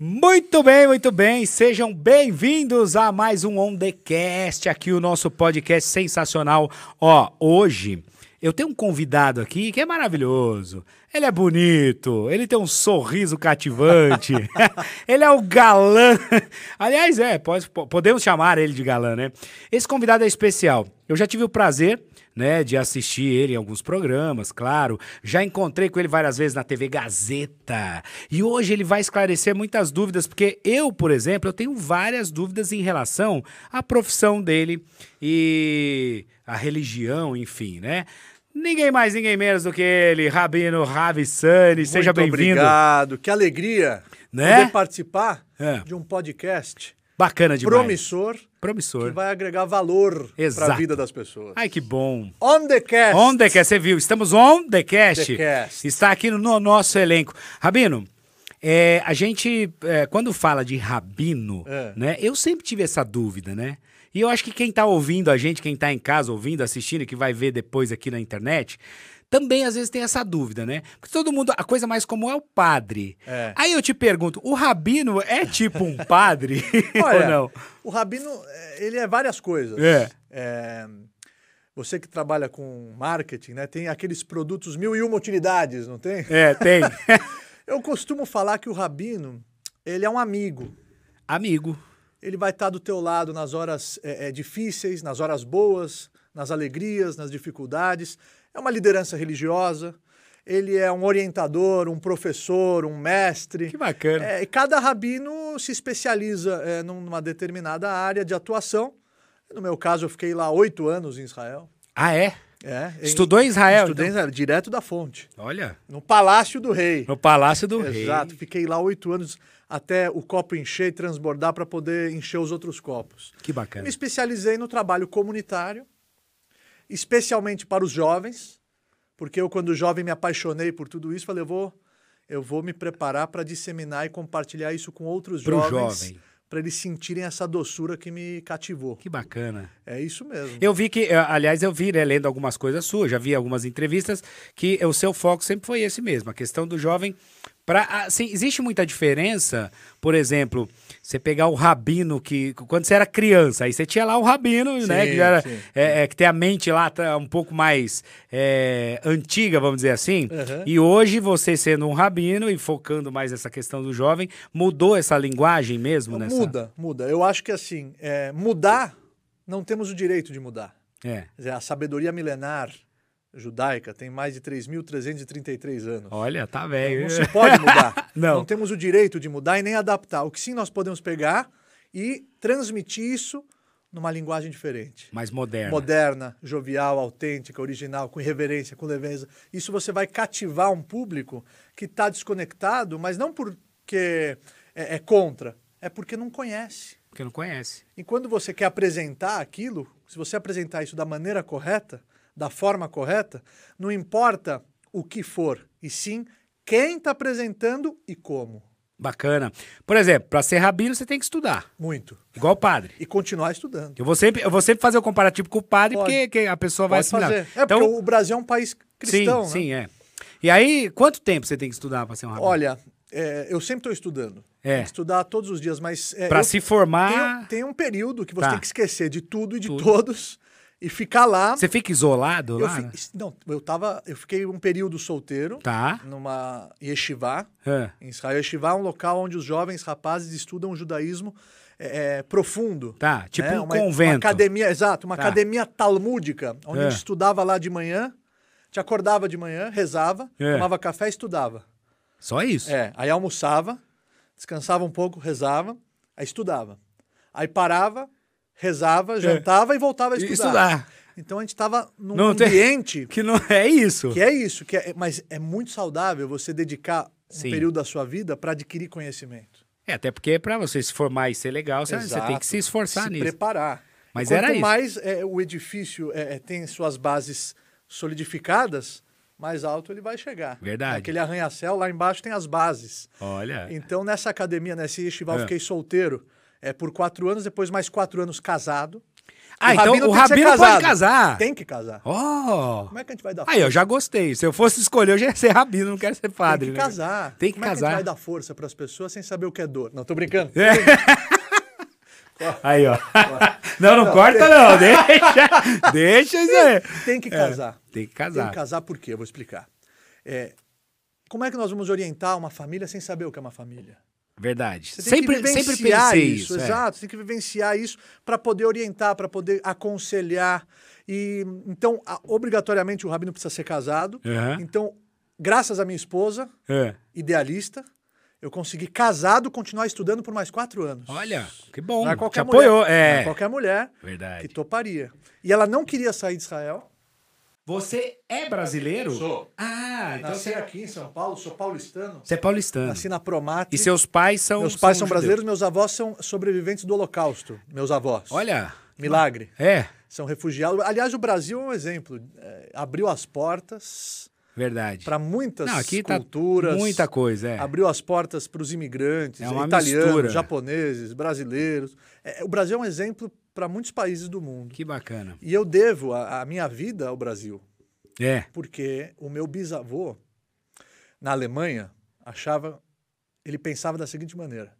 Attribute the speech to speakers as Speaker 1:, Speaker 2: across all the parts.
Speaker 1: Muito bem, muito bem. Sejam bem-vindos a mais um On The Cast, aqui o nosso podcast sensacional. Ó, hoje eu tenho um convidado aqui que é maravilhoso. Ele é bonito, ele tem um sorriso cativante, ele é o galã. Aliás, é, pode- po- podemos chamar ele de galã, né? Esse convidado é especial. Eu já tive o prazer né, de assistir ele em alguns programas, claro. Já encontrei com ele várias vezes na TV Gazeta. E hoje ele vai esclarecer muitas dúvidas, porque eu, por exemplo, eu tenho várias dúvidas em relação à profissão dele e à religião, enfim, né? Ninguém mais, ninguém menos do que ele, Rabino Ravissani. Seja
Speaker 2: Muito
Speaker 1: bem-vindo.
Speaker 2: Obrigado, que alegria
Speaker 1: Né?
Speaker 2: poder participar
Speaker 1: É.
Speaker 2: de um podcast
Speaker 1: Bacana demais.
Speaker 2: promissor que
Speaker 1: Promissor.
Speaker 2: vai agregar valor para
Speaker 1: Exato.
Speaker 2: a vida das pessoas.
Speaker 1: Ai, que bom.
Speaker 2: On the cast.
Speaker 1: On The Cast, você viu? Estamos on The Cast.
Speaker 2: The Cast.
Speaker 1: Está aqui no, no nosso elenco. Rabino, é, a gente, é, quando fala de Rabino,
Speaker 2: É.
Speaker 1: né? Eu sempre tive essa dúvida, né? E eu acho que quem tá ouvindo a gente, quem tá em casa ouvindo, assistindo, e que vai ver depois aqui na internet, também às vezes tem essa dúvida, né? Porque todo mundo, a coisa mais comum é o padre.
Speaker 2: É.
Speaker 1: Aí eu te pergunto, o Rabino é tipo um padre
Speaker 2: Olha,
Speaker 1: ou não?
Speaker 2: O Rabino, eh, ele é várias coisas.
Speaker 1: É.
Speaker 2: É, você que trabalha com marketing, né, tem aqueles produtos mil e uma utilidades, não tem?
Speaker 1: É, tem.
Speaker 2: Eu costumo falar que o Rabino, ele é um amigo.
Speaker 1: Amigo.
Speaker 2: Ele vai estar do teu lado nas horas eh, eh, difíceis, nas horas boas, nas alegrias, nas dificuldades. É uma liderança religiosa. Ele é um orientador, um professor, um mestre.
Speaker 1: Que bacana.
Speaker 2: É, e cada rabino se especializa eh, num- numa determinada área de atuação. No meu caso, eu fiquei lá oito anos em Israel.
Speaker 1: Ah, é?
Speaker 2: É, em-
Speaker 1: Estudou em Israel?
Speaker 2: Estudei em Israel, direto da fonte,
Speaker 1: então? Olha.
Speaker 2: no Palácio do Rei.
Speaker 1: No Palácio do Rei.
Speaker 2: Exato, fiquei lá oito anos até o copo encher e transbordar para poder encher os outros copos.
Speaker 1: Que bacana.
Speaker 2: Me especializei no trabalho comunitário, especialmente para os jovens, porque eu, quando jovem, me apaixonei por tudo isso. Falei, eu vou, eu vou me preparar para disseminar e compartilhar isso com outros
Speaker 1: Pro
Speaker 2: jovens,
Speaker 1: jovem.
Speaker 2: para eles sentirem essa doçura que me cativou.
Speaker 1: Que bacana.
Speaker 2: É isso mesmo.
Speaker 1: Eu vi que, eh, aliás, eu vi, né, lendo algumas coisas suas, já vi algumas entrevistas, que o seu foco sempre foi esse mesmo, a questão do jovem. Pra, assim, existe muita diferença, por exemplo, você pegar o rabino que. Quando você era criança, aí você tinha lá o rabino, né?
Speaker 2: Sim,
Speaker 1: Que, já era,
Speaker 2: sim.
Speaker 1: é, é, que tem a mente lá tá, um pouco mais é, antiga, vamos dizer assim.
Speaker 2: Uhum.
Speaker 1: E hoje, você sendo um rabino e focando mais essa questão do jovem, mudou essa linguagem mesmo, nessa?
Speaker 2: Muda, muda. Eu acho que assim, é, mudar, não temos o direito de mudar.
Speaker 1: É.
Speaker 2: Quer dizer, A sabedoria milenar judaica tem mais de 3.333 anos.
Speaker 1: Olha, tá velho.
Speaker 2: Não se pode mudar.
Speaker 1: Não.
Speaker 2: temos o direito de mudar e nem adaptar. O que sim nós podemos pegar e transmitir isso numa linguagem diferente.
Speaker 1: Mais moderno.
Speaker 2: Moderna, jovial, autêntica, original, com irreverência, com leveza. Isso você vai cativar um público que está desconectado, mas não porque é, é contra, é porque não conhece.
Speaker 1: Porque não conhece.
Speaker 2: E quando você quer apresentar aquilo, se você apresentar isso da maneira correta, da forma correta, não importa o que for, e sim quem está apresentando e como.
Speaker 1: Bacana. Por exemplo, para ser rabino você tem que estudar,
Speaker 2: Muito.
Speaker 1: igual o padre.
Speaker 2: E continuar estudando.
Speaker 1: Eu vou sempre, eu vou sempre fazer o comparativo com o padre,
Speaker 2: Pode.
Speaker 1: porque que a pessoa vai
Speaker 2: Pode
Speaker 1: assimilar.
Speaker 2: fazer. É porque o Brasil é um país cristão,
Speaker 1: sim,
Speaker 2: né?
Speaker 1: sim, é. E aí, quanto tempo você tem que estudar para ser um rabino?
Speaker 2: Olha, é, eu sempre estou estudando.
Speaker 1: É.
Speaker 2: Tem que Estudar todos os dias, mas... é,
Speaker 1: para
Speaker 2: eu
Speaker 1: se
Speaker 2: tenho-
Speaker 1: formar,
Speaker 2: Tem, um período que você
Speaker 1: Tá.
Speaker 2: tem que esquecer de tudo e de
Speaker 1: Tudo.
Speaker 2: todos e ficar lá.
Speaker 1: você fica isolado
Speaker 2: eu
Speaker 1: lá?
Speaker 2: fi-
Speaker 1: né?
Speaker 2: Não, eu, tava, eu fiquei um período solteiro.
Speaker 1: Tá.
Speaker 2: numa yeshiva.
Speaker 1: Hã.
Speaker 2: Em Israel, yeshiva é um local onde os jovens rapazes estudam o judaísmo eh, eh, profundo.
Speaker 1: Tá, tipo
Speaker 2: né?
Speaker 1: um
Speaker 2: Uma- Uma
Speaker 1: convento.
Speaker 2: academia, exato, uma
Speaker 1: Tá.
Speaker 2: academia talmúdica, onde
Speaker 1: É.
Speaker 2: a gente estudava lá de manhã, te acordava de manhã, rezava,
Speaker 1: É.
Speaker 2: tomava café e estudava.
Speaker 1: Só isso.
Speaker 2: É, aí almoçava, descansava um pouco, rezava, aí estudava. Aí parava, rezava, jantava e voltava a
Speaker 1: É. E
Speaker 2: estudar.
Speaker 1: estudar.
Speaker 2: Então a gente estava num
Speaker 1: Não tem-
Speaker 2: ambiente
Speaker 1: Que não é isso.
Speaker 2: que é isso, que é, mas é muito saudável você dedicar um
Speaker 1: Sim.
Speaker 2: período da sua vida para adquirir conhecimento.
Speaker 1: É, até porque para você se formar e ser legal, você, você tem
Speaker 2: Exato.
Speaker 1: que se esforçar
Speaker 2: se
Speaker 1: nisso.
Speaker 2: preparar.
Speaker 1: Mas
Speaker 2: Quanto
Speaker 1: era isso.
Speaker 2: mais é, o edifício é, é, tem suas bases solidificadas, mais alto ele vai chegar.
Speaker 1: Verdade.
Speaker 2: Aquele arranha-céu lá embaixo tem as bases.
Speaker 1: Olha.
Speaker 2: Então nessa academia, nesse festival,
Speaker 1: É.
Speaker 2: eu fiquei solteiro é, por quatro anos, depois mais quatro anos casado.
Speaker 1: Ah, então o
Speaker 2: tem que ser
Speaker 1: Rabino pode
Speaker 2: casado.
Speaker 1: casar.
Speaker 2: Tem que casar.
Speaker 1: Oh!
Speaker 2: Como é que a gente vai dar
Speaker 1: Aí, eu já gostei. Se eu fosse escolher, eu já ia ser rabino, não quero ser padre.
Speaker 2: Tem que
Speaker 1: né?
Speaker 2: casar.
Speaker 1: Tem que
Speaker 2: Como é que a
Speaker 1: casar.
Speaker 2: gente vai dar força para as pessoas sem saber o que é dor? Não, tô brincando.
Speaker 1: É. Aí, ó. Não, não, corta, não. Deixa. Deixa isso aí.
Speaker 2: Tem que casar.
Speaker 1: É, Tem que
Speaker 2: Tem
Speaker 1: casar.
Speaker 2: que casar por quê? Eu vou explicar. É, como é que nós vamos orientar uma família sem saber o que é uma família?
Speaker 1: Verdade.
Speaker 2: Você tem
Speaker 1: Sempre,
Speaker 2: que
Speaker 1: sempre
Speaker 2: vivenciar
Speaker 1: pensei isso. é.
Speaker 2: Exato, você tem que vivenciar isso para poder orientar, para poder aconselhar. E então, a- obrigatoriamente o rabino precisa ser casado.
Speaker 1: Uhum.
Speaker 2: Então, graças à minha esposa,
Speaker 1: É.
Speaker 2: idealista, eu consegui casado continuar estudando por mais quatro anos.
Speaker 1: Olha, que bom.
Speaker 2: Não é
Speaker 1: Te
Speaker 2: qualquer mulher,
Speaker 1: apoiou.
Speaker 2: não
Speaker 1: É.
Speaker 2: é qualquer mulher que
Speaker 1: Verdade.
Speaker 2: toparia. E ela não queria sair de Israel.
Speaker 1: Você é brasileiro?
Speaker 2: Sou.
Speaker 1: Ah, então
Speaker 2: Nasci
Speaker 1: você
Speaker 2: é aqui em São Paulo, sou paulistano.
Speaker 1: você é paulistano.
Speaker 2: Nasci na Promate.
Speaker 1: E seus pais são.
Speaker 2: Meus pais são,
Speaker 1: judeus.
Speaker 2: brasileiros, meus avós são sobreviventes do Holocausto. Meus avós.
Speaker 1: Olha.
Speaker 2: Milagre.
Speaker 1: É,
Speaker 2: São refugiados. Aliás, o Brasil é um exemplo. É, abriu as portas
Speaker 1: verdade.
Speaker 2: para muitas
Speaker 1: Não, aqui tá
Speaker 2: culturas.
Speaker 1: muita coisa, é.
Speaker 2: Abriu as portas para os imigrantes,
Speaker 1: É uma
Speaker 2: italianos,
Speaker 1: mistura.
Speaker 2: japoneses, brasileiros. É, o Brasil é um exemplo para muitos países do mundo.
Speaker 1: Que bacana.
Speaker 2: E eu devo a, a minha vida ao Brasil,
Speaker 1: É.
Speaker 2: porque o meu bisavô, na Alemanha, achava, ele pensava da seguinte maneira: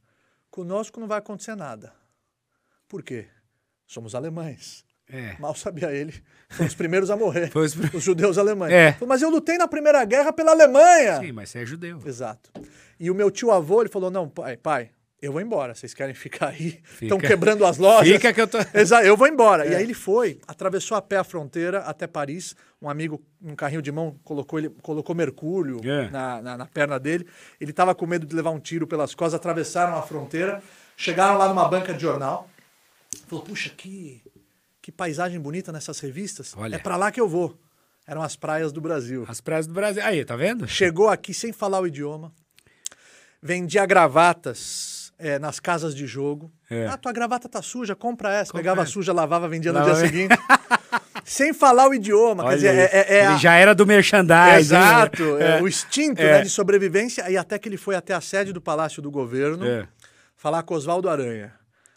Speaker 2: conosco não vai acontecer nada. Por quê? Somos alemães.
Speaker 1: É.
Speaker 2: Mal sabia ele, foram os primeiros a morrer,
Speaker 1: Foi os prim-
Speaker 2: os judeus alemães.
Speaker 1: É.
Speaker 2: Falou, Mas eu lutei na Primeira Guerra pela Alemanha!
Speaker 1: Sim, mas você é judeu.
Speaker 2: Exato. E o meu tio avô, ele falou: não, pai, pai, eu vou embora. Vocês querem ficar aí? Estão quebrando as lojas.
Speaker 1: Fica que eu tô. É.
Speaker 2: Exato, eu vou embora. E aí ele foi, atravessou a pé a fronteira até Paris. Um amigo, um carrinho de mão, colocou ele, colocou mercúrio
Speaker 1: É.
Speaker 2: na, na, na perna dele. Ele estava com medo de levar um tiro pelas costas, atravessaram a fronteira, chegaram lá numa banca de jornal. Falou, puxa, que, que paisagem bonita nessas revistas.
Speaker 1: Olha.
Speaker 2: É para lá que eu vou. Eram as praias do Brasil.
Speaker 1: As praias do Brasil. Aí, tá vendo?
Speaker 2: Chegou aqui sem falar o idioma. Vendia gravatas eh, nas casas de jogo.
Speaker 1: É.
Speaker 2: Ah, tua gravata tá suja, compra essa.
Speaker 1: Compra
Speaker 2: Pegava
Speaker 1: essa.
Speaker 2: suja, lavava, vendia no
Speaker 1: Lava-
Speaker 2: dia seguinte. sem falar o idioma.
Speaker 1: Olha
Speaker 2: quer dizer,
Speaker 1: isso.
Speaker 2: é, é- é
Speaker 1: Ele
Speaker 2: a-
Speaker 1: já era do merchandising.
Speaker 2: Exato.
Speaker 1: né?
Speaker 2: é o instinto
Speaker 1: É.
Speaker 2: né, de sobrevivência. E até que ele foi até a sede do Palácio do Governo
Speaker 1: É.
Speaker 2: falar com Oswaldo Aranha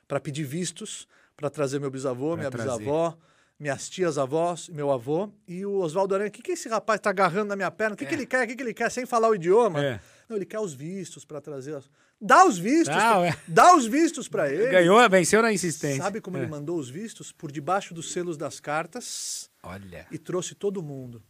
Speaker 2: para pedir vistos, para trazer meu bisavô, minha
Speaker 1: trazer.
Speaker 2: bisavó, minhas tias avós, meu avô. E o Oswaldo Aranha, o que, que esse rapaz está agarrando na minha perna? O que, que ele quer? O que, que ele quer? Sem falar o idioma?
Speaker 1: É.
Speaker 2: Não, ele quer os vistos para trazer. as- Dá os vistos.
Speaker 1: Dá,
Speaker 2: pra-
Speaker 1: Ah, ué.
Speaker 2: Dá os vistos para ele.
Speaker 1: Ganhou, venceu na insistência.
Speaker 2: Sabe como
Speaker 1: É.
Speaker 2: ele mandou os vistos? Por debaixo dos selos das cartas
Speaker 1: Olha.
Speaker 2: e trouxe todo mundo.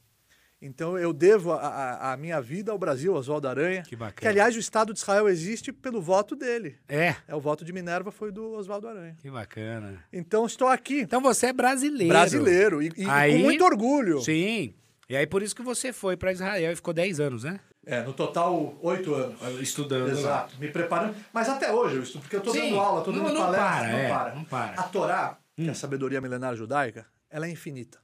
Speaker 2: Então eu devo a, a- a minha vida ao Brasil, Oswaldo Aranha.
Speaker 1: Que bacana.
Speaker 2: que, aliás, o Estado de Israel existe pelo voto dele.
Speaker 1: É,
Speaker 2: É o voto de Minerva foi do Oswaldo Aranha.
Speaker 1: que bacana.
Speaker 2: Então estou aqui,
Speaker 1: Então você é brasileiro.
Speaker 2: brasileiro, e, e
Speaker 1: Aí-
Speaker 2: com muito orgulho.
Speaker 1: Sim. E aí por isso que você foi pra Israel e ficou 10 anos, né?
Speaker 2: É, no total, oito anos.
Speaker 1: Estudando.
Speaker 2: Exato, me preparando. Mas até hoje eu estudo, porque eu estou
Speaker 1: Sim,
Speaker 2: dando aula, estou
Speaker 1: não-
Speaker 2: dando
Speaker 1: não
Speaker 2: palestra.
Speaker 1: para,
Speaker 2: não,
Speaker 1: é,
Speaker 2: para.
Speaker 1: não para. Hum.
Speaker 2: A Torá, que é a sabedoria milenar judaica, ela é infinita.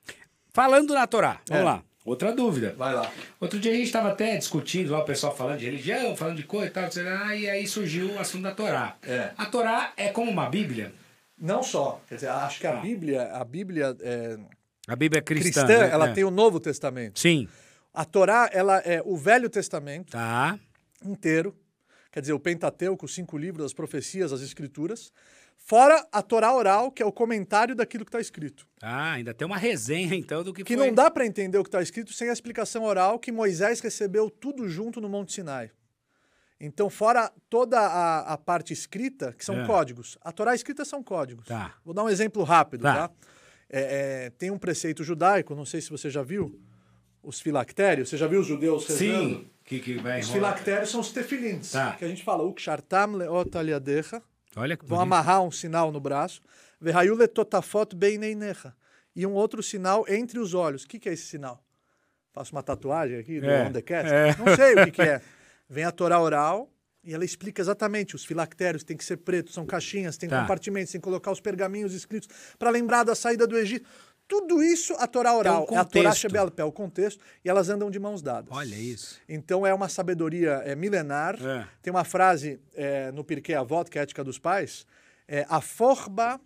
Speaker 1: Falando na Torá, vamos
Speaker 2: É.
Speaker 1: lá. Outra dúvida.
Speaker 2: Vai lá.
Speaker 1: Outro dia a gente tava até discutindo lá, o pessoal falando de religião, falando de coisa e tal, não sei lá, e aí surgiu o assunto da Torá.
Speaker 2: É.
Speaker 1: A Torá é como uma Bíblia?
Speaker 2: Não só, quer dizer, acho que
Speaker 1: Tá.
Speaker 2: a Bíblia, a Bíblia é,
Speaker 1: A Bíblia né?
Speaker 2: cristã,
Speaker 1: É.
Speaker 2: ela tem o Novo Testamento.
Speaker 1: Sim.
Speaker 2: A Torá, ela é o Velho Testamento
Speaker 1: Tá.
Speaker 2: inteiro, quer dizer, o Pentateuco, os cinco livros, as profecias, as escrituras, fora a Torá oral, que é o comentário daquilo que está escrito.
Speaker 1: Ah, ainda tem uma resenha então do que,
Speaker 2: Que
Speaker 1: foi.
Speaker 2: não dá para entender o que está escrito sem a explicação oral que Moisés recebeu tudo junto no Monte Sinai. Então, fora toda a, a parte escrita, que são
Speaker 1: É.
Speaker 2: códigos. A Torá escrita são códigos.
Speaker 1: Tá.
Speaker 2: Vou dar um exemplo rápido,
Speaker 1: Tá.
Speaker 2: tá? É, é, tem um preceito judaico, não sei se você já viu, os filactérios. Você já viu os judeus rezando?
Speaker 1: Sim. Que, que vai
Speaker 2: Os
Speaker 1: enrolar.
Speaker 2: filactérios são os tefilins,
Speaker 1: Tá.
Speaker 2: que a gente fala, ukshartam leot aliadecha,
Speaker 1: Olha que
Speaker 2: vão
Speaker 1: bonito.
Speaker 2: amarrar um sinal no braço, verrayu letotafot beineinecha, e um outro sinal entre os olhos. O que, que é esse sinal? Faço uma tatuagem aqui do
Speaker 1: É,
Speaker 2: Undercast?
Speaker 1: é.
Speaker 2: Não sei o que, que é. Vem a Torá oral e ela explica exatamente. Os filactérios têm que ser pretos, são caixinhas, tem
Speaker 1: Tá.
Speaker 2: compartimentos, tem que colocar os pergaminhos escritos para lembrar da saída do Egito. Tudo isso a Torá oral.
Speaker 1: Tem um
Speaker 2: é a Torá
Speaker 1: contexto.
Speaker 2: Shebel Pé, o contexto, e elas andam de mãos dadas.
Speaker 1: Olha isso.
Speaker 2: Então é uma sabedoria é, milenar.
Speaker 1: É.
Speaker 2: Tem uma frase é, no Pirkei Avot, que é a ética dos pais, é, a forba,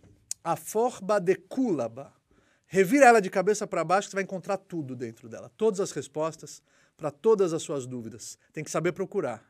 Speaker 2: a forba de culaba. Revira ela de cabeça para baixo, que você vai encontrar tudo dentro dela. Todas as respostas para todas as suas dúvidas. Tem que saber procurar.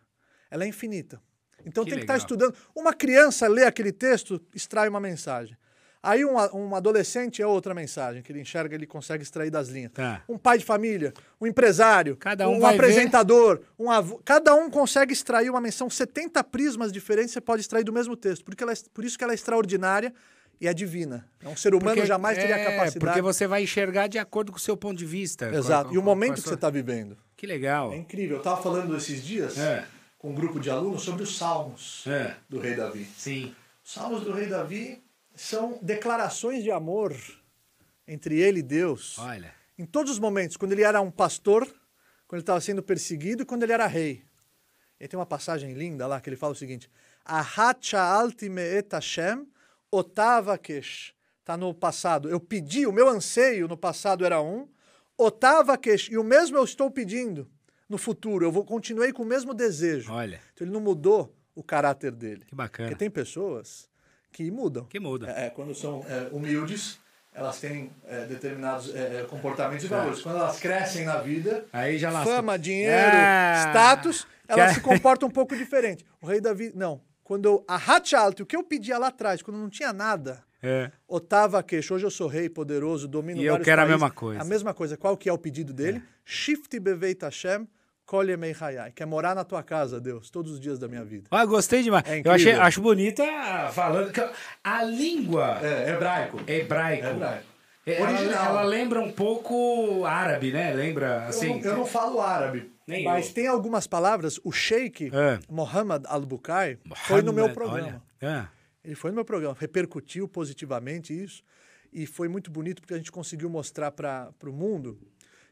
Speaker 2: Ela é infinita. Então
Speaker 1: Que
Speaker 2: tem que estar
Speaker 1: legal.
Speaker 2: estudando. Uma criança lê aquele texto, extrai uma mensagem. Aí um, a- um adolescente é outra mensagem que ele enxerga, ele consegue extrair das linhas.
Speaker 1: Tá.
Speaker 2: Um pai de família, um empresário,
Speaker 1: Cada um
Speaker 2: um
Speaker 1: vai ver.
Speaker 2: apresentador, um avô, cada um consegue extrair uma menção. 70 prismas diferentes você pode extrair do mesmo texto, porque ela é- por isso que ela é extraordinária e é divina. Um ser humano
Speaker 1: Porque-
Speaker 2: jamais teria
Speaker 1: é,
Speaker 2: a capacidade.
Speaker 1: Porque você vai enxergar de acordo com o seu ponto de vista. com a-
Speaker 2: Exato.
Speaker 1: com-
Speaker 2: e o
Speaker 1: com-
Speaker 2: momento
Speaker 1: com a
Speaker 2: que
Speaker 1: sua-
Speaker 2: você tá está vivendo.
Speaker 1: Que legal.
Speaker 2: É incrível. Eu estava falando esses dias
Speaker 1: É.
Speaker 2: com um grupo de alunos sobre os salmos
Speaker 1: É.
Speaker 2: do rei Davi.
Speaker 1: Sim.
Speaker 2: Os salmos do rei Davi são declarações de amor entre ele e Deus.
Speaker 1: Olha.
Speaker 2: Em todos os momentos, quando ele era um pastor, quando ele estava sendo perseguido e quando ele era rei. E tem uma passagem linda lá que ele fala o seguinte: Ahacha altime et Hashem otavakesh. Está no passado. Eu pedi, o meu anseio no passado era um, otavakesh, e o mesmo eu estou pedindo no futuro. Eu vou continuei com o mesmo desejo.
Speaker 1: Olha.
Speaker 2: Então ele não mudou o caráter dele.
Speaker 1: Que bacana.
Speaker 2: Porque tem pessoas que mudam.
Speaker 1: Que muda.
Speaker 2: É, é, quando são é, humildes, elas têm é, determinados é, é, comportamentos e valores. Quando elas crescem na vida,
Speaker 1: Aí já lascou.
Speaker 2: fama, dinheiro,
Speaker 1: É.
Speaker 2: status, elas
Speaker 1: Que-
Speaker 2: se comportam um pouco diferente. O rei Davi, não. Quando eu, a Hatchalt, o que eu pedia lá atrás, quando não tinha nada,
Speaker 1: É.
Speaker 2: Otava queixo, hoje eu sou rei poderoso, domino
Speaker 1: E eu
Speaker 2: vários
Speaker 1: quero a
Speaker 2: países.
Speaker 1: mesma coisa.
Speaker 2: A mesma coisa. Qual que é o pedido dele? Shift beveit Hashem, kolhe mei hayai. Quer morar na tua casa, Deus, todos os dias da minha vida.
Speaker 1: Ah, gostei demais.
Speaker 2: É
Speaker 1: eu achei,
Speaker 2: incrível.
Speaker 1: acho bonita a- falando. que A língua
Speaker 2: É, hebraico.
Speaker 1: hebraico.
Speaker 2: hebraico.
Speaker 1: é- ela-
Speaker 2: Original.
Speaker 1: Ela, lembra um pouco árabe, né? Lembra
Speaker 2: Eu não-
Speaker 1: assim.
Speaker 2: eu, não, falo árabe.
Speaker 1: Nem
Speaker 2: mas
Speaker 1: eu.
Speaker 2: tem algumas palavras. O sheik
Speaker 1: É.
Speaker 2: Mohammed Al-Bukai foi no meu
Speaker 1: Mohammed,
Speaker 2: programa.
Speaker 1: olha. É.
Speaker 2: Ele foi no meu programa, repercutiu positivamente isso. E foi muito bonito porque a gente conseguiu mostrar para o mundo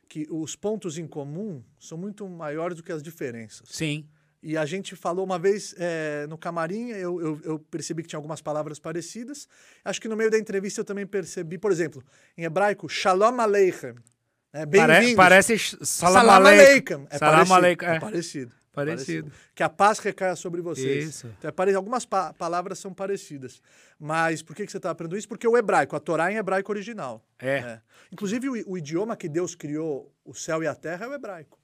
Speaker 2: que os pontos em comum são muito maiores do que as diferenças.
Speaker 1: Sim.
Speaker 2: E a gente falou uma vez eh, no camarim, eu, eu- eu percebi que tinha algumas palavras parecidas. Acho que no meio da entrevista eu também percebi, por exemplo, em hebraico, Shalom Aleichem.
Speaker 1: Pare,
Speaker 2: Né? Bem-vindos.
Speaker 1: parece sh- salam
Speaker 2: Salam
Speaker 1: aleikum.
Speaker 2: aleikum. É
Speaker 1: Salam
Speaker 2: parecido.
Speaker 1: aleikum.
Speaker 2: É
Speaker 1: é.
Speaker 2: parecido.
Speaker 1: Parecido.
Speaker 2: Que a paz recaia sobre vocês.
Speaker 1: Isso.
Speaker 2: Então, é pare- Algumas pa- palavras são parecidas. Mas por que, que você está aprendendo isso? Porque o hebraico, a Torá é em hebraico original.
Speaker 1: É.
Speaker 2: É. Inclusive, o, i- o idioma que Deus criou, o céu e a terra, é o hebraico.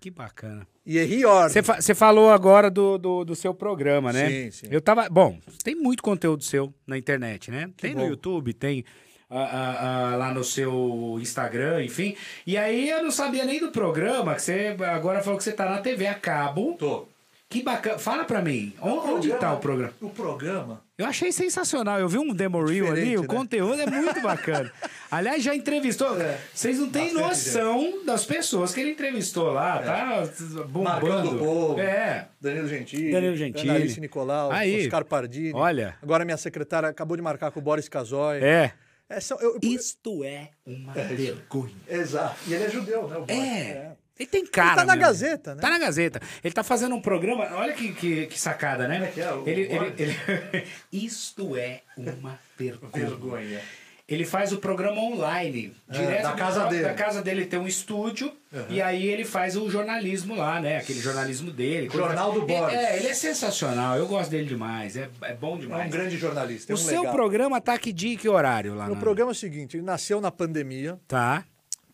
Speaker 1: Que bacana.
Speaker 2: E é Rior.
Speaker 1: Você fa- você falou agora do, do, do seu programa, né?
Speaker 2: Sim, sim.
Speaker 1: Eu tava. Bom, tem muito conteúdo seu na internet, né? tem no
Speaker 2: bom.
Speaker 1: YouTube, tem ah, ah, ah, lá no seu Instagram, enfim. E aí eu não sabia nem do programa, que você agora falou que você tá na TV a cabo.
Speaker 2: Tô.
Speaker 1: Que bacana. Fala pra mim, on- onde tá o programa?
Speaker 2: O programa.
Speaker 1: Eu achei sensacional. Eu vi um demo reel
Speaker 2: Diferente,
Speaker 1: ali, o
Speaker 2: né?
Speaker 1: conteúdo é muito bacana. Aliás, já entrevistou. Vocês não têm
Speaker 2: É. Bastante
Speaker 1: noção das pessoas que ele entrevistou lá, tá?
Speaker 2: Marcão
Speaker 1: Bombando.
Speaker 2: do Povo.
Speaker 1: É.
Speaker 2: Danilo Gentili.
Speaker 1: Danilo Gentili.
Speaker 2: Alice Nicolau.
Speaker 1: Aí.
Speaker 2: Oscar Pardini.
Speaker 1: Olha.
Speaker 2: Agora minha secretária acabou de marcar com o Boris Casoy.
Speaker 1: É.
Speaker 2: É, são- eu- eu-
Speaker 1: Isto é uma vergonha.
Speaker 2: Exato. E ele é judeu, né? o Boris?
Speaker 1: É. Ele tem cara.
Speaker 2: Ele tá na
Speaker 1: mesmo.
Speaker 2: Gazeta, né?
Speaker 1: Tá na Gazeta. Ele tá fazendo um programa. Olha que, que, que sacada, né?
Speaker 2: é que é? O
Speaker 1: ele, ele,
Speaker 2: Boris?
Speaker 1: ele- Isto é uma vergonha.
Speaker 2: Vergonha.
Speaker 1: Ele faz o programa online, direto
Speaker 2: Ah, da
Speaker 1: do
Speaker 2: casa
Speaker 1: próprio-
Speaker 2: dele.
Speaker 1: Da casa dele tem um estúdio e aí ele faz o jornalismo lá, né? Aquele jornalismo dele. coisa-
Speaker 2: Jornal do
Speaker 1: E-
Speaker 2: Boris.
Speaker 1: É, ele é sensacional. Eu gosto dele demais. É, é bom
Speaker 2: É um
Speaker 1: demais.
Speaker 2: grande jornalista. é
Speaker 1: o
Speaker 2: um
Speaker 1: seu
Speaker 2: legal.
Speaker 1: programa tá que dia e que horário lá?
Speaker 2: O
Speaker 1: na-
Speaker 2: programa é o seguinte: ele nasceu na pandemia,
Speaker 1: Tá.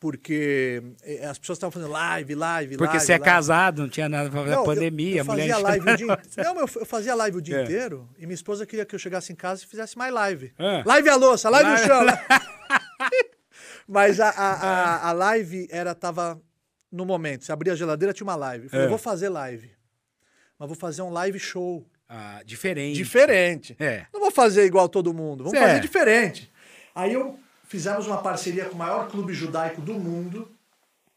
Speaker 2: porque eh, as pessoas estavam fazendo live, live, live.
Speaker 1: Porque você é
Speaker 2: live.
Speaker 1: casado, não tinha nada pra fazer.
Speaker 2: Não, eu-
Speaker 1: pandemia,
Speaker 2: eu
Speaker 1: a mulher.
Speaker 2: fazia
Speaker 1: encheu-
Speaker 2: live o dia in- Não, mas eu, eu fazia live o dia
Speaker 1: É.
Speaker 2: inteiro e minha esposa queria que eu chegasse em casa e fizesse mais live.
Speaker 1: É.
Speaker 2: Live a louça, live o
Speaker 1: Live-
Speaker 2: chão. né? mas a, a,
Speaker 1: É.
Speaker 2: a, a live era, tava no momento. Você abria a geladeira, tinha uma live. Eu falei,
Speaker 1: É.
Speaker 2: eu vou fazer live. Mas vou fazer um live show.
Speaker 1: Ah, diferente.
Speaker 2: Diferente.
Speaker 1: É.
Speaker 2: Não vou fazer igual todo mundo, vamos
Speaker 1: Cê é.
Speaker 2: fazer diferente. Aí eu fizemos uma parceria com o maior clube judaico do mundo,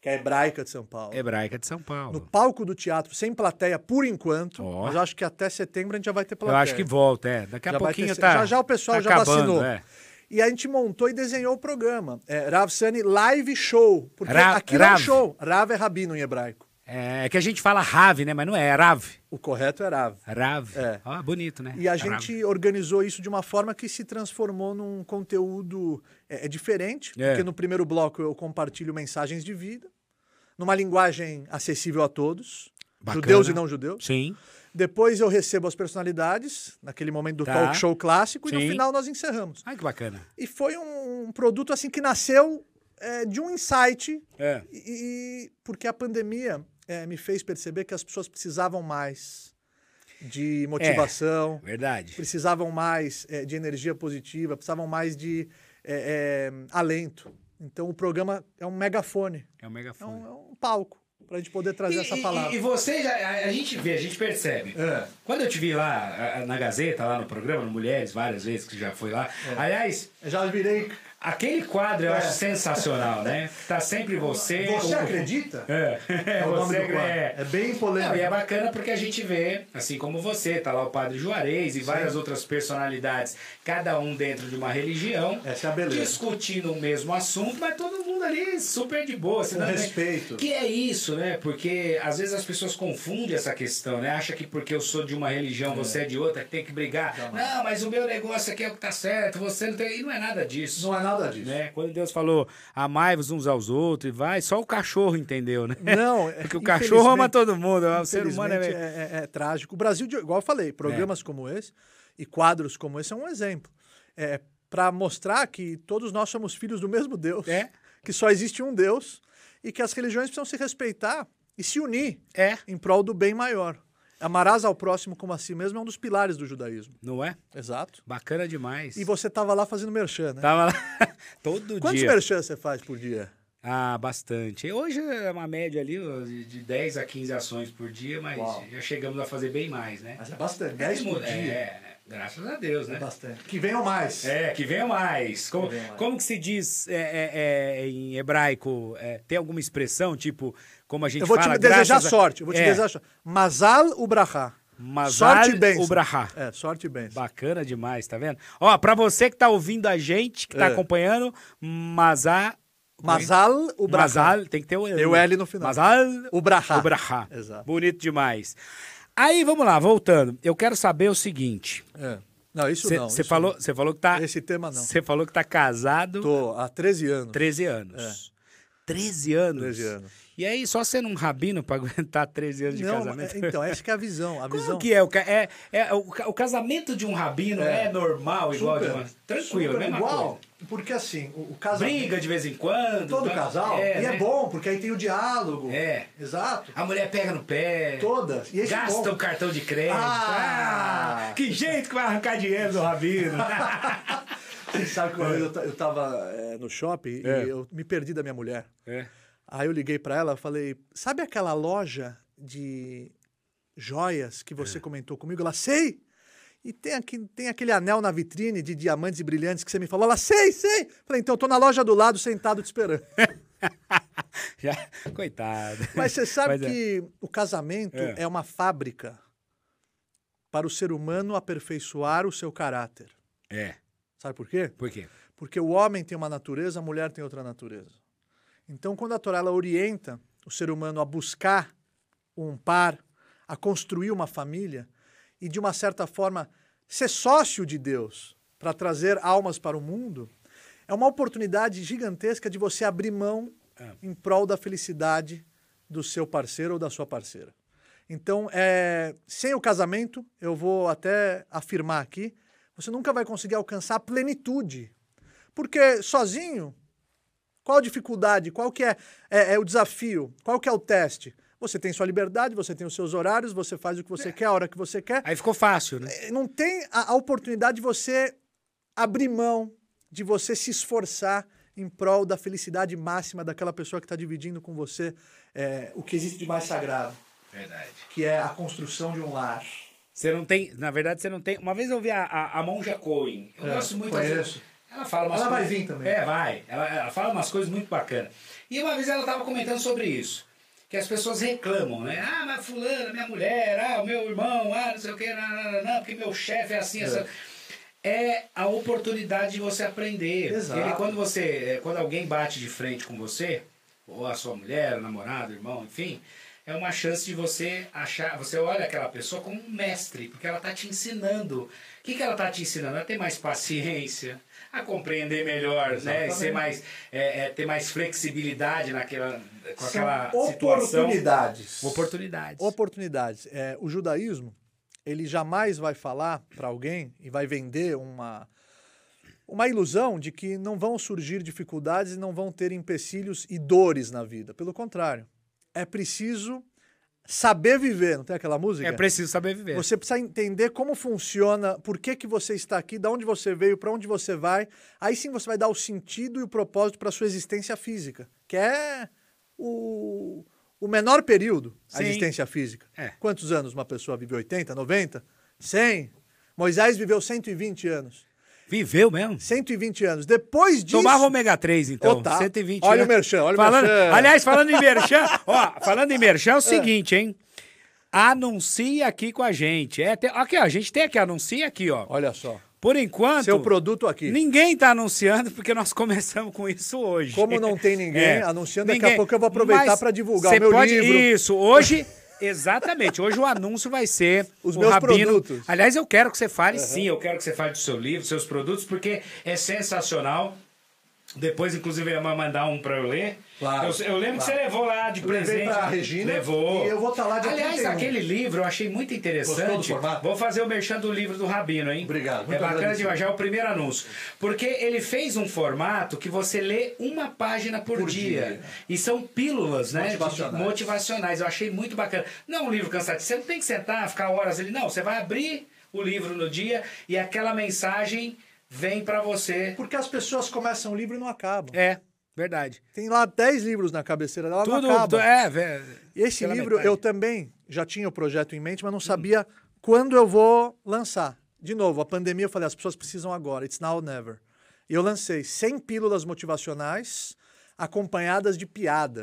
Speaker 2: que é a Hebraica de São Paulo.
Speaker 1: Hebraica de São
Speaker 2: No
Speaker 1: Paulo.
Speaker 2: palco do teatro, sem plateia por enquanto,
Speaker 1: Ó.
Speaker 2: mas eu acho que até setembro a gente já vai ter
Speaker 1: Eu
Speaker 2: plateia.
Speaker 1: acho que volta, é. Daqui a
Speaker 2: Já vai ter
Speaker 1: pouquinho
Speaker 2: se-
Speaker 1: tá.
Speaker 2: Já já o pessoal
Speaker 1: tá
Speaker 2: já
Speaker 1: acabando,
Speaker 2: vacinou.
Speaker 1: É.
Speaker 2: E a gente montou e desenhou o programa. É, Rav Sani Live Show. Porque
Speaker 1: Ra-
Speaker 2: aquilo é um
Speaker 1: Rav.
Speaker 2: show. Rav é rabino em hebraico.
Speaker 1: É que a gente fala rave, né? Mas não é, é rave.
Speaker 2: O correto é Rav.
Speaker 1: Rave.
Speaker 2: É.
Speaker 1: Ó, bonito, né?
Speaker 2: E a
Speaker 1: Rave.
Speaker 2: gente organizou isso de uma forma que se transformou num conteúdo é, é diferente,
Speaker 1: É.
Speaker 2: porque no primeiro bloco eu compartilho mensagens de vida, numa linguagem acessível a todos,
Speaker 1: Bacana.
Speaker 2: judeus e não judeus.
Speaker 1: Sim.
Speaker 2: Depois eu recebo as personalidades, naquele momento do
Speaker 1: Tá.
Speaker 2: talk show clássico, e
Speaker 1: Sim.
Speaker 2: no final nós encerramos.
Speaker 1: Ai, que bacana.
Speaker 2: E foi um produto assim que nasceu é, de um insight,
Speaker 1: É.
Speaker 2: e, e- porque a pandemia é, me fez perceber que as pessoas precisavam mais. de motivação,
Speaker 1: Verdade.
Speaker 2: precisavam mais eh, de energia positiva, precisavam mais de eh, eh, alento. Então o programa é um megafone,
Speaker 1: É o
Speaker 2: é
Speaker 1: megafone.
Speaker 2: um, é um palco para a gente poder trazer essa palavra.
Speaker 1: E, e você já, a, a gente vê, a gente percebe.
Speaker 2: É.
Speaker 1: Quando eu te vi lá a- a- na Gazeta, lá no programa, no Mulheres, várias vezes que você já foi lá. Aliás,
Speaker 2: Eu Já virei.
Speaker 1: aquele quadro eu
Speaker 2: É.
Speaker 1: acho sensacional, né? Tá sempre você.
Speaker 2: Você
Speaker 1: o-
Speaker 2: acredita?
Speaker 1: É,
Speaker 2: É o nome
Speaker 1: você
Speaker 2: do quadro.
Speaker 1: é.
Speaker 2: É bem polêmico.
Speaker 1: Não, e é bacana porque a gente vê, assim como você, tá lá o Padre Juarez e várias outras personalidades, cada um dentro de uma religião,
Speaker 2: Essa é a beleza.
Speaker 1: discutindo o mesmo assunto, mas todo mundo ali super de boa, se
Speaker 2: Com
Speaker 1: dando bem.
Speaker 2: respeito.
Speaker 1: Que é isso, né? Porque às vezes as pessoas confundem essa questão, né? Acha que porque eu sou de uma religião, você é de outra, que tem que brigar. Não, mas o meu negócio aqui é o que tá certo, você não tem. E não é nada disso
Speaker 2: Não é nada disso.
Speaker 1: né? Quando Deus falou, amai-vos uns aos outros, e vai, só o cachorro entendeu, né?
Speaker 2: Não, é-
Speaker 1: Porque o cachorro ama
Speaker 2: infelizmente-
Speaker 1: todo mundo, o ser humano é...
Speaker 2: Infelizmente, é, é- é trágico. O Brasil, de- igual eu falei, programas como esse e quadros como esse é um exemplo. É, para mostrar que todos nós somos filhos do mesmo Deus,
Speaker 1: É.
Speaker 2: que só existe um Deus e que as religiões precisam se respeitar e se unir
Speaker 1: É,
Speaker 2: em prol do bem maior. Amarás ao próximo como a si mesmo é um dos pilares do judaísmo.
Speaker 1: não é?
Speaker 2: Exato.
Speaker 1: Bacana demais.
Speaker 2: E você estava lá fazendo merchan, né?
Speaker 1: Tava lá todo
Speaker 2: Quantos
Speaker 1: dia.
Speaker 2: merchan você faz por dia?
Speaker 1: Ah, bastante. Hoje é uma média ali ó, de de 10 a 15 ações por dia, mas
Speaker 2: Uau.
Speaker 1: já chegamos a fazer bem mais, né?
Speaker 2: é bastante. 10 por
Speaker 1: É,
Speaker 2: dia.
Speaker 1: é, graças a Deus, né?
Speaker 2: bastante. Que venham mais.
Speaker 1: É, que venha mais. Como,
Speaker 2: venha mais.
Speaker 1: como que se diz é, é, é, em hebraico? é, tem alguma expressão, tipo, como a gente
Speaker 2: Eu vou
Speaker 1: fala...
Speaker 2: te desejar
Speaker 1: graças a-
Speaker 2: sorte. Eu vou te
Speaker 1: É,
Speaker 2: desejar sorte. Mazal Ubrahá.
Speaker 1: Mazal
Speaker 2: sorte e bênção.
Speaker 1: ubrahá.
Speaker 2: É, sorte e bênção.
Speaker 1: Bacana demais, tá vendo? Ó, pra você que tá ouvindo a gente, que tá
Speaker 2: É.
Speaker 1: acompanhando, Mazá...
Speaker 2: Mazal Ubrahá.
Speaker 1: Mazal, tem que ter o L.
Speaker 2: Tem o L no final.
Speaker 1: Mazal
Speaker 2: Ubrahá.
Speaker 1: Ubrahá.
Speaker 2: Exato.
Speaker 1: Bonito demais. Aí, vamos lá, voltando. Eu quero saber o seguinte.
Speaker 2: É. Não, isso não.
Speaker 1: Você
Speaker 2: isso
Speaker 1: falou, você falou que tá...
Speaker 2: não. Esse tema não.
Speaker 1: Você falou que tá casado...
Speaker 2: Tô há 13 anos.
Speaker 1: 13 anos. 13 anos?
Speaker 2: 13 É. anos.
Speaker 1: E aí, só sendo um rabino pra aguentar 13 anos de
Speaker 2: Não,
Speaker 1: casamento?
Speaker 2: é- então, essa que é a visão. A visão.
Speaker 1: Como que é? O, ca- é, é o, ca- o casamento de um rabino é, normal, igual de uma... Tranquilo, é
Speaker 2: super
Speaker 1: mesma
Speaker 2: igual,
Speaker 1: coisa.
Speaker 2: porque assim, o, o casamento.
Speaker 1: Briga de vez em quando.
Speaker 2: Todo
Speaker 1: tá?
Speaker 2: casal. e
Speaker 1: né?
Speaker 2: é bom, porque aí tem o diálogo.
Speaker 1: É.
Speaker 2: Exato.
Speaker 1: A mulher pega no pé.
Speaker 2: Todas. E esse
Speaker 1: gasta
Speaker 2: ponto.
Speaker 1: o cartão de crédito.
Speaker 2: Ah!
Speaker 1: Ah, que jeito que vai arrancar dinheiro do rabino.
Speaker 2: Você sabe que uma vez eu, ta- eu tava é, no shopping
Speaker 1: É.
Speaker 2: e eu me perdi da minha mulher.
Speaker 1: é.
Speaker 2: Aí eu liguei pra ela, falei, sabe aquela loja de joias que você comentou comigo? Ela, sei! E tem, aqui, tem aquele anel na vitrine de diamantes e brilhantes que você me falou. Ela, sei, sei! Falei, então eu tô na loja do lado, sentado te esperando.
Speaker 1: Já, coitado.
Speaker 2: Mas você sabe
Speaker 1: Mas é.
Speaker 2: que o casamento
Speaker 1: É.
Speaker 2: é. uma fábrica para o ser humano aperfeiçoar o seu caráter.
Speaker 1: É.
Speaker 2: Sabe por quê?
Speaker 1: Por quê?
Speaker 2: Porque o homem tem uma natureza, a mulher tem outra natureza. Então, quando a Torá ela orienta o ser humano a buscar um par, a construir uma família e, de uma certa forma, ser sócio de Deus para trazer almas para o mundo, é uma oportunidade gigantesca de você abrir mão em prol da felicidade do seu parceiro ou da sua parceira. Então, é, sem o casamento, eu vou até afirmar aqui, você nunca vai conseguir alcançar a plenitude. Porque sozinho, qual a dificuldade? Qual que é, é- é o desafio? Qual que é o teste? Você tem sua liberdade, você tem os seus horários, você faz o que você quer, a hora que você quer.
Speaker 1: Aí ficou fácil, né?
Speaker 2: Eh, Não tem a, a oportunidade de você abrir mão, de você se esforçar em prol da felicidade máxima daquela pessoa que está dividindo com você eh, o que existe de mais sagrado,
Speaker 1: Verdade.
Speaker 2: que é a construção de um lar.
Speaker 1: Você não tem, na verdade, você não tem. Uma vez eu vi a, a, a Monja Cohen. Eu
Speaker 2: É,
Speaker 1: gosto muito
Speaker 2: conheço.
Speaker 1: dessa- Ela fala umas
Speaker 2: Ela vai
Speaker 1: coisas.
Speaker 2: vir também.
Speaker 1: É, vai. Ela, ela fala umas coisas muito bacanas. E uma vez ela estava comentando sobre isso. Que as pessoas reclamam, né? Ah, mas fulana, minha mulher, ah, o meu irmão, ah, não sei o quê, não, não, não, não, porque meu chefe é assim, essa. É a oportunidade de você aprender.
Speaker 2: Exato.
Speaker 1: Ele, quando você. é, Quando alguém bate de frente com você, ou a sua mulher, o namorado, o irmão, enfim, é uma chance de você achar. Você olha aquela pessoa como um mestre, porque ela está te ensinando. O que, que ela está te ensinando? A ter mais paciência, a compreender melhor, né? Ser mais, é, é, ter mais flexibilidade naquela, com aquela situação.
Speaker 2: oportunidades.
Speaker 1: Oportunidades.
Speaker 2: oportunidades. É, o judaísmo, ele jamais vai falar para alguém e vai vender uma, uma ilusão de que não vão surgir dificuldades e não vão ter empecilhos e dores na vida. Pelo contrário, é preciso saber viver, não tem aquela música?
Speaker 1: É preciso saber viver.
Speaker 2: Você precisa entender como funciona, por que, que você está aqui, de onde você veio, para onde você vai. Aí sim você vai dar o sentido e o propósito para sua existência física, que é o, o menor período a
Speaker 1: Sim.
Speaker 2: existência física.
Speaker 1: É.
Speaker 2: Quantos anos uma pessoa vive? 80, 90? 100? Moisés viveu 120 anos.
Speaker 1: Viveu mesmo?
Speaker 2: 120 anos. Depois disso...
Speaker 1: Tomava ômega 3, então.
Speaker 2: Ô, tá.
Speaker 1: 120
Speaker 2: Olha
Speaker 1: né?
Speaker 2: o merchan, olha o
Speaker 1: falando,
Speaker 2: merchan.
Speaker 1: Aliás, falando em merchan, ó, falando em merchan é o seguinte, hein? Anuncia aqui com a gente. É, tem- aqui, ó, a gente tem aqui, anuncia aqui, ó.
Speaker 2: Olha só.
Speaker 1: Por enquanto.
Speaker 2: Seu produto aqui.
Speaker 1: Ninguém tá anunciando porque nós começamos com isso hoje. É.
Speaker 2: Como não tem ninguém anunciando, daqui a pouco eu vou aproveitar
Speaker 1: Mas
Speaker 2: pra divulgar o
Speaker 1: você
Speaker 2: meu
Speaker 1: pode...
Speaker 2: livro.
Speaker 1: Isso, hoje. Exatamente, hoje o anúncio vai ser
Speaker 2: Os
Speaker 1: o
Speaker 2: meus
Speaker 1: Rabino.
Speaker 2: produtos.
Speaker 1: Aliás, eu quero que você fale sim, eu quero que você fale do seu livro, dos seus produtos, porque é sensacional. Depois, inclusive, ele vai mandar um pra eu ler.
Speaker 2: Claro,
Speaker 1: eu, eu lembro
Speaker 2: claro.
Speaker 1: que você levou lá de
Speaker 2: Levei
Speaker 1: presente.
Speaker 2: pra Regina
Speaker 1: Levou.
Speaker 2: e eu vou tá lá dia
Speaker 1: Aliás,
Speaker 2: 31.
Speaker 1: aquele livro eu achei muito
Speaker 2: Gostou do
Speaker 1: interessante.
Speaker 2: formato?
Speaker 1: Vou fazer o merchan do livro do Rabino, hein?
Speaker 2: Obrigado, muito
Speaker 1: É bacana
Speaker 2: agradecido.
Speaker 1: demais já é o primeiro anúncio. Porque ele fez um formato que você lê uma página por,
Speaker 2: Por
Speaker 1: dia.
Speaker 2: dia.
Speaker 1: E são pílulas, né? de-
Speaker 2: Motivacionais.
Speaker 1: motivacionais. Eu achei muito bacana. Não é um livro cansativo. Você não tem que sentar, ficar horas ali. Não, você vai abrir o livro no dia e aquela mensagem vem pra você.
Speaker 2: Porque as pessoas começam o livro e não acabam.
Speaker 1: É, verdade.
Speaker 2: Tem lá 10 livros na cabeceira dela,
Speaker 1: Tudo,
Speaker 2: não acaba.
Speaker 1: tu- é, velho.
Speaker 2: E esse
Speaker 1: pela
Speaker 2: livro
Speaker 1: metade. Hum.
Speaker 2: eu também já tinha o projeto em mente, mas não sabia quando eu vou lançar. De novo, a pandemia, eu falei, "Ah, as pessoas precisam agora, it's now or never. E eu lancei 100 pílulas motivacionais acompanhadas de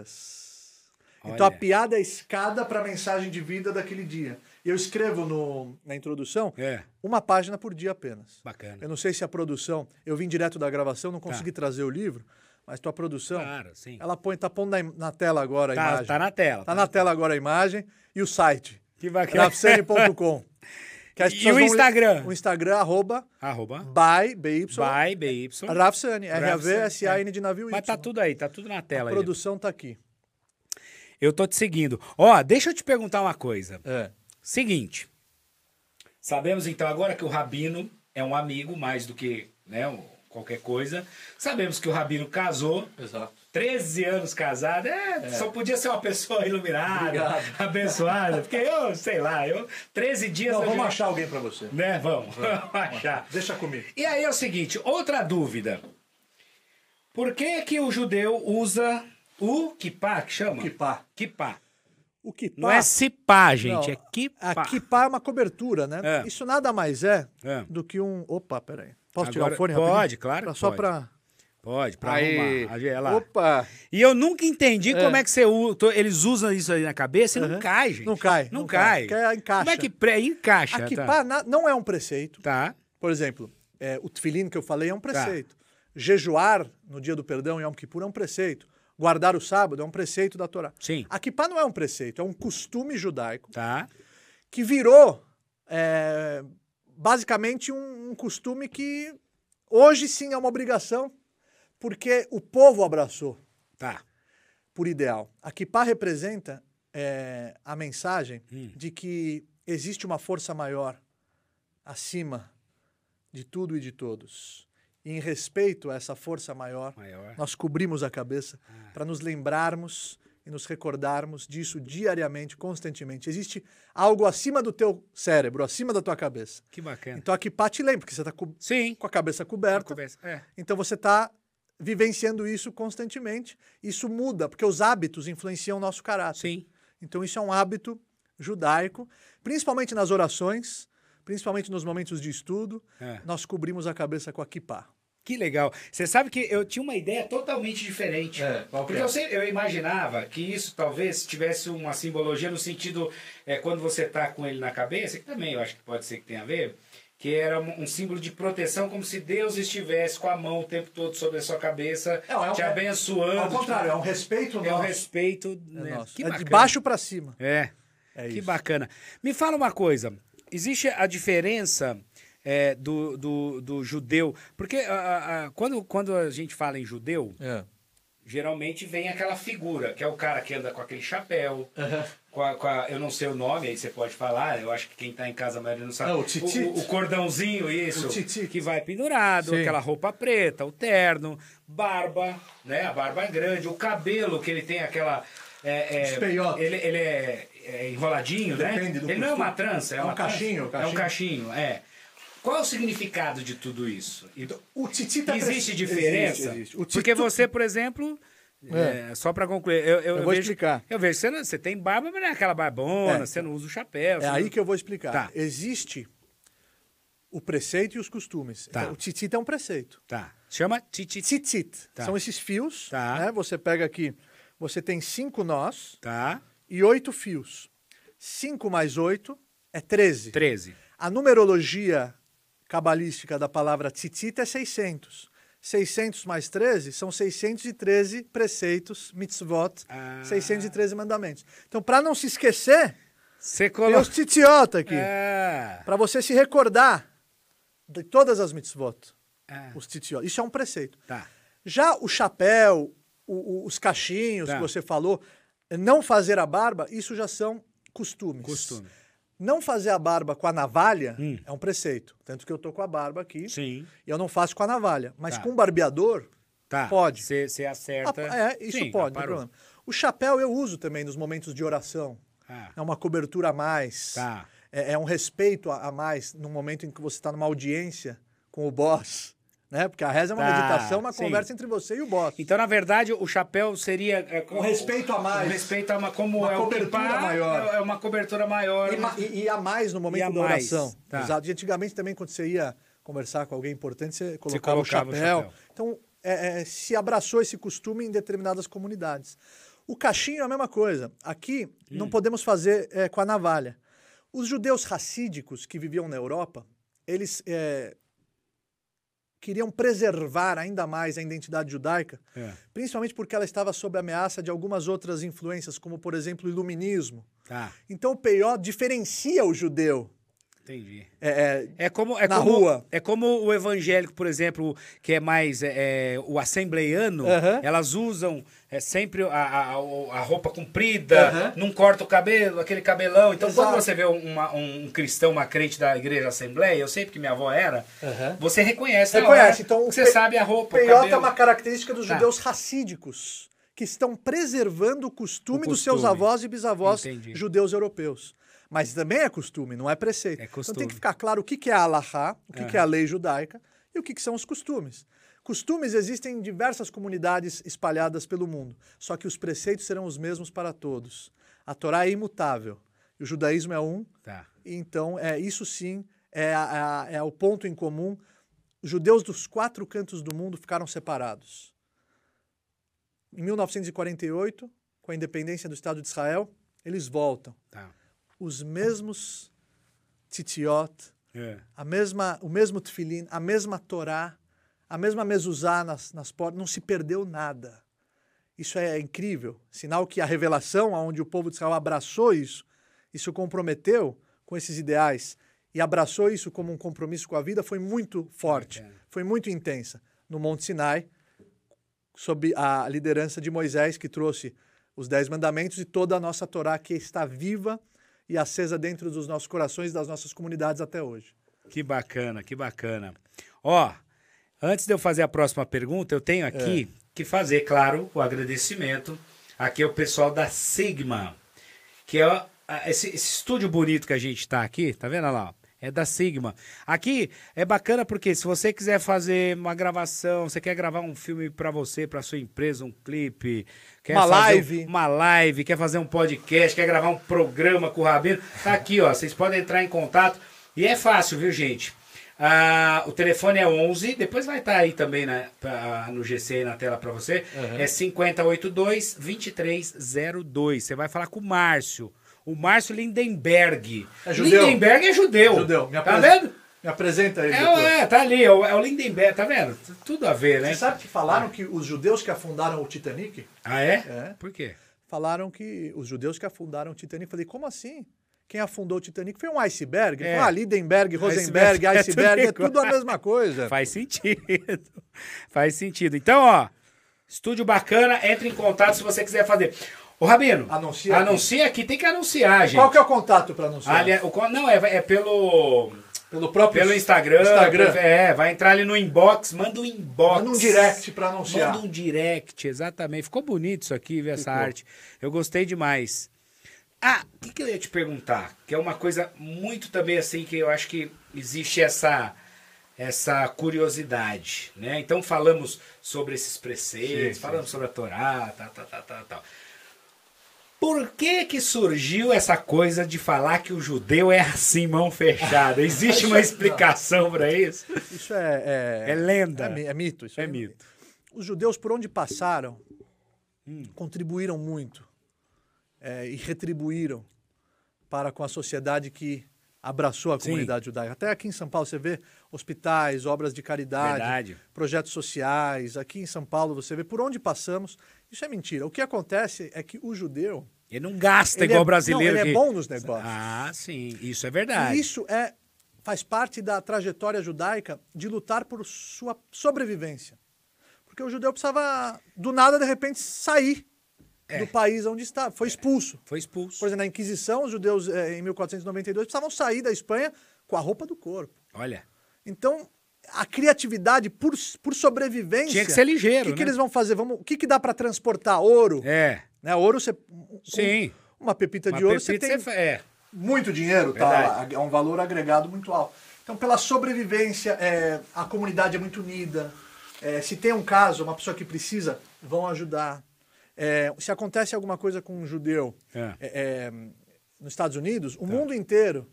Speaker 2: piadas. Então a
Speaker 1: Olha.
Speaker 2: piada é a escada para a mensagem de vida daquele dia. E Eu escrevo no- na introdução
Speaker 1: É.
Speaker 2: uma página por dia apenas.
Speaker 1: Bacana. Tá.
Speaker 2: Eu não sei se a produção, eu vim direto da gravação, não consegui trazer o livro, mas tua produção,
Speaker 1: Claro, sim.
Speaker 2: ela põe, tá pondo na, im- na tela agora a
Speaker 1: Tá,
Speaker 2: imagem.
Speaker 1: tá na tela.
Speaker 2: Tá na tela agora a imagem e o site.
Speaker 1: Que bacana.
Speaker 2: Grafsene.com. Que as
Speaker 1: E
Speaker 2: pessoas
Speaker 1: o
Speaker 2: vão-
Speaker 1: Instagram?
Speaker 2: O Instagram, arroba
Speaker 1: Arroba.
Speaker 2: by, by,
Speaker 1: By BY.
Speaker 2: Rafsane,
Speaker 1: Rafsane,
Speaker 2: R-A-V-S-A-N de navio
Speaker 1: Mas tá
Speaker 2: Y.
Speaker 1: tudo aí, tá tudo na tela
Speaker 2: A
Speaker 1: aí.
Speaker 2: produção tá aqui.
Speaker 1: Eu tô te seguindo. Ó, deixa eu te perguntar uma coisa.
Speaker 2: É.
Speaker 1: Seguinte. Sabemos então agora que o Rabino é um amigo mais do que, né, um- qualquer coisa. Sabemos que o Rabino casou,
Speaker 2: Exato.
Speaker 1: 13 anos casado. É, só podia ser uma pessoa iluminada,
Speaker 2: Obrigado.
Speaker 1: abençoada, porque eu, sei lá, eu 13 dias
Speaker 2: Não,
Speaker 1: eu
Speaker 2: vamos
Speaker 1: já-
Speaker 2: achar alguém pra você.
Speaker 1: né, vamos. Vamos achar.
Speaker 2: Deixa comigo.
Speaker 1: E aí é o seguinte, outra dúvida. Por que que o judeu usa o kippah, que chama?
Speaker 2: Kipá.
Speaker 1: Kippah.
Speaker 2: O Kipá...
Speaker 1: Não é cipá, gente,
Speaker 2: Não,
Speaker 1: é kippah.
Speaker 2: A Kipá é uma cobertura, né?
Speaker 1: É.
Speaker 2: Isso nada mais é,
Speaker 1: É.
Speaker 2: do que um... Opa, peraí. Posso tirar
Speaker 1: Agora-
Speaker 2: o fone
Speaker 1: pode,
Speaker 2: rapidinho?
Speaker 1: claro
Speaker 2: Pra-
Speaker 1: que
Speaker 2: Só
Speaker 1: pode.
Speaker 2: pra...
Speaker 1: Pode, pra
Speaker 2: Aí.
Speaker 1: arrumar. Aí, é lá.
Speaker 2: Opa.
Speaker 1: E eu nunca entendi como é que você usa. to- Eles usam isso aí na cabeça e não
Speaker 2: Aham.
Speaker 1: cai, gente.
Speaker 2: Não cai,
Speaker 1: Não,
Speaker 2: não
Speaker 1: cai.
Speaker 2: cai. Porque encaixa.
Speaker 1: Como é que pre... encaixa?
Speaker 2: A
Speaker 1: tá?
Speaker 2: Kipá na- não é um preceito.
Speaker 1: Tá.
Speaker 2: Por exemplo, é, o tefilin que eu falei é um preceito. Jejuar no dia do perdão em Yom Kippur é um preceito. Guardar o sábado é um preceito da Torá.
Speaker 1: Sim.
Speaker 2: A kippah não é um preceito, é um costume judaico
Speaker 1: Tá.
Speaker 2: que virou é, basicamente um, um costume que hoje sim é uma obrigação, porque o povo abraçou
Speaker 1: Tá.
Speaker 2: por ideal. A kippah representa é, a mensagem de que existe uma força maior acima de tudo e de todos. E em respeito a essa força maior,
Speaker 1: Maior.
Speaker 2: nós cobrimos a cabeça para nos lembrarmos e nos recordarmos disso diariamente, constantemente. Existe algo acima do teu cérebro, acima da tua cabeça.
Speaker 1: Que bacana.
Speaker 2: Então a kippah te lembra, porque você está co-
Speaker 1: Sim.
Speaker 2: com a cabeça coberta,
Speaker 1: Conversa- É.
Speaker 2: então você está vivenciando isso constantemente. Isso muda, porque os hábitos influenciam o nosso caráter.
Speaker 1: Sim.
Speaker 2: Então isso é um hábito judaico, principalmente nas orações, principalmente nos momentos de estudo.
Speaker 1: É.
Speaker 2: Nós cobrimos a cabeça com a kippah.
Speaker 1: Que legal. Você sabe que eu tinha uma ideia totalmente diferente.
Speaker 2: É, qual que
Speaker 1: porque
Speaker 2: é?
Speaker 1: eu, sempre, eu imaginava que isso talvez tivesse uma simbologia no sentido, é, quando você tá com ele na cabeça, que também eu acho que pode ser que tenha a ver, que era um, um símbolo de proteção, como se Deus estivesse com a mão o tempo todo sobre a sua cabeça,
Speaker 2: Não, é um-
Speaker 1: te abençoando.
Speaker 2: ao contrário,
Speaker 1: te-
Speaker 2: é um respeito
Speaker 1: É um
Speaker 2: nosso.
Speaker 1: respeito
Speaker 2: É,
Speaker 1: né?
Speaker 2: nosso.
Speaker 1: Que
Speaker 2: É de
Speaker 1: bacana.
Speaker 2: baixo para cima.
Speaker 1: É.
Speaker 2: É
Speaker 1: que
Speaker 2: isso.
Speaker 1: bacana. Me fala uma coisa. Existe a diferença é, do, do, do judeu? Porque a- a- a- quando, quando a gente fala em judeu, geralmente vem aquela figura, que é o cara que anda com aquele chapéu, com a, com a- eu não sei o nome, aí você pode falar, eu acho que quem tá em casa a maioria não sabe.
Speaker 2: Não, Ah, o titi.
Speaker 1: O, o cordãozinho, isso.
Speaker 2: O titi.
Speaker 1: Que vai pendurado,
Speaker 2: Sim.
Speaker 1: aquela roupa preta, o terno, barba, né? A barba é grande, o cabelo que ele tem aquela... É, é,
Speaker 2: Espelhota.
Speaker 1: ele, ele é, é enroladinho, né?
Speaker 2: Depende do
Speaker 1: ele não é uma
Speaker 2: costume.
Speaker 1: trança, é,
Speaker 2: É um
Speaker 1: uma trança?
Speaker 2: cachinho,
Speaker 1: É um
Speaker 2: cachinho.
Speaker 1: cachinho, é. Qual é o significado de tudo isso? E-
Speaker 2: O Titi tá
Speaker 1: Existe
Speaker 2: pres-
Speaker 1: diferença?
Speaker 2: Existe, existe. O
Speaker 1: Porque
Speaker 2: titu-
Speaker 1: você, por exemplo, é, só pra concluir, eu, eu,
Speaker 2: vou
Speaker 1: vejo,
Speaker 2: explicar.
Speaker 1: Eu vejo, você, não- você tem barba, mas não é aquela barbona,
Speaker 2: É.
Speaker 1: você não usa o chapéu.
Speaker 2: É
Speaker 1: você
Speaker 2: aí
Speaker 1: não-
Speaker 2: que eu vou explicar.
Speaker 1: Tá.
Speaker 2: Existe o preceito e os costumes.
Speaker 1: Tá.
Speaker 2: Então, o titita é um preceito.
Speaker 1: Tá. Chama titi.
Speaker 2: Tzitzit.
Speaker 1: Tá.
Speaker 2: São esses fios.
Speaker 1: Tá.
Speaker 2: né? Você pega aqui, você tem cinco nós
Speaker 1: Tá.
Speaker 2: e oito fios. Cinco mais oito é 13.
Speaker 1: 13.
Speaker 2: A numerologia cabalística da palavra tzitzit é 600. 600 mais 13 são 613 preceitos, mitzvot,
Speaker 1: Ah.
Speaker 2: 613 mandamentos. Então, para não se esquecer,
Speaker 1: Você
Speaker 2: tem os
Speaker 1: coloca.
Speaker 2: tzitziot aqui.
Speaker 1: Ah,
Speaker 2: Para você se recordar de todas as mitzvot,
Speaker 1: ah,
Speaker 2: os tzitziot. Isso é um preceito.
Speaker 1: tá.
Speaker 2: Já o chapéu, o- o- os cachinhos
Speaker 1: Tá.
Speaker 2: que você falou, não fazer a barba, isso já são costumes.
Speaker 1: Costume. Hum.
Speaker 2: Não fazer a barba com a navalha é um preceito. Tanto que eu tô com a barba aqui
Speaker 1: Sim.
Speaker 2: e eu não faço com a navalha. Mas
Speaker 1: Tá.
Speaker 2: com o barbeador,
Speaker 1: Tá.
Speaker 2: Pode.
Speaker 1: Você você acerta.
Speaker 2: apa- é, isso
Speaker 1: Sim, tá,
Speaker 2: pode, não tem
Speaker 1: aparou.
Speaker 2: problema. O chapéu eu uso também nos momentos de oração.
Speaker 1: Ah,
Speaker 2: É uma cobertura a mais.
Speaker 1: Tá.
Speaker 2: É, é um respeito a, a mais no momento em que você está numa audiência com o boss. Né? Porque a reza é uma
Speaker 1: Tá,
Speaker 2: meditação, uma
Speaker 1: sim.
Speaker 2: conversa entre você e o boss.
Speaker 1: Então, na verdade, o chapéu seria. é, como-
Speaker 2: respeito a mais.
Speaker 1: Um respeito a uma. Como
Speaker 2: Uma
Speaker 1: é o
Speaker 2: cobertura
Speaker 1: kippah,
Speaker 2: maior.
Speaker 1: É uma cobertura maior.
Speaker 2: E, ma- e- e a mais
Speaker 1: E
Speaker 2: no
Speaker 1: a
Speaker 2: momento da
Speaker 1: mais,
Speaker 2: oração.
Speaker 1: tá.
Speaker 2: Exato. E antigamente também, quando você ia conversar com alguém importante, você colocava,
Speaker 1: colocava o
Speaker 2: o, chapéu.
Speaker 1: chapéu.
Speaker 2: Então, é, é, se abraçou esse costume em determinadas comunidades. O cachinho é a mesma coisa. Aqui, não podemos fazer é, com a navalha. Os judeus racídicos que viviam na Europa, eles é, queriam preservar ainda mais a identidade judaica,
Speaker 1: É,
Speaker 2: principalmente porque ela estava sob ameaça de algumas outras influências, como, por exemplo, o iluminismo.
Speaker 1: tá.
Speaker 2: Então o P.O. diferencia o judeu.
Speaker 1: Entendi.
Speaker 2: É, é,
Speaker 1: É como, é
Speaker 2: Na
Speaker 1: como,
Speaker 2: rua.
Speaker 1: É como o evangélico, por exemplo, que é mais é, é, o assembleiano,
Speaker 2: Aham.
Speaker 1: elas usam é, sempre a, a, a- a roupa comprida,
Speaker 2: Aham.
Speaker 1: não corta o cabelo, aquele cabelão. Então, quando
Speaker 2: Exato.
Speaker 1: você vê uma- um cristão, uma crente da igreja assembleia, eu sei porque minha avó era,
Speaker 2: Aham.
Speaker 1: você reconhece. na hora,
Speaker 2: reconhece. Então, o
Speaker 1: você
Speaker 2: pe-
Speaker 1: sabe a roupa, o
Speaker 2: peiota é
Speaker 1: cabelo.
Speaker 2: uma característica dos
Speaker 1: Tá.
Speaker 2: judeus racídicos, que estão preservando o costume,
Speaker 1: O
Speaker 2: dos seus
Speaker 1: costume.
Speaker 2: avós e bisavós
Speaker 1: Entendi.
Speaker 2: judeus europeus. Mas também é costume, não é preceito.
Speaker 1: É
Speaker 2: Então tem
Speaker 1: costume.
Speaker 2: que ficar claro o que que é a Allahá, o que que é a lei judaica e o que que são os costumes. Costumes existem em diversas comunidades espalhadas pelo mundo, só que os preceitos serão os mesmos para todos. A Torá é imutável. E o judaísmo é um,
Speaker 1: Tá.
Speaker 2: Então, é, isso sim é, a- a- é o ponto em comum. Os judeus dos quatro cantos do mundo ficaram separados. Em 1948, com a independência do Estado de Israel, eles voltam.
Speaker 1: tá.
Speaker 2: Os mesmos titiot,
Speaker 1: É.
Speaker 2: a mesma, o mesmo tefilim, a mesma Torá, a mesma mezuzá nas, nas portas, não se perdeu nada. Isso é incrível. Sinal que a revelação, onde o povo de Israel abraçou isso e se comprometeu com esses ideais e abraçou isso como um compromisso com a vida, foi muito forte, foi muito intensa. No Monte Sinai, sob a liderança de Moisés, que trouxe os Dez Mandamentos e toda a nossa Torá que está viva e acesa dentro dos nossos corações e das nossas comunidades até hoje.
Speaker 1: Que bacana, que bacana. Ó, antes de eu fazer a próxima pergunta, eu tenho aqui
Speaker 2: É.
Speaker 1: que fazer, claro, o agradecimento. Aqui é o pessoal da Sigma, que é a- esse, esse estúdio bonito que a gente tá aqui, tá vendo Olha lá? ó, É da Sigma. Aqui é bacana porque se você quiser fazer uma gravação, você quer gravar um filme pra você, pra sua empresa, um clipe, quer
Speaker 2: Uma
Speaker 1: fazer um
Speaker 2: live.
Speaker 1: uma live, quer fazer um podcast, quer gravar um programa com o Rabino, tá aqui, ó. Vocês podem entrar em contato. E é fácil, viu, gente? Ah, o telefone é 11, depois vai estar aí também né, pra- no GC aí na tela para você. É 5082-2302. Você vai falar com o Márcio. O Márcio Lindenberg.
Speaker 2: É judeu?
Speaker 1: Lindenberg é judeu.
Speaker 2: Judeu, me
Speaker 1: tá
Speaker 2: apresen-
Speaker 1: vendo?
Speaker 2: Me apresenta ele
Speaker 1: É, o- é, tá ali, é o, é o Lindenberg, tá vendo? Tudo a ver, né?
Speaker 2: Você sabe que falaram que os judeus que afundaram o Titanic?
Speaker 1: Ah, é?
Speaker 2: É.
Speaker 1: Por quê?
Speaker 2: Falaram que os judeus que afundaram o Titanic. Falei, como assim? Quem afundou o Titanic foi um iceberg? Ele
Speaker 1: É.
Speaker 2: falou, ah, Lidenberg,
Speaker 1: Iceberg,
Speaker 2: Rosenberg,
Speaker 1: é
Speaker 2: iceberg, é
Speaker 1: tudo
Speaker 2: tudo a mesma coisa.
Speaker 1: Faz sentido. Faz sentido. Então, ó, Estúdio bacana, entre em contato se você quiser fazer. Ô, Rabino,
Speaker 2: Anuncia aqui.
Speaker 1: anuncia aqui. Tem que anunciar, gente.
Speaker 2: Qual que é o contato para anunciar?
Speaker 1: Ali, o, qual- não, é, é pelo,
Speaker 2: pelo próprio
Speaker 1: pelo Instagram.
Speaker 2: Instagram.
Speaker 1: pelo- é, vai entrar ali no inbox, manda um inbox.
Speaker 2: Manda um direct para anunciar.
Speaker 1: Manda um direct, exatamente. Ficou bonito isso aqui, ver essa arte. Eu gostei demais. Ah, o que, que eu ia te perguntar? Que é uma coisa muito também assim que eu acho que existe essa essa curiosidade, né? Então falamos sobre esses preceitos,
Speaker 2: Sim,
Speaker 1: falamos sobre a Torá, tá, tal, tal, tal, tal, tal. Por que que surgiu essa coisa de falar que o judeu é assim, mão fechada? Existe uma explicação para isso?
Speaker 2: Isso é.
Speaker 1: É lenda.
Speaker 2: é mi- é mito. Isso
Speaker 1: É
Speaker 2: aí
Speaker 1: mito. Hum.
Speaker 2: Os judeus, por onde passaram, contribuíram muito é, e retribuíram para com a sociedade que abraçou a
Speaker 1: Sim.
Speaker 2: comunidade judaica. Até aqui em São Paulo você vê hospitais, obras de caridade,
Speaker 1: Verdade.
Speaker 2: projetos sociais. Aqui em São Paulo você vê por onde passamos. Isso é mentira. O que acontece é que o judeu.
Speaker 1: Ele não gasta
Speaker 2: Ele
Speaker 1: igual
Speaker 2: é-
Speaker 1: o brasileiro.
Speaker 2: não, ele é
Speaker 1: que-
Speaker 2: bom nos negócios.
Speaker 1: Ah, sim, isso é
Speaker 2: E
Speaker 1: verdade.
Speaker 2: isso é, faz parte da trajetória judaica de lutar por sua sobrevivência. Porque o judeu precisava, do nada, de repente, sair
Speaker 1: É.
Speaker 2: do país onde estava. Foi expulso.
Speaker 1: Foi expulso.
Speaker 2: Por exemplo, na Inquisição, os judeus, eh, em 1492, precisavam sair da Espanha com a roupa do corpo.
Speaker 1: Olha,
Speaker 2: Então, a criatividade por, por sobrevivência...
Speaker 1: Tinha que ser ligeiro,
Speaker 2: O que, que
Speaker 1: né?
Speaker 2: eles vão fazer? Vamos, o que, que dá para transportar? Ouro.
Speaker 1: é,
Speaker 2: Né? Ouro, você... com
Speaker 1: sim.
Speaker 2: Uma pepita
Speaker 1: Uma
Speaker 2: de ouro,
Speaker 1: pepita
Speaker 2: você tem
Speaker 1: fa- é.
Speaker 2: muito dinheiro, tá?
Speaker 1: Verdade.
Speaker 2: É um valor agregado muito alto. Então, pela sobrevivência, é, a comunidade é muito unida. É, se tem um caso, uma pessoa que precisa, vão ajudar. É, se acontece alguma coisa com um judeu
Speaker 1: É. Tá.
Speaker 2: é, é, nos Estados Unidos, o mundo inteiro,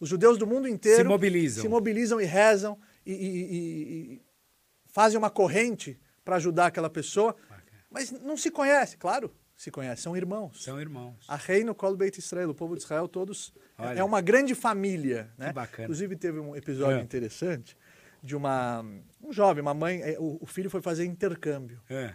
Speaker 2: os judeus do mundo inteiro
Speaker 1: Se mobilizam.
Speaker 2: se mobilizam e rezam e, e- e- e fazem uma corrente para ajudar aquela pessoa, mas não se conhece, claro, se conhece, são irmãos.
Speaker 1: São irmãos.
Speaker 2: A reino Kol Beit Israel, o povo de Israel, todos.
Speaker 1: Olha.
Speaker 2: É uma grande família. Né?
Speaker 1: bacana.
Speaker 2: Inclusive, teve um episódio
Speaker 1: É.
Speaker 2: interessante de uma. Um jovem, uma mãe, eh, o, o filho foi fazer intercâmbio.
Speaker 1: É.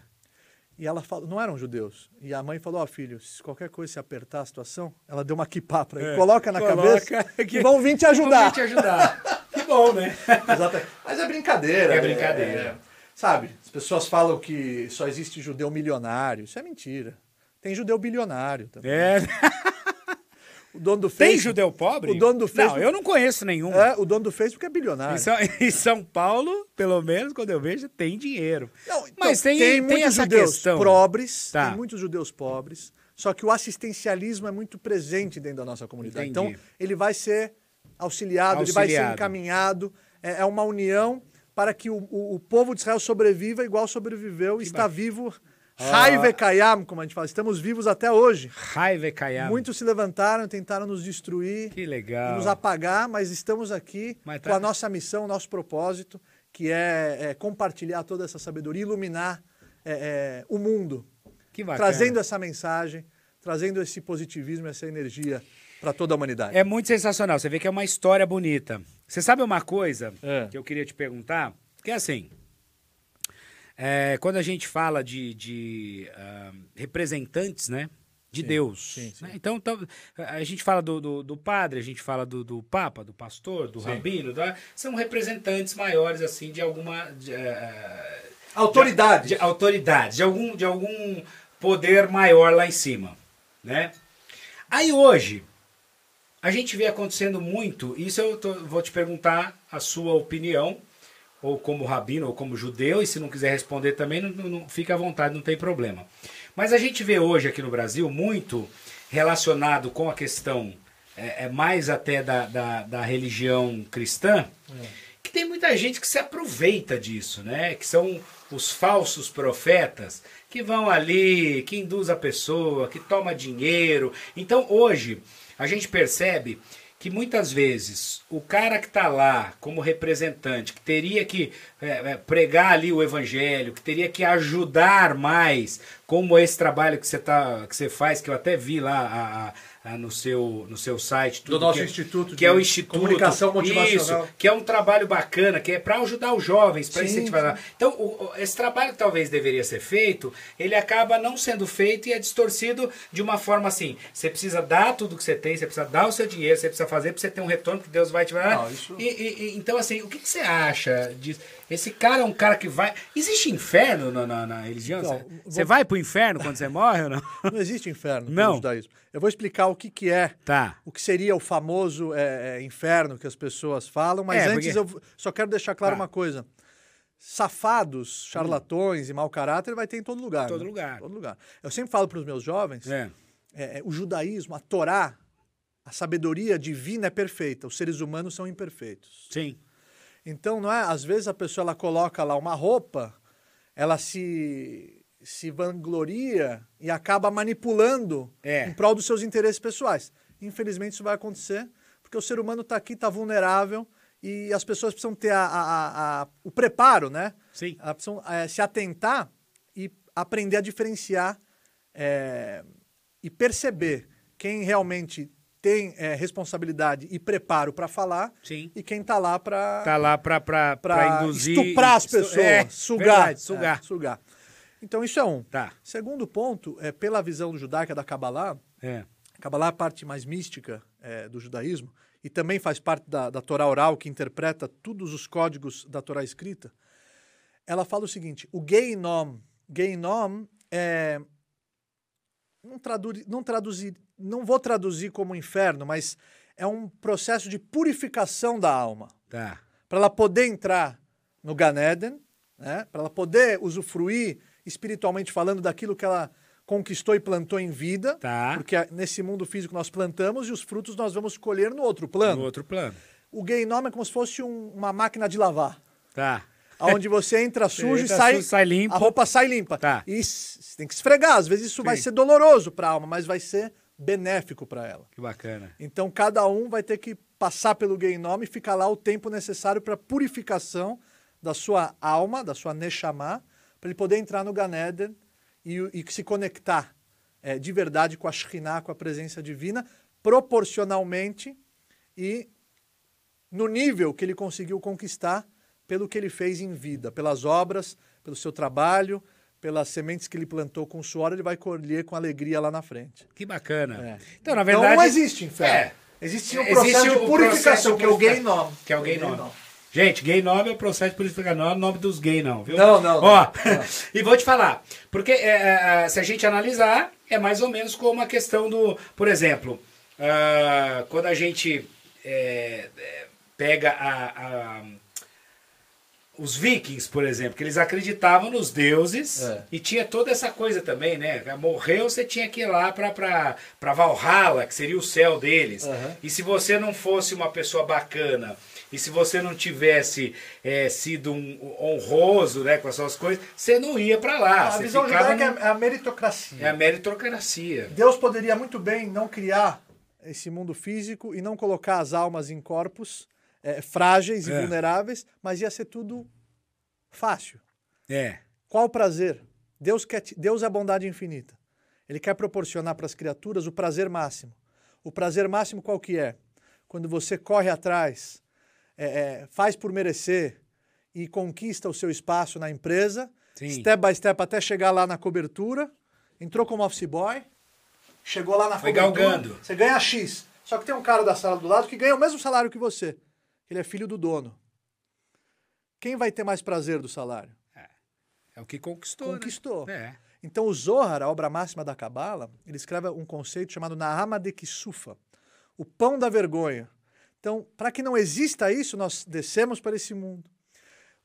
Speaker 2: E ela falou, não eram judeus. E a mãe falou: Ó, filho, se qualquer coisa se apertar a situação, ela deu uma kipá pra ele.
Speaker 1: É.
Speaker 2: Coloca na
Speaker 1: Coloca
Speaker 2: cabeça
Speaker 1: que-
Speaker 2: que vão vir te ajudar.
Speaker 1: Vamos te ajudar. que bom, né?
Speaker 2: Exatamente. Mas é brincadeira.
Speaker 1: É brincadeira.
Speaker 2: sabe, as pessoas falam que só existe judeu milionário. Isso é mentira. Tem judeu bilionário também.
Speaker 1: É.
Speaker 2: O dono do
Speaker 1: Tem
Speaker 2: Facebook-
Speaker 1: judeu pobre?
Speaker 2: O dono do Facebook.
Speaker 1: Não, eu não conheço nenhum.
Speaker 2: É, o dono do Facebook é bilionário.
Speaker 1: Em São, em São Paulo, pelo menos, quando eu vejo, tem dinheiro.
Speaker 2: Não, então,
Speaker 1: é- Mas tem, tem,
Speaker 2: muitos
Speaker 1: essa
Speaker 2: judeus
Speaker 1: questão.
Speaker 2: pobres,
Speaker 1: Tá.
Speaker 2: tem muitos judeus pobres, só que o assistencialismo é muito presente dentro da nossa comunidade.
Speaker 1: Entendi.
Speaker 2: Então, ele vai ser auxiliado, ele vai ser
Speaker 1: Auxiliado.
Speaker 2: encaminhado, é, é uma união para que o, o- o povo de Israel sobreviva igual sobreviveu e está vivo. Raive Kayam, como a gente fala, estamos vivos até hoje.
Speaker 1: Raiva caiada.
Speaker 2: Muitos se levantaram, tentaram nos destruir,
Speaker 1: Que legal.
Speaker 2: nos apagar, mas estamos aqui
Speaker 1: Mas tá-
Speaker 2: com a nossa missão, o nosso propósito, que é, é, compartilhar toda essa sabedoria, iluminar é, é, o mundo,
Speaker 1: Que bacana.
Speaker 2: trazendo essa mensagem, trazendo esse positivismo, essa energia para toda a humanidade.
Speaker 1: É muito sensacional. Você vê que é uma história bonita. Você sabe uma coisa
Speaker 2: É.
Speaker 1: que eu queria te perguntar? Que é assim. é, quando a gente fala de, de, ah, representantes, né? De Deus.
Speaker 2: sim, sim.
Speaker 1: né? Então, tá- a gente fala do, do, do padre, a gente fala do, do papa, do pastor, do rabino. da- são representantes maiores, assim, de alguma. de, ah,
Speaker 2: Autoridades.
Speaker 1: de- de autoridades, de algum, de algum poder maior lá em cima, né? Aí hoje, a gente vê acontecendo muito, isso eu tô- vou te perguntar a sua opinião, ou como rabino, ou como judeu, e se não quiser responder também, não, não- não- fica à vontade, não tem problema. Mas a gente vê hoje aqui no Brasil muito relacionado com a questão, é, é mais até da, da, da religião cristã, que tem muita gente que se aproveita disso, né? Que são os falsos profetas que vão ali, que induz a pessoa, que toma dinheiro. Então hoje a gente percebe que muitas vezes o cara que está lá como representante, que teria que é, é, pregar ali o evangelho, que teria que ajudar mais, como esse trabalho que você tá, que você faz, que eu até vi lá a- a- a no seu no seu site
Speaker 2: Do nosso instituto
Speaker 1: que
Speaker 2: de
Speaker 1: é o instituto
Speaker 2: comunicação motivacional.
Speaker 1: isso, que é um trabalho bacana, que é para ajudar os jovens, para
Speaker 2: Sim,
Speaker 1: incentivar. Então, o- o- esse trabalho que talvez deveria ser feito, ele acaba não sendo feito e é distorcido de uma forma assim: você precisa dar tudo que você tem, você precisa dar o seu dinheiro, você precisa fazer para você ter um retorno que Deus vai te dar.
Speaker 2: Não, isso-
Speaker 1: E- e- e- então, assim, o que, que você acha disso? Esse cara é um cara que vai. Existe inferno na, na, na religião?
Speaker 2: Então,
Speaker 1: Você-
Speaker 2: vou-
Speaker 1: Você vai pro inferno quando você morre ou não?
Speaker 2: Não existe inferno
Speaker 1: Não.
Speaker 2: no judaísmo. Eu vou explicar o que, que é,
Speaker 1: Tá.
Speaker 2: o que seria o famoso é, é, inferno que as pessoas falam, mas
Speaker 1: É,
Speaker 2: antes
Speaker 1: porque-
Speaker 2: eu v- só quero deixar claro
Speaker 1: Tá. Hum.
Speaker 2: uma coisa. Safados, charlatões e mau caráter vai ter em todo lugar.
Speaker 1: Todo
Speaker 2: né?
Speaker 1: lugar.
Speaker 2: Todo lugar. Eu sempre falo para os meus jovens,
Speaker 1: É.
Speaker 2: é, é, o judaísmo, a Torá, a sabedoria divina é perfeita, os seres humanos são imperfeitos.
Speaker 1: Sim.
Speaker 2: Então, não é? Às vezes a pessoa ela coloca lá uma roupa, ela se, se vangloria e acaba manipulando
Speaker 1: É.
Speaker 2: em prol dos seus interesses pessoais. Infelizmente, isso vai acontecer, porque o ser humano está aqui, está vulnerável e as pessoas precisam ter a, a- a- a- o preparo, né?
Speaker 1: Sim.
Speaker 2: Elas precisam eh, se atentar e aprender a diferenciar eh, e perceber quem realmente tem eh, responsabilidade e preparo para falar
Speaker 1: Sim.
Speaker 2: e quem está lá para
Speaker 1: Tá lá pra, pra, pra,
Speaker 2: para
Speaker 1: induzir.
Speaker 2: estuprar as
Speaker 1: estu-
Speaker 2: pessoas,
Speaker 1: É,
Speaker 2: sugar,
Speaker 1: verdade,
Speaker 2: É,
Speaker 1: sugar.
Speaker 2: sugar. Então isso é um.
Speaker 1: Tá.
Speaker 2: Segundo ponto é pela visão judaica da Kabbalah.
Speaker 1: É.
Speaker 2: a Kabbalah é a parte mais mística é, do judaísmo e também faz parte da, da Torá oral que interpreta todos os códigos da Torá escrita. Ela fala o seguinte: o geinom, geinom é não traduzir, não traduzir, não vou traduzir como inferno, mas é um processo de purificação da alma
Speaker 1: Tá.
Speaker 2: para ela poder entrar no Ganeden, né? para ela poder usufruir espiritualmente falando daquilo que ela conquistou e plantou em vida,
Speaker 1: Tá.
Speaker 2: porque a- nesse mundo físico nós plantamos e os frutos nós vamos colher no outro plano.
Speaker 1: No outro plano.
Speaker 2: O Geinom é como se fosse um- uma máquina de lavar,
Speaker 1: Tá.
Speaker 2: onde você entra sujo e
Speaker 1: entra
Speaker 2: sai,
Speaker 1: sujo, sai limpo.
Speaker 2: a roupa sai limpa.
Speaker 1: Tá.
Speaker 2: E s- você tem que esfregar, às vezes isso vai
Speaker 1: Sim.
Speaker 2: ser doloroso para a alma, mas vai ser benéfico para ela.
Speaker 1: Que bacana.
Speaker 2: Então cada um vai ter que passar pelo Geinom e ficar lá o tempo necessário para purificação da sua alma, da sua Neshama, para ele poder entrar no Ganeden e, o- e se conectar eh, de verdade com a Shekhinah, com a presença divina, proporcionalmente e no nível que ele conseguiu conquistar pelo que ele fez em vida, pelas obras, pelo seu trabalho, pelas sementes que ele plantou com suor, ele vai colher com alegria lá na frente.
Speaker 1: Que bacana.
Speaker 2: É.
Speaker 1: Então, na verdade. é.
Speaker 2: não existe inferno. Existe um processo de purificação, que é o gay nome.
Speaker 1: Que é o gay nome. Gente, gay nome é o processo de purificação, não é o nome dos gay não, viu?
Speaker 2: Não, não,
Speaker 1: Ó, e vou te falar, porque é, é, se a gente analisar, é mais ou menos como a questão do... Por exemplo, ah, quando a gente é, é, pega a- a- os vikings, por exemplo, que eles acreditavam nos deuses
Speaker 2: É.
Speaker 1: e tinha toda essa coisa também, né? Morreu, você tinha que ir lá pra, pra, pra Valhalla, que seria o céu deles.
Speaker 2: Aham.
Speaker 1: E se você não fosse uma pessoa bacana, e se você não tivesse eh, sido um honroso né, com as suas coisas, você não ia pra lá.
Speaker 2: Ah, A
Speaker 1: Ah, você
Speaker 2: visão
Speaker 1: ficava
Speaker 2: judaica
Speaker 1: no-
Speaker 2: é a meritocracia.
Speaker 1: é a meritocracia.
Speaker 2: Deus poderia muito bem não criar esse mundo físico e não colocar as almas em corpos eh, frágeis e
Speaker 1: É.
Speaker 2: vulneráveis, mas ia ser tudo fácil.
Speaker 1: É.
Speaker 2: Qual o prazer? Deus, quer te- Deus é a bondade infinita. Ele quer proporcionar para as criaturas o prazer máximo. O prazer máximo qual que é? Quando você corre atrás, é, é, faz por merecer e conquista o seu espaço na empresa,
Speaker 1: Sim.
Speaker 2: step by step até chegar lá na cobertura, entrou como office boy, chegou lá na
Speaker 1: Foi
Speaker 2: cobertura,
Speaker 1: galgando.
Speaker 2: você ganha X. Só que tem um cara da sala do lado que ganha o mesmo salário que você. Ele é filho do dono. Quem vai ter mais prazer do salário?
Speaker 1: É o que conquistou, né?
Speaker 2: Conquistou.
Speaker 1: É.
Speaker 2: Então, o Zohar, a obra máxima da Cabala, ele escreve um conceito chamado Nahama de Kisufa, o pão da vergonha. Então, para que não exista isso, nós descemos para esse mundo,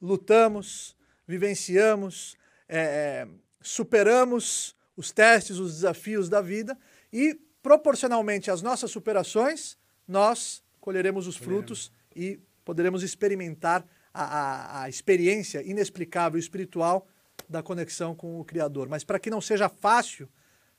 Speaker 2: lutamos, vivenciamos, eh, eh, superamos os testes, os desafios da vida e, proporcionalmente às nossas superações, nós colheremos os frutos e poderemos experimentar a, a- a experiência inexplicável e espiritual da conexão com o Criador. Mas para que não seja fácil,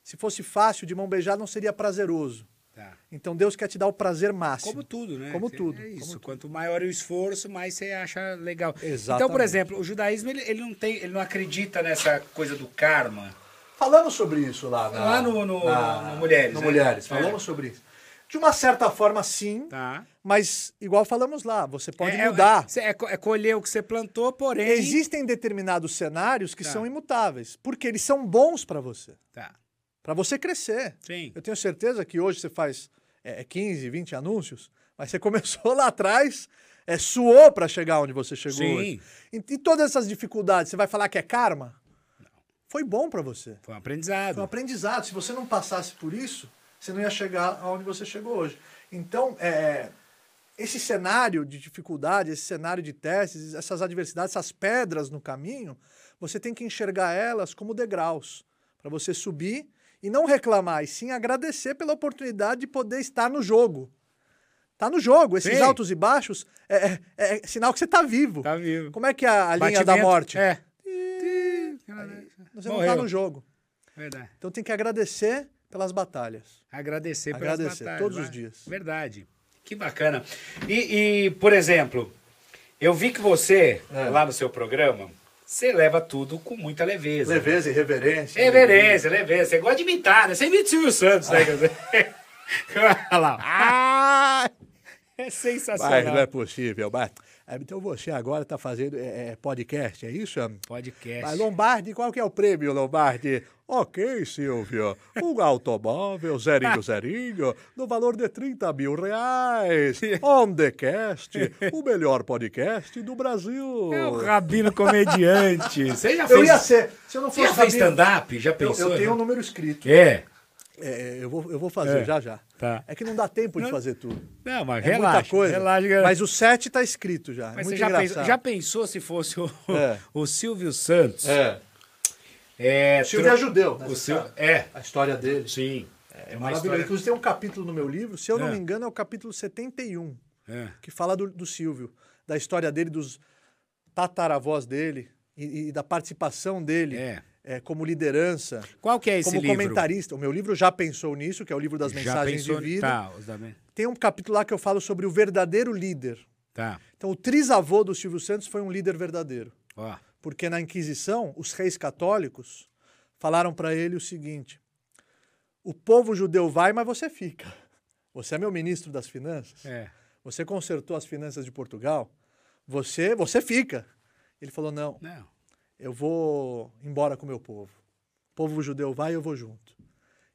Speaker 2: se fosse fácil, de mão beijada, não seria prazeroso.
Speaker 1: Tá.
Speaker 2: Então Deus quer te dar o prazer máximo.
Speaker 1: Como tudo, né?
Speaker 2: Como
Speaker 1: Cê-
Speaker 2: tudo,
Speaker 1: É isso.
Speaker 2: como tudo.
Speaker 1: Quanto maior o esforço, mais você acha legal. Então, por
Speaker 2: Exatamente.
Speaker 1: exemplo, o judaísmo ele, ele não tem, ele não acredita nessa coisa do karma.
Speaker 2: Falamos sobre isso lá. na-
Speaker 1: Lá no- no- no Mulheres,
Speaker 2: No
Speaker 1: né?
Speaker 2: Mulheres,
Speaker 1: É.
Speaker 2: falamos sobre isso. De uma certa forma, sim,
Speaker 1: Tá.
Speaker 2: mas igual falamos lá, você pode
Speaker 1: É- é-
Speaker 2: mudar.
Speaker 1: cê- É, co- é colher o que você plantou, porém.
Speaker 2: Existem determinados cenários que
Speaker 1: Tá.
Speaker 2: são imutáveis, porque eles são bons para você,
Speaker 1: Tá.
Speaker 2: para você crescer.
Speaker 1: Sim.
Speaker 2: Eu tenho é certeza que hoje você faz é, 15, 20 anúncios, mas você começou lá atrás é, suou para chegar onde você chegou
Speaker 1: Sim.
Speaker 2: hoje. E, e todas essas dificuldades, você vai falar que é karma? Foi bom para você.
Speaker 1: Foi um aprendizado.
Speaker 2: Foi um aprendizado. Se você não passasse por isso, você não ia chegar aonde você chegou hoje. Então, é, esse cenário de dificuldade, esse cenário de testes, essas adversidades, essas pedras no caminho, você tem que enxergar elas como degraus para você subir e não reclamar, e sim agradecer pela oportunidade de poder estar no jogo. Tá no jogo. Esses
Speaker 1: Sim.
Speaker 2: altos e baixos é, é- é sinal que você tá vivo.
Speaker 1: Tá vivo.
Speaker 2: Como é que é a linha da
Speaker 1: Batimento-
Speaker 2: morte?
Speaker 1: É.
Speaker 2: Você não
Speaker 1: Morreu.
Speaker 2: tá no jogo.
Speaker 1: Verdade.
Speaker 2: Então tem que agradecer pelas batalhas.
Speaker 1: Agradecer, pelas
Speaker 2: Agradecer,
Speaker 1: batalhas.
Speaker 2: todos os
Speaker 1: vai.
Speaker 2: dias.
Speaker 1: Verdade. Que bacana. E, e, por exemplo, eu vi que você,
Speaker 2: É.
Speaker 1: lá no seu programa, você leva tudo com muita leveza.
Speaker 2: Leveza Ah. e reverência.
Speaker 1: Reverência, leveza. Você gosta de imitar, né? Você imita o Silvio Santos, né? Olha lá.
Speaker 2: Ah!
Speaker 1: É
Speaker 2: Mas
Speaker 1: sensacional.
Speaker 2: não é possível, mas... É, Então você agora está fazendo é, é, podcast, é isso?
Speaker 1: Podcast.
Speaker 2: Mas Lombardi, qual que é o prêmio, Lombardi? Ok, Silvio. Um automóvel,
Speaker 1: Ah.
Speaker 2: zerinho, zerinho, no valor de 30 mil reais. On the cast, o melhor podcast do Brasil.
Speaker 1: É o Rabino Comediante. Você já fez...
Speaker 2: Eu ia ser, se eu não
Speaker 1: Você já
Speaker 2: fosse
Speaker 1: fez
Speaker 2: Rabino,
Speaker 1: stand-up? Já
Speaker 2: eu,
Speaker 1: pensou? né?
Speaker 2: eu tenho um número escrito.
Speaker 1: É.
Speaker 2: É, eu, vou, eu vou fazer
Speaker 1: É.
Speaker 2: já já.
Speaker 1: Tá.
Speaker 2: É que não dá tempo de fazer tudo.
Speaker 1: Não, mas
Speaker 2: É
Speaker 1: relaxa.
Speaker 2: muita coisa.
Speaker 1: Relaxa. que-
Speaker 2: Mas o 7 tá escrito já. é
Speaker 1: Mas
Speaker 2: muito
Speaker 1: você já
Speaker 2: engraçado.
Speaker 1: pensou, já pensou se fosse o,
Speaker 2: É.
Speaker 1: o Silvio Santos?
Speaker 2: É.
Speaker 1: É,
Speaker 2: O Silvio
Speaker 1: tro-
Speaker 2: é judeu.
Speaker 1: O
Speaker 2: nessa
Speaker 1: Silvio,
Speaker 2: história.
Speaker 1: é,
Speaker 2: A história dele.
Speaker 1: sim. É,
Speaker 2: É
Speaker 1: uma
Speaker 2: maravilhoso.
Speaker 1: história...
Speaker 2: Inclusive tem um capítulo no meu livro, se eu não
Speaker 1: É.
Speaker 2: me engano, é o capítulo 71,
Speaker 1: É.
Speaker 2: que fala do, do Silvio, da história dele, dos tataravós dele e, e da participação dele
Speaker 1: É.
Speaker 2: é, como liderança,
Speaker 1: Qual que é esse
Speaker 2: como
Speaker 1: livro?
Speaker 2: comentarista. O meu livro já pensou nisso, que é o livro das
Speaker 1: Já
Speaker 2: mensagens
Speaker 1: pensou...
Speaker 2: de vida.
Speaker 1: Tá, os da... men-
Speaker 2: Tem um capítulo lá que eu falo sobre o verdadeiro líder.
Speaker 1: tá,
Speaker 2: Então, o trisavô do Silvio Santos foi um líder verdadeiro.
Speaker 1: ó.
Speaker 2: Porque na Inquisição, os reis católicos falaram para ele o seguinte: o povo judeu vai, mas você fica. Você é meu ministro das finanças.
Speaker 1: É.
Speaker 2: Você consertou as finanças de Portugal. Você, você fica. Ele falou: não,
Speaker 1: Não.
Speaker 2: eu vou embora com o meu povo. O povo judeu vai, eu vou junto.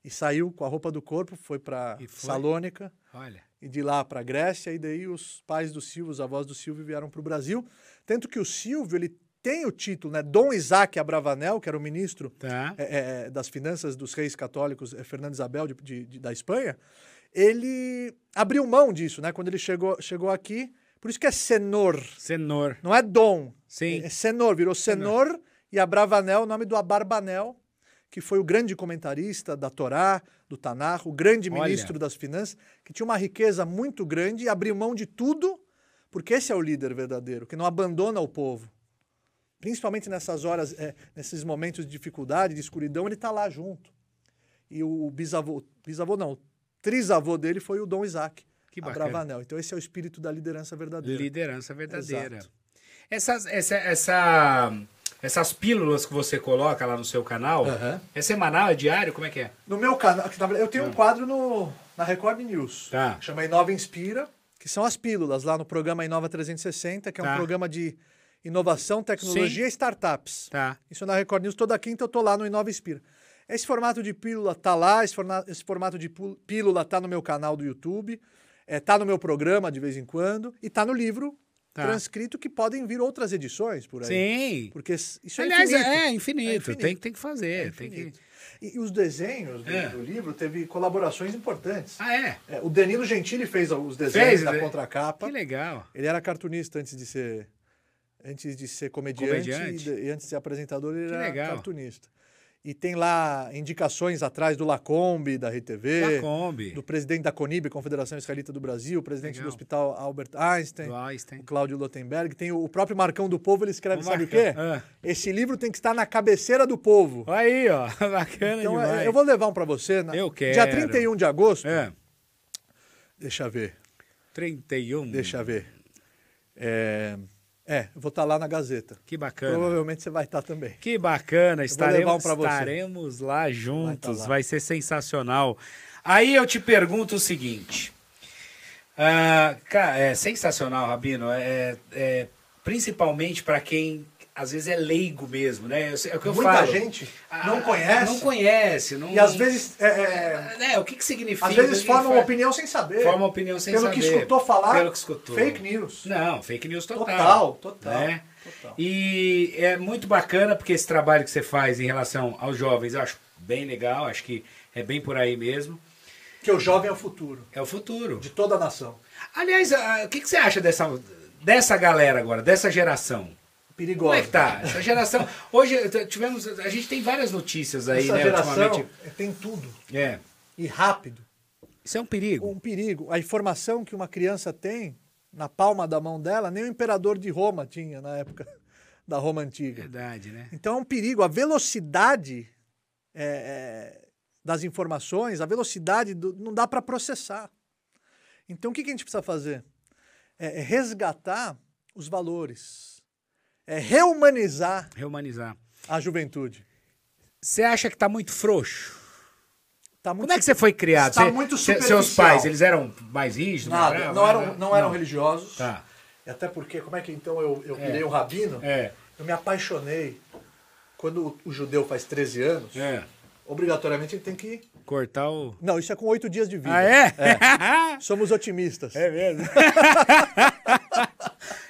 Speaker 2: E saiu com a roupa do corpo, foi para
Speaker 1: E foi?
Speaker 2: Salônica
Speaker 1: Olha.
Speaker 2: e de lá para a Grécia, e daí os pais do Silvio, os avós do Silvio vieram para o Brasil. Tanto que o Silvio, ele tem o título, né? Dom Isaac Abravanel, que era o ministro
Speaker 1: Tá.
Speaker 2: eh, eh, das finanças dos reis católicos, eh, Fernando Isabel, de- de- de- da Espanha, ele abriu mão disso, né? Quando ele chegou, chegou aqui, por isso que é senor,
Speaker 1: Senor.
Speaker 2: não é dom,
Speaker 1: Sim.
Speaker 2: é, é senor, virou senor, e Abravanel, o nome do Abarbanel, que foi o grande comentarista da Torá, do Tanar, o grande
Speaker 1: Olha.
Speaker 2: ministro das finanças, que tinha uma riqueza muito grande e abriu mão de tudo, porque esse é o líder verdadeiro, que não abandona o povo. Principalmente nessas horas, é, nesses momentos de dificuldade, de escuridão, ele está lá junto. E o bisavô, bisavô não, o trisavô dele foi o Dom Isaac.
Speaker 1: Que bacana.
Speaker 2: Abravanel. Então esse é o espírito da liderança verdadeira.
Speaker 1: Liderança verdadeira.
Speaker 2: É. Exato.
Speaker 1: Essas, essa, essa- essas pílulas que você coloca lá no seu canal,
Speaker 2: Aham.
Speaker 1: é semanal, é diário? Como é que é?
Speaker 2: No meu canal, que na verdade, eu tenho um quadro no, na Record News.
Speaker 1: Hum. Tá.
Speaker 2: que Chama Inova Inspira, que são as pílulas lá no programa Inova 360, que é um
Speaker 1: Tá.
Speaker 2: programa de inovação, tecnologia e startups.
Speaker 1: Tá.
Speaker 2: Isso na Record News, toda quinta eu tô lá no Inova Inspira. Esse formato de pílula tá lá, esse, forna- esse formato de pú- pílula tá no meu canal do YouTube, é, tá no meu programa de vez em quando, e tá no livro
Speaker 1: Tá.
Speaker 2: transcrito que podem vir outras edições por aí.
Speaker 1: Sim.
Speaker 2: Porque s- isso
Speaker 1: Aliás, é
Speaker 2: é infinito.
Speaker 1: infinito. É
Speaker 2: É infinito.
Speaker 1: Tem, tem que fazer. tem que...
Speaker 2: Infinito. E, e os desenhos do,
Speaker 1: É.
Speaker 2: do livro teve colaborações importantes.
Speaker 1: Ah, é?
Speaker 2: É, o Danilo Gentili fez os desenhos
Speaker 1: Fez,
Speaker 2: da
Speaker 1: né?
Speaker 2: contracapa.
Speaker 1: Que legal.
Speaker 2: Ele era cartunista antes de ser antes de ser comediante,
Speaker 1: Comediante.
Speaker 2: E, de- e antes de ser apresentador ele
Speaker 1: Que
Speaker 2: era
Speaker 1: legal.
Speaker 2: cartunista. E tem lá indicações atrás do Lacombe da RTV,
Speaker 1: Da Kombi.
Speaker 2: do presidente da CONIB, Confederação Israelita do Brasil, presidente
Speaker 1: Legal.
Speaker 2: do Hospital Albert Einstein,
Speaker 1: Do
Speaker 2: o
Speaker 1: Einstein.
Speaker 2: Cláudio Lotenberg, tem o o próprio Marcão do Povo, ele escreve,
Speaker 1: O
Speaker 2: sabe o quê?
Speaker 1: Marcão, ah.
Speaker 2: Esse livro tem que estar na cabeceira do povo.
Speaker 1: Aí, ó. Bacana
Speaker 2: Então,
Speaker 1: demais.
Speaker 2: é, eu vou levar um pra você. na-
Speaker 1: Eu quero.
Speaker 2: Dia 31 de agosto.
Speaker 1: É.
Speaker 2: Deixa eu ver,
Speaker 1: 31.
Speaker 2: deixa eu ver. É, é, eu vou estar lá na Gazeta.
Speaker 1: Que bacana.
Speaker 2: Provavelmente você vai estar também.
Speaker 1: Que bacana.
Speaker 2: levar um
Speaker 1: Estaremos,
Speaker 2: pra você. tá
Speaker 1: estaremos lá juntos.
Speaker 2: lá.
Speaker 1: Vai ser sensacional. Aí eu te pergunto o seguinte. Ah, ca- é sensacional, Rabino. É, é, principalmente para quem às vezes é leigo mesmo, né? Eu sei- É o que eu
Speaker 2: Muita
Speaker 1: falo.
Speaker 2: gente
Speaker 1: Ah,
Speaker 2: não conhece.
Speaker 1: Não conhece. Não,
Speaker 2: E às vezes, é, é,
Speaker 1: Né, o que, que significa?
Speaker 2: às vezes forma uma
Speaker 1: Fa-
Speaker 2: opinião sem saber.
Speaker 1: Forma opinião sem
Speaker 2: pelo
Speaker 1: saber.
Speaker 2: que escutou falar,
Speaker 1: Pelo que escutou.
Speaker 2: fake news.
Speaker 1: Não, fake news total.
Speaker 2: Total, total,
Speaker 1: né?
Speaker 2: total.
Speaker 1: E é muito bacana porque esse trabalho que você faz em relação aos jovens, eu acho bem legal, acho que é bem por aí mesmo.
Speaker 2: Que o jovem é o futuro
Speaker 1: É o futuro.
Speaker 2: de toda a nação.
Speaker 1: Aliás, ah, o que, que você acha dessa, dessa galera agora, dessa geração?
Speaker 2: Perigosa.
Speaker 1: Como é que tá? Essa geração. Hoje t- tivemos. A gente tem várias notícias aí,
Speaker 2: Essa
Speaker 1: né,
Speaker 2: geração
Speaker 1: ultimamente.
Speaker 2: é, tem tudo.
Speaker 1: É.
Speaker 2: E rápido.
Speaker 1: Isso é um perigo.
Speaker 2: Um perigo. A informação que uma criança tem na palma da mão dela, nem o imperador de Roma tinha na época da Roma antiga.
Speaker 1: Verdade, né?
Speaker 2: Então é um perigo. A velocidade é, é, das informações, a velocidade do- não dá para processar. Então o que, que a gente precisa fazer? É, é resgatar os valores, é reumanizar
Speaker 1: Reumanizar.
Speaker 2: a juventude.
Speaker 1: Você acha que tá muito frouxo?
Speaker 2: Tá muito
Speaker 1: Como é que você foi criado?
Speaker 2: Está
Speaker 1: Você-
Speaker 2: muito
Speaker 1: se- Seus
Speaker 2: superficial.
Speaker 1: pais, eles eram mais rígidos? mais
Speaker 2: Nada,
Speaker 1: bravos,
Speaker 2: não eram,
Speaker 1: mais
Speaker 2: não
Speaker 1: bravos?
Speaker 2: eram religiosos.
Speaker 1: né? Tá.
Speaker 2: E Até porque, como é que então eu, eu virei um rabino?
Speaker 1: É.
Speaker 2: Eu me apaixonei. Quando o, o judeu faz 13 anos,
Speaker 1: É.
Speaker 2: obrigatoriamente ele tem que.
Speaker 1: Cortar o.
Speaker 2: Não, isso é com oito dias de vida.
Speaker 1: Ah, é?
Speaker 2: Somos otimistas.
Speaker 1: É, mesmo.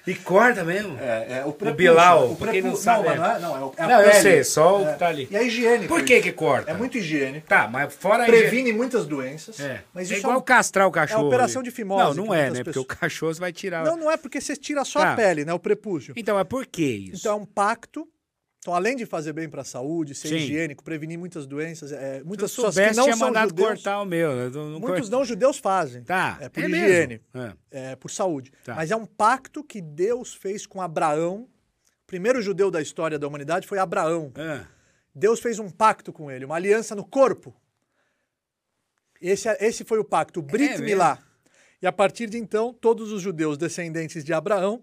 Speaker 1: e corta mesmo.
Speaker 2: É, é, o, prepúcio,
Speaker 1: Bilal, pra quem
Speaker 2: prepú-
Speaker 1: não sabe,
Speaker 2: Não,
Speaker 1: é.
Speaker 2: mas não é, não, é, o- é a
Speaker 1: Não, eu
Speaker 2: pele.
Speaker 1: sei, só o
Speaker 2: É.
Speaker 1: que tá ali.
Speaker 2: E é higiênico.
Speaker 1: Por que
Speaker 2: isso.
Speaker 1: que corta?
Speaker 2: É muito higiênico.
Speaker 1: Tá, mas fora isso.
Speaker 2: Previne muitas doenças.
Speaker 1: É.
Speaker 2: Mas
Speaker 1: é
Speaker 2: isso
Speaker 1: igual
Speaker 2: um-
Speaker 1: castrar o cachorro.
Speaker 2: é uma operação
Speaker 1: ali.
Speaker 2: de fimose
Speaker 1: Não, não
Speaker 2: que
Speaker 1: é, né?
Speaker 2: muitas
Speaker 1: Porque o
Speaker 2: pessoas-
Speaker 1: cachorro você vai tirar.
Speaker 2: Não, não é porque você tira só
Speaker 1: Tá.
Speaker 2: a pele, né? O prepúcio.
Speaker 1: Então, é por que isso?
Speaker 2: Então é um pacto. Então, além de fazer bem para a saúde, ser
Speaker 1: Sim.
Speaker 2: higiênico, prevenir muitas doenças, é,
Speaker 1: Se eu
Speaker 2: muitas pessoas que
Speaker 1: soubesse,
Speaker 2: não
Speaker 1: tinha
Speaker 2: são
Speaker 1: mandado
Speaker 2: judeus,
Speaker 1: cortar o meu. eu Não, não
Speaker 2: muitos
Speaker 1: corto.
Speaker 2: não judeus fazem.
Speaker 1: Tá.
Speaker 2: É por
Speaker 1: mesmo?
Speaker 2: higiene,
Speaker 1: É.
Speaker 2: é, por saúde.
Speaker 1: Tá.
Speaker 2: Mas é um pacto que Deus fez com Abraão. O primeiro judeu da história da humanidade foi Abraão.
Speaker 1: Ah,
Speaker 2: Deus fez um pacto com ele, uma aliança no corpo. Esse, é, esse foi o pacto, o Brit
Speaker 1: É mesmo?
Speaker 2: Milá. E a partir de então, todos os judeus descendentes de Abraão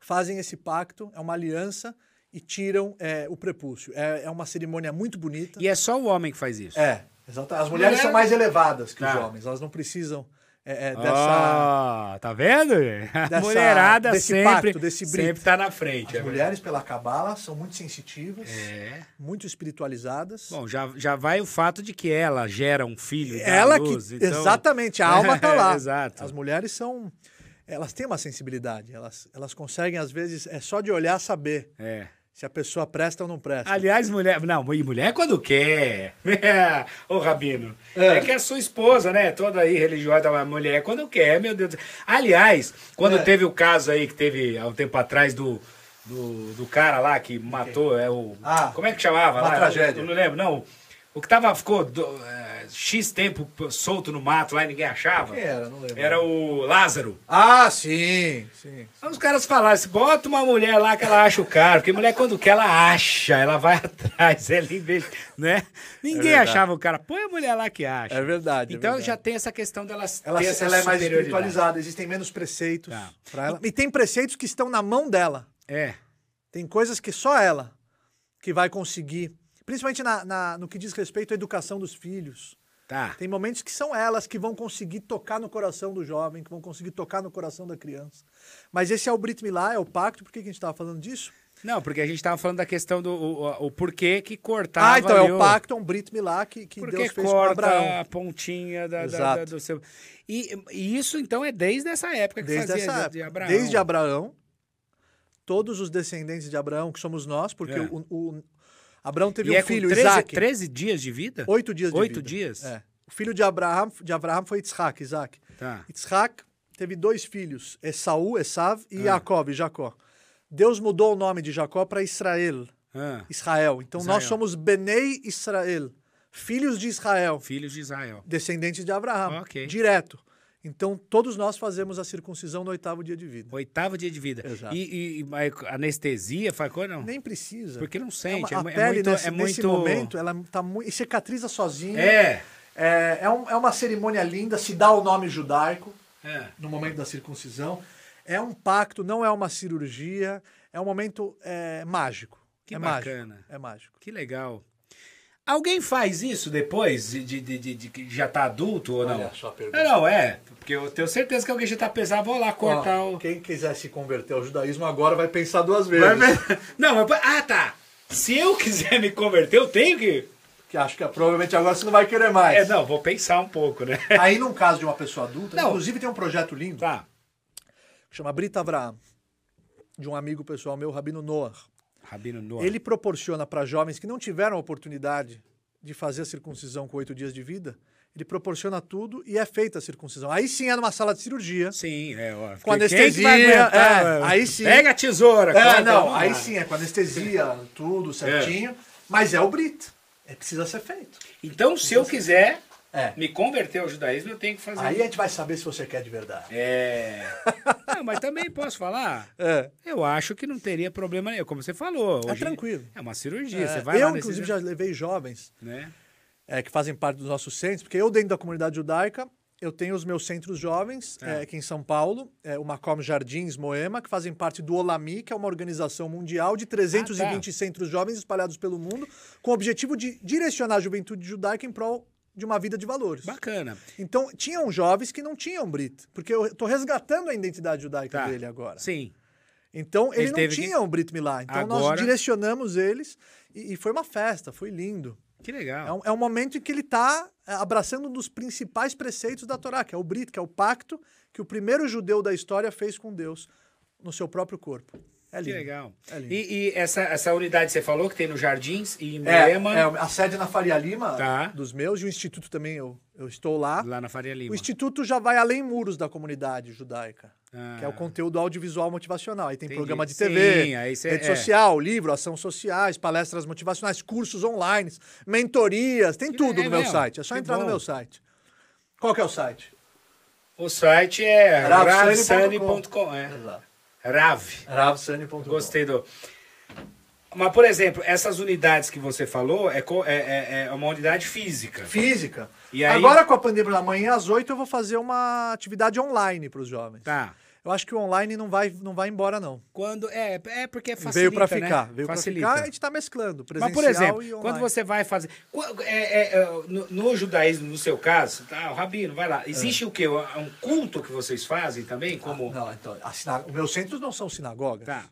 Speaker 2: fazem esse pacto, é uma aliança, e tiram é, o prepúcio. É, é uma cerimônia muito bonita.
Speaker 1: E é só o homem que faz isso.
Speaker 2: É, exatamente. As mulheres são mais elevadas que os
Speaker 1: Tá.
Speaker 2: homens, elas não precisam é, é, dessa.
Speaker 1: Ah, tá vendo? gente? A
Speaker 2: dessa-
Speaker 1: mulherada
Speaker 2: desse
Speaker 1: sempre,
Speaker 2: pacto, desse brito.
Speaker 1: sempre tá na frente.
Speaker 2: As
Speaker 1: é
Speaker 2: mulheres, pela cabala, são muito sensitivas,
Speaker 1: verdade. É.
Speaker 2: muito espiritualizadas.
Speaker 1: Bom, já, já vai o fato de que ela gera um filho. dá
Speaker 2: Ela
Speaker 1: luz,
Speaker 2: que.
Speaker 1: então-
Speaker 2: Exatamente, a alma tá lá.
Speaker 1: Exato.
Speaker 2: As mulheres são. Elas têm uma sensibilidade. Elas, elas conseguem, às vezes, é só de olhar saber
Speaker 1: É.
Speaker 2: se a pessoa presta ou não presta.
Speaker 1: Aliás, mulher. Não, e mulher quando quer. Ô, Rabino. É. que a sua esposa, né? Toda aí religiosa, mas mulher é quando quer, meu Deus. do céu. Aliás, quando
Speaker 2: É.
Speaker 1: teve o caso aí que teve há um tempo atrás do. Do, do cara lá que matou, é o.
Speaker 2: Ah,
Speaker 1: como é que chamava?
Speaker 2: uma
Speaker 1: lá?
Speaker 2: tragédia.
Speaker 1: Eu não lembro, não. O que tava, ficou do- é, X tempo solto no mato lá e ninguém achava.
Speaker 2: Quem era? Não lembro.
Speaker 1: Era o Lázaro.
Speaker 2: Ah, sim, sim.
Speaker 1: Aí Os caras falaram assim, bota uma mulher lá que ela acha o cara, porque mulher quando quer, ela acha, ela vai atrás, ela investe, né? Ninguém
Speaker 2: É verdade.
Speaker 1: achava o cara, põe a mulher lá que acha.
Speaker 2: É verdade, é
Speaker 1: Então
Speaker 2: verdade.
Speaker 1: já tem essa questão dela
Speaker 2: Ela,
Speaker 1: ter essa
Speaker 2: ela é mais
Speaker 1: superioridade.
Speaker 2: espiritualizada, existem menos preceitos
Speaker 1: Tá.
Speaker 2: pra ela. E tem preceitos que estão na mão dela.
Speaker 1: É,
Speaker 2: Tem coisas que só ela que vai conseguir. Principalmente na- na- no que diz respeito à educação dos filhos.
Speaker 1: tá.
Speaker 2: Tem momentos que são elas que vão conseguir tocar no coração do jovem, que vão conseguir tocar no coração da criança. Mas esse é o Brit Milá, é o pacto. Por que, que a gente estava falando disso?
Speaker 1: Não, porque a gente tava falando da questão do o, o- o porquê que cortava
Speaker 2: ah, então
Speaker 1: ali
Speaker 2: é
Speaker 1: o-
Speaker 2: o pacto, é um Brit Milá que, que
Speaker 1: Tá, Por
Speaker 2: Deus
Speaker 1: que
Speaker 2: fez com
Speaker 1: corta
Speaker 2: Abraão.
Speaker 1: a pontinha da, da-
Speaker 2: Exato.
Speaker 1: da- do seu... E, e isso, então, é desde essa época que
Speaker 2: Desde
Speaker 1: fazia,
Speaker 2: essa
Speaker 1: de-
Speaker 2: época.
Speaker 1: de Abraão.
Speaker 2: Desde Abraão, todos os descendentes de Abraão, que somos nós, porque
Speaker 1: É.
Speaker 2: o, o- Abraão teve
Speaker 1: E
Speaker 2: um
Speaker 1: é com
Speaker 2: filho,
Speaker 1: 13,
Speaker 2: Isaac.
Speaker 1: 13 dias de vida?
Speaker 2: Oito dias de
Speaker 1: Oito
Speaker 2: vida.
Speaker 1: dias?
Speaker 2: É. O filho de Abraão, de Abraão foi Isaac, Isaac.
Speaker 1: Tá.
Speaker 2: Isaac teve dois filhos, Esaú, Esav
Speaker 1: Ah.
Speaker 2: e Jacob, Jacó. Deus mudou o nome de Jacó para Israel,
Speaker 1: Ah,
Speaker 2: Israel. Então nós
Speaker 1: Israel.
Speaker 2: somos Benei Israel, filhos de Israel,
Speaker 1: filhos de Israel.
Speaker 2: descendentes de Abraão,
Speaker 1: Ok.
Speaker 2: direto. Então todos nós fazemos a circuncisão no oitavo dia de vida.
Speaker 1: Oitavo dia de vida.
Speaker 2: Exato.
Speaker 1: E, e- e mas anestesia, faz coisa não?
Speaker 2: Nem precisa.
Speaker 1: Porque não
Speaker 2: É uma-
Speaker 1: sente. É,
Speaker 2: a
Speaker 1: mu- é
Speaker 2: pele
Speaker 1: muito.
Speaker 2: nesse,
Speaker 1: é
Speaker 2: nesse
Speaker 1: muito-
Speaker 2: momento, ela tá muito. E cicatriza sozinha.
Speaker 1: É.
Speaker 2: É, é, um- é uma cerimônia linda, se dá o nome judaico
Speaker 1: é.
Speaker 2: no momento da circuncisão. É um pacto, não é uma cirurgia, é um momento é, mágico.
Speaker 1: Que
Speaker 2: é
Speaker 1: bacana.
Speaker 2: Mágico, é mágico.
Speaker 1: Que legal. Alguém faz isso depois de, de, de- de que já tá adulto ou não?
Speaker 2: Olha só a pergunta.
Speaker 1: É, não, é. Porque eu tenho certeza que alguém já tá pesado, vou lá cortar
Speaker 2: Ó,
Speaker 1: o.
Speaker 2: Quem quiser se converter ao judaísmo agora vai pensar duas vezes.
Speaker 1: Vai ver- Não, mas. Ah, tá. Se eu quiser me converter, eu tenho que.
Speaker 2: Que acho que provavelmente agora você não vai querer
Speaker 1: É,
Speaker 2: mais.
Speaker 1: não, vou pensar um pouco, né?
Speaker 2: Aí, num caso de uma pessoa adulta,
Speaker 1: Não.
Speaker 2: inclusive tem um projeto lindo
Speaker 1: Tá.
Speaker 2: que chama Brita Avraham, de um amigo pessoal meu, Rabino Noah.
Speaker 1: Rabino Noah.
Speaker 2: Ele proporciona para jovens que não tiveram a oportunidade de fazer a circuncisão com oito dias de vida, ele proporciona tudo e é feita a circuncisão. Aí sim é numa sala de cirurgia.
Speaker 1: Sim, é, ó.
Speaker 2: Com
Speaker 1: porque quem que vai
Speaker 2: anestesia,
Speaker 1: aguentar,
Speaker 2: é,
Speaker 1: ó?
Speaker 2: aí sim.
Speaker 1: Pega a tesoura,
Speaker 2: É,
Speaker 1: corta,
Speaker 2: não,
Speaker 1: vamos
Speaker 2: aí
Speaker 1: lá.
Speaker 2: sim é com anestesia,
Speaker 1: É.
Speaker 2: tudo certinho, mas é o Brita. É, precisa ser feito.
Speaker 1: Então, se eu quiser
Speaker 2: É.
Speaker 1: me converter ao judaísmo, eu tenho que fazer.
Speaker 2: Aí a gente vai saber se você quer de verdade.
Speaker 1: É. Não, mas também posso falar?
Speaker 2: É.
Speaker 1: Eu acho que não teria problema nenhum, como você falou.
Speaker 2: É
Speaker 1: hoje
Speaker 2: tranquilo.
Speaker 1: É uma cirurgia, você
Speaker 2: É,
Speaker 1: vai lá
Speaker 2: eu,
Speaker 1: nesse-
Speaker 2: inclusive, já levei jovens
Speaker 1: Né?
Speaker 2: é, que fazem parte dos nossos centros, porque eu, dentro da comunidade judaica, eu tenho os meus centros jovens é, aqui em São Paulo, é, o Macom Jardins Moema, que fazem parte do OLAMI, que é uma organização mundial de
Speaker 1: Ah,
Speaker 2: 320
Speaker 1: tá.
Speaker 2: centros jovens espalhados pelo mundo, com o objetivo de direcionar a juventude judaica em prol de uma vida de valores.
Speaker 1: Bacana.
Speaker 2: Então, tinham jovens que não tinham Brit, porque eu estou resgatando a identidade judaica
Speaker 1: Tá.
Speaker 2: dele agora.
Speaker 1: Sim.
Speaker 2: Então,
Speaker 1: Ele
Speaker 2: ele, não
Speaker 1: teve que-
Speaker 2: tinha o Brit Milá. Então, nós
Speaker 1: Agora-
Speaker 2: direcionamos eles e- e foi uma festa, foi lindo.
Speaker 1: Que legal.
Speaker 2: É um, é um momento em que ele está abraçando um dos principais preceitos da Torá, que é o Brit, que é o pacto que o primeiro judeu da história fez com Deus no seu próprio corpo. É
Speaker 1: Que
Speaker 2: lindo.
Speaker 1: legal.
Speaker 2: É lindo.
Speaker 1: E, e essa, essa unidade que você falou que tem no Jardins e em
Speaker 2: É,
Speaker 1: Moema,
Speaker 2: é, a sede na Faria Lima
Speaker 1: Tá.
Speaker 2: dos meus, e o Instituto também, eu, eu estou lá.
Speaker 1: lá na Faria
Speaker 2: O
Speaker 1: Lima.
Speaker 2: Instituto já vai além muros da comunidade judaica, que é o
Speaker 1: Ah.
Speaker 2: conteúdo audiovisual motivacional. Aí tem
Speaker 1: Entendi.
Speaker 2: programa de
Speaker 1: Sim,
Speaker 2: TV,
Speaker 1: aí cê-
Speaker 2: rede
Speaker 1: é.
Speaker 2: social, livro, ação sociais, palestras motivacionais, cursos online, mentorias, tem
Speaker 1: Que
Speaker 2: tudo
Speaker 1: é
Speaker 2: no meu
Speaker 1: mesmo?
Speaker 2: site. É só
Speaker 1: Que
Speaker 2: entrar
Speaker 1: bom.
Speaker 2: no meu site. Qual que é o site?
Speaker 1: O site é ravsani.com.
Speaker 2: ravsani.com.
Speaker 1: É.
Speaker 2: Exato.
Speaker 1: Rav.
Speaker 2: Ravsani.com.
Speaker 1: Gostei do. Mas, por exemplo, essas unidades que você falou é, co- é- é- é uma unidade física.
Speaker 2: Física.
Speaker 1: E aí-
Speaker 2: Agora com a pandemia, amanhã às 8 eu vou fazer uma atividade online para os jovens.
Speaker 1: Tá.
Speaker 2: Eu acho que o online não vai, não vai embora, não.
Speaker 1: Quando é, é porque facilita,
Speaker 2: veio para
Speaker 1: né?
Speaker 2: ficar. Veio para
Speaker 1: facilita.
Speaker 2: ficar, a gente está mesclando. Presencial
Speaker 1: Mas, por exemplo,
Speaker 2: e online.
Speaker 1: quando você vai fazer. Qu- é- é- é, no, no judaísmo, no seu caso, tá, o Rabino, vai lá. Existe o quê? Um culto que vocês fazem também? Como.
Speaker 2: Não, então, a sina- os meus centros não são sinagogas.
Speaker 1: Tá.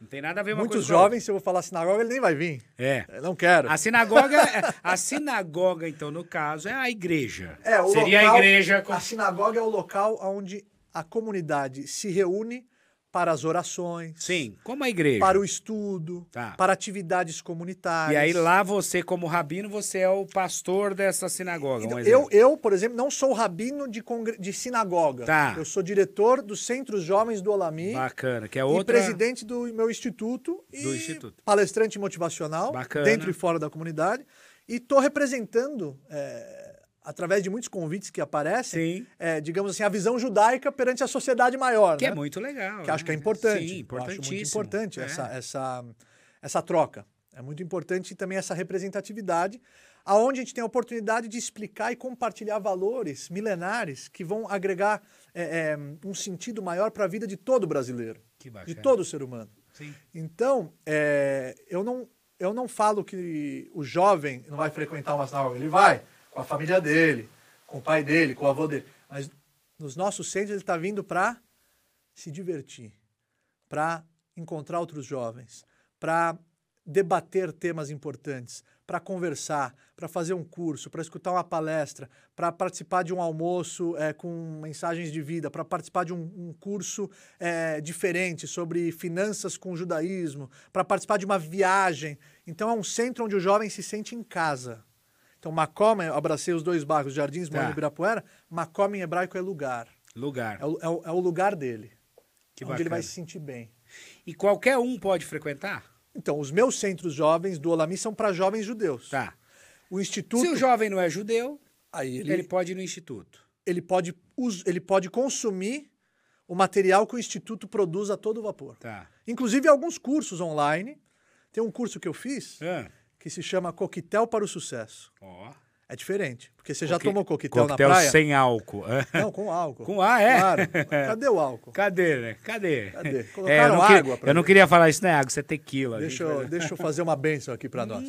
Speaker 1: Não tem nada a ver uma
Speaker 2: Muitos
Speaker 1: coisa com a outra.
Speaker 2: jovens, se eu vou falar sinagoga, ele nem vai vir.
Speaker 1: É.
Speaker 2: Eu não quero.
Speaker 1: A sinagoga, é, a sinagoga, então, no caso, é a igreja.
Speaker 2: É, o
Speaker 1: Seria
Speaker 2: local-
Speaker 1: a igreja. com-
Speaker 2: A sinagoga é o local onde a comunidade se reúne para as orações,
Speaker 1: Sim, como a igreja.
Speaker 2: para o estudo,
Speaker 1: Tá.
Speaker 2: para atividades comunitárias.
Speaker 1: E aí lá você, como rabino, você é o pastor dessa sinagoga.
Speaker 2: Então,
Speaker 1: um
Speaker 2: eu,
Speaker 1: exemplo.
Speaker 2: eu, por exemplo, não sou rabino de, congre- de sinagoga.
Speaker 1: Tá.
Speaker 2: Eu sou diretor dos Centros Jovens do Olami
Speaker 1: Bacana, que é
Speaker 2: e
Speaker 1: outra...
Speaker 2: presidente do meu instituto e
Speaker 1: Do instituto.
Speaker 2: palestrante motivacional
Speaker 1: Bacana.
Speaker 2: dentro e fora da comunidade. E estou representando, é, através de muitos convites que aparecem,
Speaker 1: Sim.
Speaker 2: é, digamos assim, a visão judaica perante a sociedade maior.
Speaker 1: Que é
Speaker 2: né?
Speaker 1: muito legal.
Speaker 2: que acho
Speaker 1: né?
Speaker 2: que é importante.
Speaker 1: Sim,
Speaker 2: Eu acho muito
Speaker 1: importantíssimo.
Speaker 2: importante
Speaker 1: É.
Speaker 2: essa, essa, essa troca. É muito importante também essa representatividade, aonde a gente tem a oportunidade de explicar e compartilhar valores milenares que vão agregar é, é, um sentido maior para a vida de todo brasileiro,
Speaker 1: Que bacana.
Speaker 2: de todo ser humano.
Speaker 1: Sim.
Speaker 2: Então, é, eu, não, eu não falo que o jovem não vai frequentar uma sinagoga. Ele vai com a família dele, com o pai dele, com o avô dele. Mas nos nossos centros ele está vindo para se divertir, para encontrar outros jovens, para debater temas importantes, para conversar, para fazer um curso, para escutar uma palestra, para participar de um almoço eh, com mensagens de vida, para participar de um, um curso eh, diferente sobre finanças com o judaísmo, para participar de uma viagem. Então é um centro onde o jovem se sente em casa. Então Macoma, eu abracei os dois bairros, Jardins,
Speaker 1: Tá. Tá.
Speaker 2: Moema e Ibirapuera. Macoma em hebraico é lugar,
Speaker 1: Lugar.
Speaker 2: é o, é o- é o lugar dele,
Speaker 1: Que
Speaker 2: onde ele
Speaker 1: bacana.
Speaker 2: vai se sentir bem.
Speaker 1: E qualquer um pode frequentar?
Speaker 2: Então, os meus centros jovens do Olami são para jovens judeus.
Speaker 1: Tá.
Speaker 2: O instituto.
Speaker 1: Se o jovem não é judeu,
Speaker 2: Aí
Speaker 1: ele,
Speaker 2: ele, ele...
Speaker 1: pode ir no instituto.
Speaker 2: pode us- ele pode consumir o material que o instituto produz a todo vapor.
Speaker 1: Tá.
Speaker 2: Inclusive alguns cursos online. Tem um curso que eu fiz
Speaker 1: Ah,
Speaker 2: que se chama Coquetel para o Sucesso.
Speaker 1: ó.
Speaker 2: É diferente, porque você já
Speaker 1: Coque-
Speaker 2: tomou coquetel,
Speaker 1: coquetel
Speaker 2: na praia?
Speaker 1: sem álcool.
Speaker 2: Não, com álcool.
Speaker 1: Com ar, é?
Speaker 2: Claro. Cadê o álcool?
Speaker 1: Cadê, né? Cadê?
Speaker 2: Cadê?
Speaker 1: É, eu
Speaker 2: Colocaram
Speaker 1: não que-
Speaker 2: água pra
Speaker 1: Eu não
Speaker 2: mim.
Speaker 1: queria falar isso, não é água, isso é tequila.
Speaker 2: Deixa
Speaker 1: gente.
Speaker 2: eu, deixa eu fazer uma bênção aqui para nós.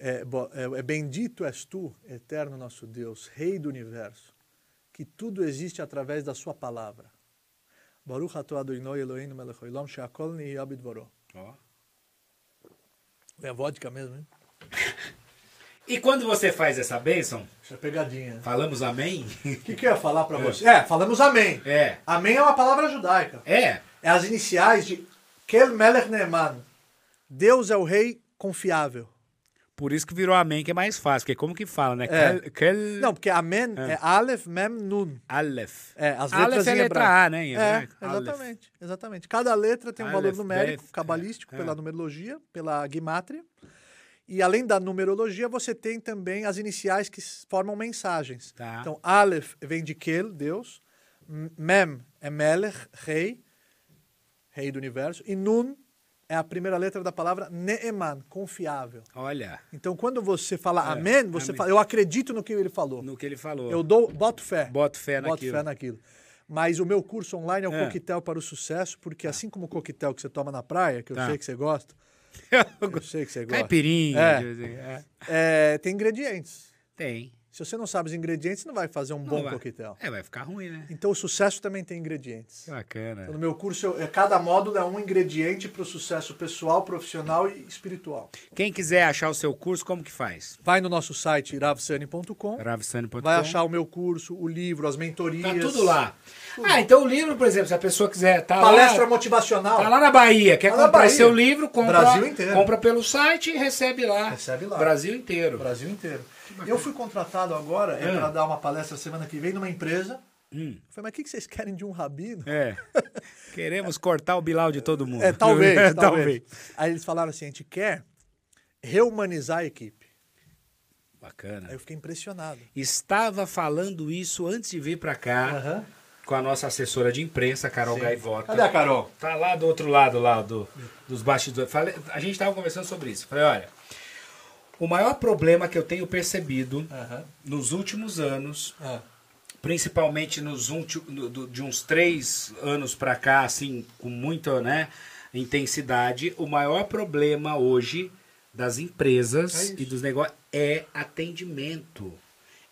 Speaker 2: É, bo- é, é bendito és tu, eterno nosso Deus, Rei do universo, que tudo existe através da sua palavra. Baruch atah Adonai Eloheinu melech haolam, she'akol nihya bidvaro. É vodka mesmo, hein?
Speaker 1: E quando você faz essa bênção,
Speaker 2: Isso é pegadinha. né?
Speaker 1: falamos amém?
Speaker 2: O que, que eu ia falar pra você? É, falamos amém.
Speaker 1: É.
Speaker 2: Amém é uma palavra judaica.
Speaker 1: É.
Speaker 2: É as iniciais de Kel Melech Neeman. Deus é o rei confiável.
Speaker 1: Por isso que virou amém, que é mais fácil. Porque como que fala, né?
Speaker 2: É.
Speaker 1: Kel, kel-
Speaker 2: Não, porque amém é, Aleph, Mem, Nun.
Speaker 1: Aleph.
Speaker 2: É, as
Speaker 1: Aleph
Speaker 2: letras
Speaker 1: é
Speaker 2: em
Speaker 1: a letra
Speaker 2: hebraico.
Speaker 1: A, né? Em
Speaker 2: É,
Speaker 1: hebraico. Aleph.
Speaker 2: exatamente, exatamente. Cada letra tem um valor
Speaker 1: Aleph,
Speaker 2: numérico,
Speaker 1: Beth,
Speaker 2: cabalístico,
Speaker 1: é, é.
Speaker 2: pela numerologia, pela guimátria. E além da numerologia, você tem também as iniciais que s- formam mensagens.
Speaker 1: Tá.
Speaker 2: Então, Aleph vem de Kel, Deus. M- Mem é Melech, rei, rei do universo. E Nun é a primeira letra da palavra Neeman, confiável.
Speaker 1: Olha,
Speaker 2: Então, quando você fala
Speaker 1: É,
Speaker 2: amém, você
Speaker 1: amém.
Speaker 2: fala, eu acredito no que ele falou.
Speaker 1: no que ele falou.
Speaker 2: Eu dou, boto fé.
Speaker 1: Boto fé
Speaker 2: boto
Speaker 1: naquilo.
Speaker 2: fé naquilo. Mas o meu curso online é o
Speaker 1: É.
Speaker 2: coquetel para o sucesso, porque assim como o coquetel que você toma na praia, que eu
Speaker 1: Tá.
Speaker 2: sei que você gosta, eu sei que você gosta,
Speaker 1: Caipirinha.
Speaker 2: É.
Speaker 1: de vez em- é.
Speaker 2: é, tem ingredientes.
Speaker 1: Tem.
Speaker 2: Se você não sabe os ingredientes, você não vai fazer um bom
Speaker 1: vai.
Speaker 2: coquetel.
Speaker 1: É, vai ficar ruim, né?
Speaker 2: Então o sucesso também tem ingredientes.
Speaker 1: Que bacana.
Speaker 2: Então, no meu curso, eu- é, cada módulo é um ingrediente para o sucesso pessoal, profissional e espiritual.
Speaker 1: Quem quiser achar o seu curso, como que faz?
Speaker 2: Vai no nosso site iravsani.com,
Speaker 1: Ravsani.com.
Speaker 2: vai achar o meu curso, o livro, as mentorias.
Speaker 1: Tá tudo lá. Ah, então o livro, por exemplo, se a pessoa quiser... Tá
Speaker 2: Palestra
Speaker 1: lá,
Speaker 2: motivacional.
Speaker 1: Tá lá na Bahia, quer
Speaker 2: Tá na
Speaker 1: comprar
Speaker 2: Bahia.
Speaker 1: seu livro, compra,
Speaker 2: Brasil inteiro.
Speaker 1: compra pelo site e recebe lá.
Speaker 2: Recebe lá.
Speaker 1: Brasil inteiro.
Speaker 2: O Brasil inteiro. Eu fui contratado agora
Speaker 1: Ah.
Speaker 2: para dar uma palestra semana que vem numa empresa.
Speaker 1: Hum.
Speaker 2: Eu falei, mas o que que vocês querem de um rabino?
Speaker 1: É. Queremos cortar o bilau de todo mundo.
Speaker 2: É, talvez,
Speaker 1: É,
Speaker 2: talvez. Aí eles falaram assim, a gente quer reumanizar a equipe. Aí
Speaker 1: Bacana.
Speaker 2: eu fiquei impressionado.
Speaker 1: Estava falando isso antes de vir pra cá com a nossa assessora de imprensa, Carol Gaivota.
Speaker 2: Cadê a Carol?
Speaker 1: Tá lá do outro lado, lá do, dos bastidores. Falei- a gente tava conversando sobre isso. Falei, olha, o maior problema que eu tenho percebido nos últimos anos
Speaker 2: Ah.
Speaker 1: principalmente nos ulti- no- do- de uns três anos pra cá, assim, com muita né, intensidade, o maior problema hoje das
Speaker 2: É
Speaker 1: empresas
Speaker 2: isso.
Speaker 1: e dos negócios é atendimento.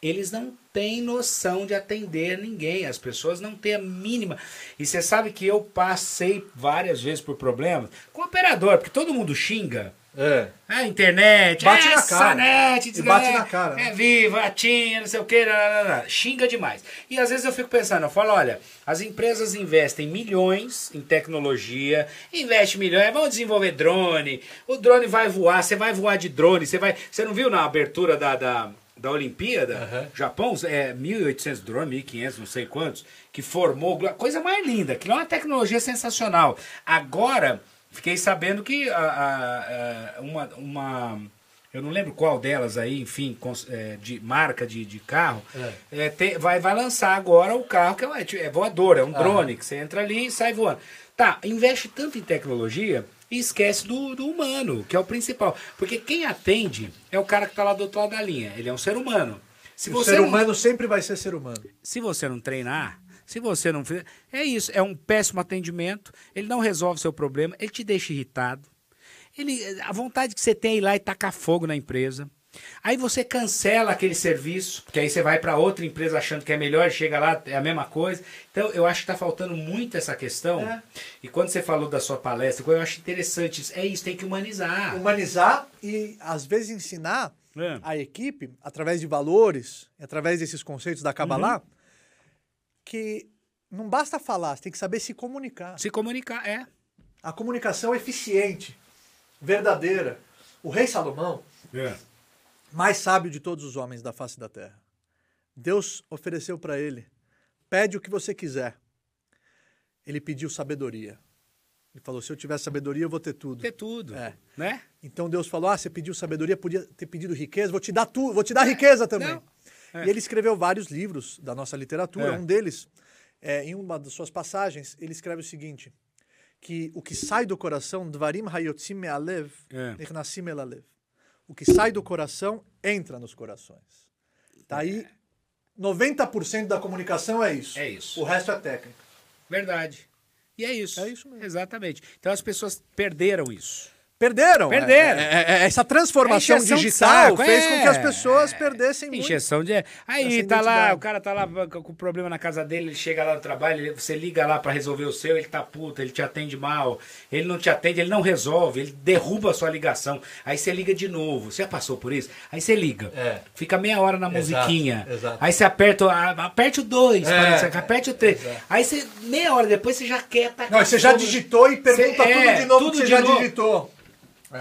Speaker 1: Eles não têm noção de atender ninguém, as pessoas não têm a mínima. E você sabe que eu passei várias vezes por problemas com o operador, porque todo mundo xinga.
Speaker 2: É.
Speaker 1: É, internet,
Speaker 2: Bate
Speaker 1: é,
Speaker 2: na cara.
Speaker 1: Sanete,
Speaker 2: E
Speaker 1: desgra-
Speaker 2: bate na cara,
Speaker 1: É
Speaker 2: né?
Speaker 1: viva, atinha, não sei o que, xinga demais. E às vezes eu fico pensando, eu falo, olha, as empresas investem milhões em tecnologia, investe milhões, vão desenvolver drone, o drone vai voar, você vai voar de drone, você vai... Você não viu na abertura da... da da Olimpíada, Japão, é 1.800 drones, 1.500, não sei quantos, que formou, glo- coisa mais linda, que é uma tecnologia sensacional. Agora, Fiquei sabendo que a- a- a- uma, uma. Eu não lembro qual delas aí, enfim, cons- é, de marca de, de carro, é, tem- vai, vai lançar agora o carro que é, uma- é voador,
Speaker 2: Ah.
Speaker 1: é um drone, que você entra ali e sai voando. Tá, investe tanto em tecnologia e esquece do, do humano, que é o principal. Porque quem atende é o cara que tá lá do outro lado da linha. Ele é um ser humano. Se
Speaker 2: O
Speaker 1: você
Speaker 2: ser
Speaker 1: não-
Speaker 2: humano sempre vai ser ser humano.
Speaker 1: se você não treinar, se você não fizer. É isso, é um péssimo atendimento, ele não resolve o seu problema, ele te deixa irritado. Ele, a vontade que você tem é ir lá e tacar fogo na empresa. Aí você cancela aquele serviço, porque aí você vai para outra empresa achando que é melhor, chega lá, é a mesma coisa. Então eu acho que está faltando muito essa questão.
Speaker 2: É.
Speaker 1: E quando você falou da sua palestra, eu acho interessante isso. É isso, tem que
Speaker 2: Hum.
Speaker 1: humanizar.
Speaker 2: Humanizar e, às vezes, ensinar
Speaker 1: É.
Speaker 2: a equipe, através de valores, através desses conceitos da Kabbalah,
Speaker 1: Uhum.
Speaker 2: que não basta falar, você tem que saber se comunicar.
Speaker 1: Se comunicar, é.
Speaker 2: A comunicação eficiente, verdadeira. O rei Salomão, mais sábio de todos os homens da face da terra. Deus ofereceu para ele: pede o que você quiser. Ele pediu sabedoria. Ele falou: se eu tiver sabedoria, eu vou ter tudo.
Speaker 1: Ter tudo.
Speaker 2: É.
Speaker 1: Né?
Speaker 2: Então Deus falou: ah, você pediu sabedoria, podia ter pedido riqueza, vou te dar tu, vou te dar riqueza também.
Speaker 1: Não. É.
Speaker 2: E ele escreveu vários livros da nossa literatura.
Speaker 1: É.
Speaker 2: Um deles, é, em uma das suas passagens, ele escreve o seguinte: que o que sai do coração, dvarim hayotzim me'alev,
Speaker 1: É.
Speaker 2: nirnasim me'alev. O que sai do coração entra nos corações. Tá aí 90% da comunicação é isso.
Speaker 1: É isso.
Speaker 2: O resto é técnica.
Speaker 1: Verdade. E é isso.
Speaker 2: É isso mesmo.
Speaker 1: Exatamente. Então as pessoas perderam isso.
Speaker 2: Perderam.
Speaker 1: Perderam.
Speaker 2: É, é, é, essa transformação
Speaker 1: É encheção de
Speaker 2: digital
Speaker 1: saco,
Speaker 2: fez com que as
Speaker 1: é.
Speaker 2: pessoas perdessem muito.
Speaker 1: Injeção de. Aí
Speaker 2: Essa
Speaker 1: tá lá,
Speaker 2: identidade.
Speaker 1: o cara tá lá com com problema na casa dele, ele chega lá no trabalho, ele- você liga lá pra resolver o seu, ele tá puto, ele te atende mal, ele não te atende, ele não resolve, ele derruba a sua ligação. Aí você liga de novo. Você já passou por isso? Aí você liga.
Speaker 3: É.
Speaker 1: Fica meia hora na
Speaker 3: Exato,
Speaker 1: musiquinha.
Speaker 3: exato.
Speaker 1: Aí você aperta, o- a- aperte o 2,
Speaker 3: É.
Speaker 1: aperte o 3. Aí você, meia hora depois, você já quer atacar.
Speaker 2: Não, você já
Speaker 1: todo-
Speaker 2: digitou e pergunta
Speaker 1: Você- é,
Speaker 2: tudo de novo
Speaker 1: tudo
Speaker 2: que você
Speaker 1: de
Speaker 2: já
Speaker 1: novo.
Speaker 2: digitou.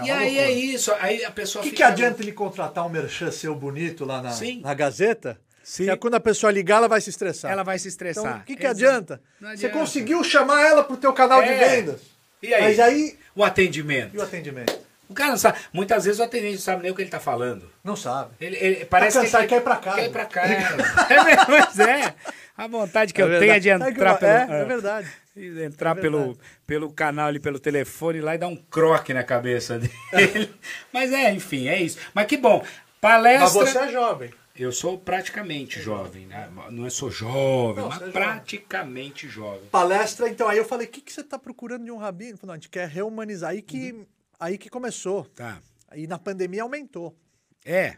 Speaker 1: E aí é isso. Aí a pessoa
Speaker 2: O que, que
Speaker 1: fica-
Speaker 2: adianta ele contratar um merchan seu bonito lá na,
Speaker 1: Sim.
Speaker 2: na Gazeta?
Speaker 1: Sim.
Speaker 2: Que é quando a pessoa ligar, ela vai se estressar.
Speaker 1: Ela vai se
Speaker 2: Então,
Speaker 1: estressar.
Speaker 2: o que, que
Speaker 1: Exato.
Speaker 2: adianta?
Speaker 1: Não
Speaker 2: Você
Speaker 1: adianta.
Speaker 2: conseguiu chamar ela pro teu canal de
Speaker 1: É.
Speaker 2: vendas.
Speaker 1: E aí?
Speaker 2: Mas aí,
Speaker 1: O atendimento.
Speaker 2: e o atendimento?
Speaker 1: O cara não sabe. Muitas vezes o atendente não sabe nem o que ele tá falando.
Speaker 2: Não sabe.
Speaker 1: Ele, ele- parece
Speaker 2: Tá cansado,
Speaker 1: que
Speaker 2: quer ir pra casa.
Speaker 1: Quer ir pra casa. é, mesmo, pois é. A vontade que eu tenho é de
Speaker 2: É que-
Speaker 1: entrar pelo.
Speaker 2: é, é verdade.
Speaker 1: é, Entrar pelo, pelo canal ali, pelo telefone lá e dar um croque na cabeça dele. Mas é, enfim, é isso. Mas que bom. Palestra.
Speaker 2: Mas você é jovem.
Speaker 1: Eu sou praticamente jovem, né? Não é sou jovem,
Speaker 2: Não,
Speaker 1: mas
Speaker 2: você é jovem.
Speaker 1: praticamente jovem.
Speaker 2: palestra, então aí eu falei, o que, que você está procurando de um rabino? Ele falou, não, a gente quer reumanizar. Aí que,
Speaker 1: Uhum.
Speaker 2: aí que começou.
Speaker 1: Tá.
Speaker 2: Aí na pandemia aumentou.
Speaker 1: É.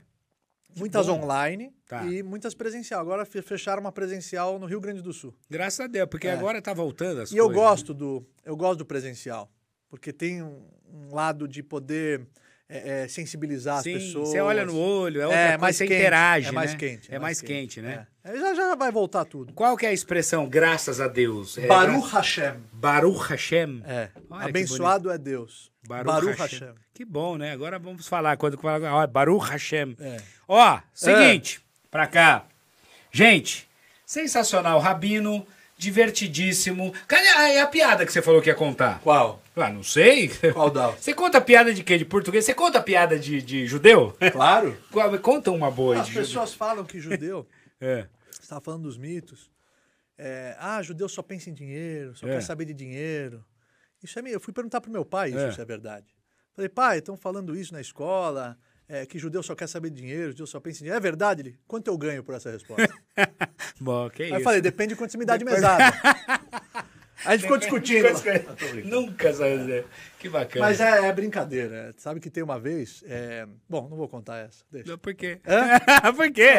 Speaker 2: Muitas online
Speaker 1: Tá.
Speaker 2: e muitas presencial. Agora fe- fecharam uma presencial no Rio Grande do Sul.
Speaker 1: Graças a Deus, porque agora tá voltando as
Speaker 2: É. e eu
Speaker 1: coisas. né?
Speaker 2: gosto do eu gosto do presencial, porque tem um, um lado de poder é, é, sensibilizar
Speaker 1: Sim,
Speaker 2: as pessoas.
Speaker 1: Você olha no olho, é outra coisa,
Speaker 2: mais
Speaker 1: você
Speaker 2: quente,
Speaker 1: interage,
Speaker 2: É mais
Speaker 1: né?
Speaker 2: quente.
Speaker 1: É mais quente, né?
Speaker 2: É. Aí Já, já vai voltar tudo.
Speaker 1: Qual que é a expressão graças a Deus? É,
Speaker 2: Baruch Hashem.
Speaker 1: gra- Baruch Hashem.
Speaker 2: É.
Speaker 1: Olha que
Speaker 2: Abençoado é Deus.
Speaker 1: bonito.
Speaker 2: Baruch, Hashem.
Speaker 1: Que bom, né? Agora vamos falar quando falar, ó, Baruch Hashem.
Speaker 2: É.
Speaker 1: Ó, seguinte, pra cá. Gente, sensacional, Rabino, divertidíssimo. Cadê a, a piada que você falou que ia contar?
Speaker 2: Qual?
Speaker 1: Ah, não sei.
Speaker 2: Qual dá?
Speaker 1: Você conta piada de quê? De português? Você conta piada de, de judeu?
Speaker 2: Claro.
Speaker 1: Qual- Conta uma boa aí
Speaker 2: As
Speaker 1: de judeu.
Speaker 2: pessoas falam que judeu,
Speaker 1: É.
Speaker 2: você estava falando dos mitos, é, ah, judeu só pensa em dinheiro, só
Speaker 1: É.
Speaker 2: quer saber de dinheiro. Isso é meio. Eu fui perguntar pro meu pai isso,
Speaker 1: É.
Speaker 2: se é verdade. Falei, pai, estão falando isso na escola, é, que judeu só quer saber de dinheiro, judeu só pensa em dinheiro. É verdade? Ele, quanto eu ganho por essa resposta?
Speaker 1: Bom, que
Speaker 2: Aí eu
Speaker 1: isso.
Speaker 2: falei, depende de quanto você me dá de mesada. Aí a gente ficou discutindo. Ah, tô brincando.
Speaker 1: Nunca saiu Zé. Que bacana.
Speaker 2: Mas é, é brincadeira. é. Sabe que tem uma vez. é, Bom, não vou contar essa. Deixa.
Speaker 1: Não, Por quê?
Speaker 2: Hã?
Speaker 1: Por quê?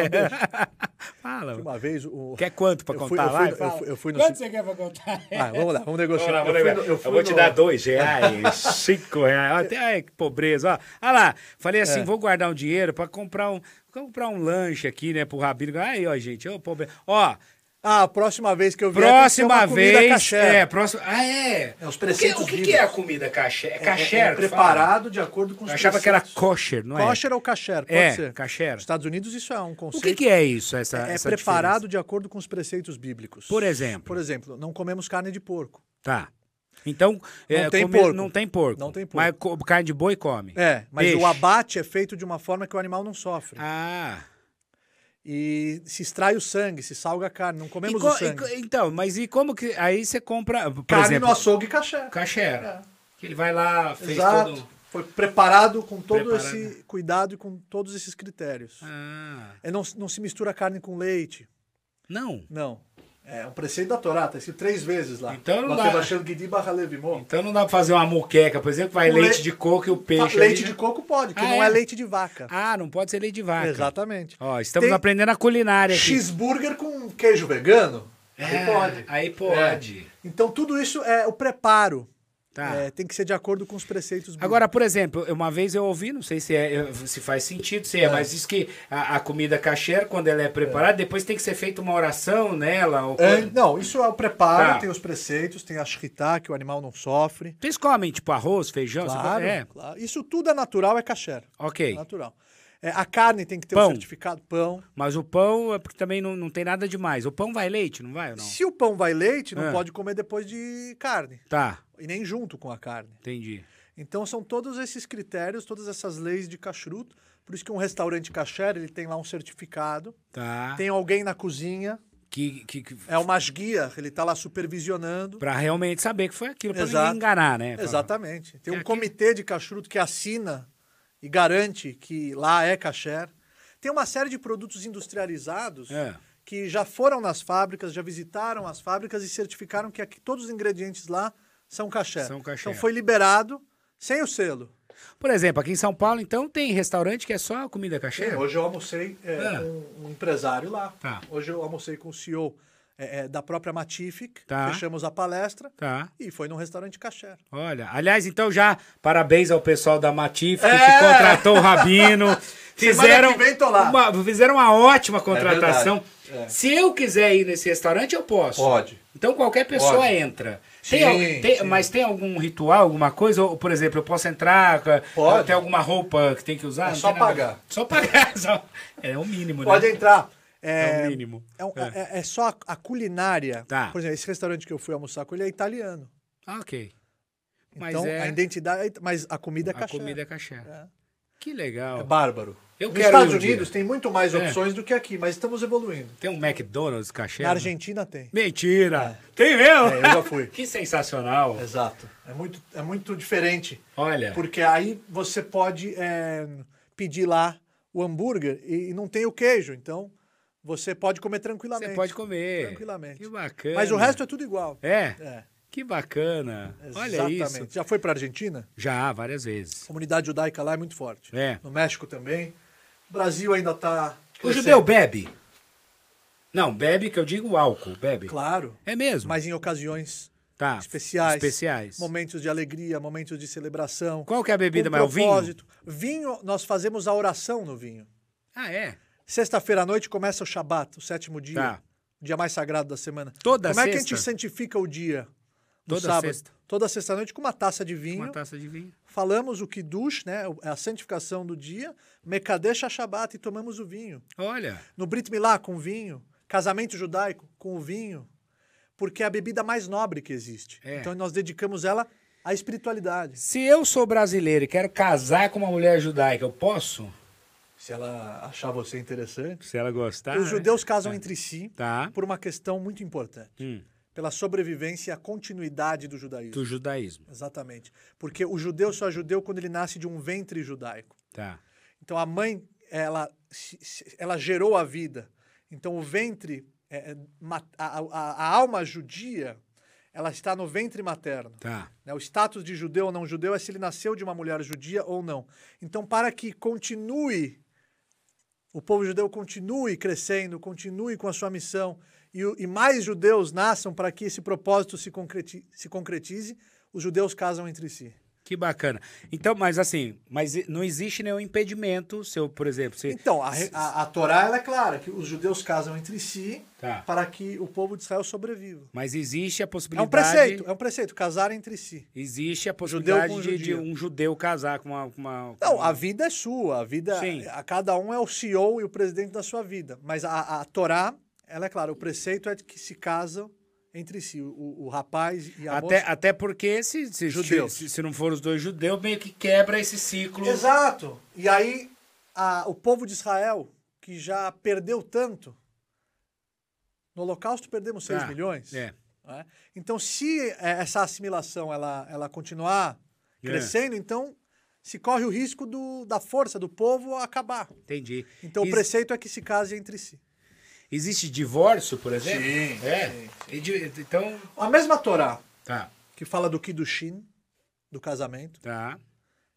Speaker 1: Fala.
Speaker 2: Uma vez o.
Speaker 1: Quer quanto pra
Speaker 2: Eu fui-
Speaker 1: contar
Speaker 2: eu fui-
Speaker 1: lá?
Speaker 2: eu
Speaker 1: Fala.
Speaker 2: fui- eu fui no
Speaker 1: Quanto
Speaker 2: ci-
Speaker 1: você quer pra contar?
Speaker 2: Ah, vamos lá, vamos
Speaker 1: Vamos
Speaker 2: negociar.
Speaker 1: lá,
Speaker 2: Eu
Speaker 1: vamos
Speaker 2: fui
Speaker 1: lá.
Speaker 2: no-
Speaker 1: eu,
Speaker 2: fui
Speaker 1: vou te
Speaker 2: no-
Speaker 1: dar dois reais, cinco reais. Ó, até- Ai, que pobreza. Ó. Olha lá, falei
Speaker 2: É.
Speaker 1: assim, vou guardar um dinheiro pra comprar um, comprar um lanche aqui, né, pro Rabino. Aí, ó, gente, ô, pobre... Ó,
Speaker 2: Ah, a próxima vez que eu vier
Speaker 1: próxima
Speaker 2: tem que ser uma comida
Speaker 1: vez...
Speaker 2: caché.
Speaker 1: É, próxima... Ah, é?
Speaker 2: É, os
Speaker 1: O que-
Speaker 2: preceitos
Speaker 1: O que, que
Speaker 2: bíblicos.
Speaker 1: é a comida caché? É caché?
Speaker 2: é, é
Speaker 1: que fala?
Speaker 2: preparado de acordo com os
Speaker 1: Eu achava que era
Speaker 2: preceitos.
Speaker 1: kosher, não é?
Speaker 2: Kosher ou kasher, pode
Speaker 1: É,
Speaker 2: ser.
Speaker 1: kasher.
Speaker 2: Nos Estados Unidos isso é um
Speaker 1: O
Speaker 2: conceito.
Speaker 1: que, que é isso, essa
Speaker 2: é
Speaker 1: essa
Speaker 2: preparado de acordo com os preceitos bíblicos.
Speaker 1: Por exemplo?
Speaker 2: Por exemplo, não comemos carne de porco.
Speaker 1: diferença? Tá. Então, é,
Speaker 2: Não tem
Speaker 1: comer-
Speaker 2: porco.
Speaker 1: não tem porco.
Speaker 2: Não tem porco.
Speaker 1: Mas co- carne de boi come.
Speaker 2: É, mas
Speaker 1: Peixe.
Speaker 2: o abate é feito de uma forma que o animal não sofre.
Speaker 1: Ah.
Speaker 2: E se extrai o sangue, se salga a carne, não comemos
Speaker 1: E co-
Speaker 2: o sangue.
Speaker 1: e co- então, mas e como que... Aí você compra, por
Speaker 2: carne
Speaker 1: exemplo,
Speaker 2: no açougue e caché.
Speaker 1: caixera. Que ele vai lá, fez
Speaker 2: Exato.
Speaker 1: todo... um-
Speaker 2: Foi preparado com todo
Speaker 1: Preparado.
Speaker 2: esse cuidado e com todos esses critérios.
Speaker 1: Ah.
Speaker 2: É, não, não se mistura carne com leite.
Speaker 1: Não.
Speaker 2: Não. É um preceito da Torá, tá escrito três vezes lá.
Speaker 1: Então não
Speaker 2: Lá
Speaker 1: dá.
Speaker 2: tem baixando Guidi barra Levimon.
Speaker 1: Então não dá pra fazer uma muqueca, por exemplo, vai
Speaker 2: O
Speaker 1: leite
Speaker 2: le-
Speaker 1: de coco e o peixe.
Speaker 2: Ah, leite
Speaker 1: ali,
Speaker 2: de
Speaker 1: né?
Speaker 2: coco pode, que
Speaker 1: Ah,
Speaker 2: não é?
Speaker 1: é?
Speaker 2: leite de vaca.
Speaker 1: Ah, não pode ser leite de vaca.
Speaker 2: Exatamente.
Speaker 1: Ó, estamos
Speaker 2: Tem
Speaker 1: aprendendo a culinária aqui.
Speaker 2: Cheeseburger com queijo vegano?
Speaker 1: É,
Speaker 2: Aí pode.
Speaker 1: Aí pode.
Speaker 2: Então tudo isso é o preparo.
Speaker 1: Tá.
Speaker 2: É, tem que ser de acordo com os preceitos bíblicos.
Speaker 1: Agora, por exemplo, uma vez eu ouvi, não sei se, é, se faz sentido, se é, mas diz que a, a comida kasher, quando ela é preparada, depois tem que ser feita uma oração nela. Ou
Speaker 2: É,
Speaker 1: coisa.
Speaker 2: não, isso é o preparo,
Speaker 1: Tá.
Speaker 2: tem os preceitos, tem a shkita, que o animal não sofre.
Speaker 1: Vocês comem, tipo, arroz, feijão? você
Speaker 2: Claro,
Speaker 1: come? É,
Speaker 2: claro. Isso tudo é natural, é kasher. É
Speaker 1: ok.
Speaker 2: natural. É, a carne tem que ter
Speaker 1: Pão.
Speaker 2: um certificado pão.
Speaker 1: Mas o pão é porque também não, não tem nada demais. O pão vai leite, não vai ou não?
Speaker 2: Se o pão vai leite, não
Speaker 1: É.
Speaker 2: pode comer depois de carne.
Speaker 1: Tá,
Speaker 2: E nem junto com a carne.
Speaker 1: entendi.
Speaker 2: Então são todos esses critérios, todas essas leis de kashrut. Por isso que um restaurante kasher, ele tem lá um certificado.
Speaker 1: Tá.
Speaker 2: Tem alguém na cozinha,
Speaker 1: Que, que, que-
Speaker 2: é o masguia, ele tá lá supervisionando.
Speaker 1: Pra realmente saber que foi aquilo, pra
Speaker 2: Exato.
Speaker 1: ninguém enganar, né? Falar,
Speaker 2: Exatamente. Tem
Speaker 1: Tem
Speaker 2: um
Speaker 1: aqui-
Speaker 2: comitê de kashrut que assina e garante que lá é kasher. Tem uma série de produtos industrializados
Speaker 1: É.
Speaker 2: que já foram nas fábricas, já visitaram as fábricas e certificaram que aqui todos os ingredientes lá são kasher.
Speaker 1: São kasher.
Speaker 2: Então foi liberado sem o selo.
Speaker 1: Por exemplo, aqui em São Paulo, então, tem restaurante que é só comida caseira?
Speaker 2: Hoje eu almocei é,
Speaker 1: Ah.
Speaker 2: com um empresário lá.
Speaker 1: Tá.
Speaker 2: Hoje eu almocei com o CEO é, é, da própria Matific.
Speaker 1: Tá.
Speaker 2: Fechamos a palestra
Speaker 1: Tá.
Speaker 2: e foi num restaurante caché.
Speaker 1: Olha, aliás, então já parabéns ao pessoal da Matif que
Speaker 2: É!
Speaker 1: contratou o Rabino. Fizeram
Speaker 2: que vem tô lá. É
Speaker 1: uma, fizeram uma ótima contratação.
Speaker 2: verdade, é.
Speaker 1: Se eu quiser ir nesse restaurante, eu posso.
Speaker 2: Pode.
Speaker 1: Então qualquer pessoa
Speaker 2: Pode.
Speaker 1: entra.
Speaker 2: Sim,
Speaker 1: Tem, al- tem-
Speaker 2: sim.
Speaker 1: Mas tem algum ritual, alguma coisa? Ou, por exemplo, eu posso entrar? ca-
Speaker 2: Pode.
Speaker 1: Tem alguma roupa que tem que usar?
Speaker 2: É
Speaker 1: Não
Speaker 2: só
Speaker 1: tem nada.
Speaker 2: pagar.
Speaker 1: Só pagar. só- É o mínimo,
Speaker 2: Pode
Speaker 1: né?
Speaker 2: entrar.
Speaker 1: É o mínimo.
Speaker 2: É, um-
Speaker 1: É.
Speaker 2: é- é só a, a culinária.
Speaker 1: Tá.
Speaker 2: Por exemplo, esse restaurante que eu fui almoçar com ele é italiano.
Speaker 1: Ah, ok. Mas
Speaker 2: Então,
Speaker 1: é-
Speaker 2: a identidade... é it- Mas a comida é
Speaker 1: A
Speaker 2: caché.
Speaker 1: comida é caché.
Speaker 2: É.
Speaker 1: Que
Speaker 2: É
Speaker 1: legal.
Speaker 2: bárbaro.
Speaker 1: Eu
Speaker 2: Nos
Speaker 1: quero
Speaker 2: Estados
Speaker 1: ir um dia.
Speaker 2: Unidos tem muito mais
Speaker 1: É.
Speaker 2: opções do que aqui, mas estamos evoluindo.
Speaker 1: Tem um McDonald's caché?
Speaker 2: Na
Speaker 1: né?
Speaker 2: Argentina tem.
Speaker 1: Mentira! Tem mesmo?
Speaker 2: É, eu já fui.
Speaker 1: que sensacional!
Speaker 2: Exato. É muito, é muito diferente.
Speaker 1: Olha,
Speaker 2: Porque aí você pode é, pedir lá o hambúrguer e, e não tem o queijo. Então, você pode comer tranquilamente.
Speaker 1: você pode comer.
Speaker 2: Tranquilamente.
Speaker 1: Que bacana.
Speaker 2: Mas o resto é tudo igual.
Speaker 1: É?
Speaker 2: É,
Speaker 1: Que bacana. Olha
Speaker 2: exatamente.
Speaker 1: isso.
Speaker 2: Já foi para a Argentina?
Speaker 1: Já, várias vezes.
Speaker 2: A comunidade judaica lá é muito forte.
Speaker 1: É.
Speaker 2: No México também. O Brasil ainda tá está...
Speaker 1: O judeu bebe? Não, bebe que eu digo álcool, bebe.
Speaker 2: Claro.
Speaker 1: É mesmo?
Speaker 2: Mas em ocasiões
Speaker 1: tá.
Speaker 2: especiais.
Speaker 1: Especiais.
Speaker 2: Momentos de alegria, momentos de celebração.
Speaker 1: Qual que é a bebida
Speaker 2: com
Speaker 1: mais? O vinho?
Speaker 2: propósito. Vinho, nós fazemos a oração no vinho.
Speaker 1: Ah, é?
Speaker 2: Sexta-feira à noite começa o Shabat, o sétimo dia.
Speaker 1: Tá.
Speaker 2: O dia mais sagrado da semana.
Speaker 1: Toda
Speaker 2: Como é que a
Speaker 1: sexta?
Speaker 2: gente santifica o dia? No
Speaker 1: Toda
Speaker 2: sábado.
Speaker 1: sexta?
Speaker 2: Toda sexta-noite com uma taça de vinho.
Speaker 1: Uma taça de vinho.
Speaker 2: Falamos o Kiddush, né? A santificação do dia. Mekadesh a Shabat e tomamos o vinho.
Speaker 1: Olha,
Speaker 2: No Brit Milá, com vinho. Casamento judaico, com o vinho. Porque é a bebida mais nobre que existe.
Speaker 1: É.
Speaker 2: Então nós dedicamos ela à espiritualidade.
Speaker 1: se eu sou brasileiro e quero casar com uma mulher judaica, eu posso?
Speaker 2: Se ela achar você interessante.
Speaker 1: Se ela gostar.
Speaker 2: Os
Speaker 1: né?
Speaker 2: judeus casam entre si
Speaker 1: Tá.
Speaker 2: por uma questão muito importante.
Speaker 1: Hum,
Speaker 2: pela sobrevivência e a continuidade do judaísmo.
Speaker 1: do judaísmo.
Speaker 2: Exatamente. Porque o judeu só é judeu quando ele nasce de um ventre judaico.
Speaker 1: Tá.
Speaker 2: Então a mãe, ela, se- se- ela gerou a vida. Então o ventre, é, é, ma- a, a- a alma judia, ela está no ventre materno.
Speaker 1: Tá.
Speaker 2: né? O status de judeu ou não judeu é se ele nasceu de uma mulher judia ou não. Então, para que continue, o povo judeu continue crescendo, continue com a sua missão, e, o- e mais judeus nasçam para que esse propósito se, concreti- se concretize, os judeus casam entre si.
Speaker 1: Que bacana. Então, mas assim, mas e- não existe nenhum impedimento se eu, por exemplo, se...
Speaker 2: Então, a, re- a- a Torá ela é clara, que os judeus casam entre si
Speaker 1: Tá.
Speaker 2: para que o povo de Israel sobreviva.
Speaker 1: Mas existe a
Speaker 2: É um
Speaker 1: possibilidade...
Speaker 2: preceito, é um preceito, casar entre si.
Speaker 1: Existe a
Speaker 2: Judeu com
Speaker 1: possibilidade de, de
Speaker 2: judeu.
Speaker 1: um judeu casar com uma... com uma-
Speaker 2: Não, a vida é sua, a vida.
Speaker 1: Sim.
Speaker 2: A cada um é o CEO e o presidente da sua vida. Mas a, a Torá, ela é clara, o preceito é de que se casam entre si, o, o rapaz e a
Speaker 1: Até,
Speaker 2: moça.
Speaker 1: até porque se, se,
Speaker 2: Judeus.
Speaker 1: se, se não for os dois judeus, meio que quebra esse ciclo.
Speaker 2: Exato. E aí, a- o povo de Israel, que já perdeu tanto, no Holocausto perdemos 6
Speaker 1: Tá,
Speaker 2: milhões.
Speaker 1: É.
Speaker 2: né? Então, se é, essa assimilação ela, ela continuar
Speaker 1: É.
Speaker 2: crescendo, então se corre o risco do, da força do povo acabar.
Speaker 1: Entendi.
Speaker 2: Então
Speaker 1: Ex-
Speaker 2: o preceito é que se case entre si.
Speaker 1: Existe divórcio, por exemplo?
Speaker 2: Sim,
Speaker 1: É.
Speaker 2: sim.
Speaker 1: E de- Então...
Speaker 2: A mesma Torá
Speaker 1: Tá,
Speaker 2: que fala do Kiddushin, do casamento,
Speaker 1: tá.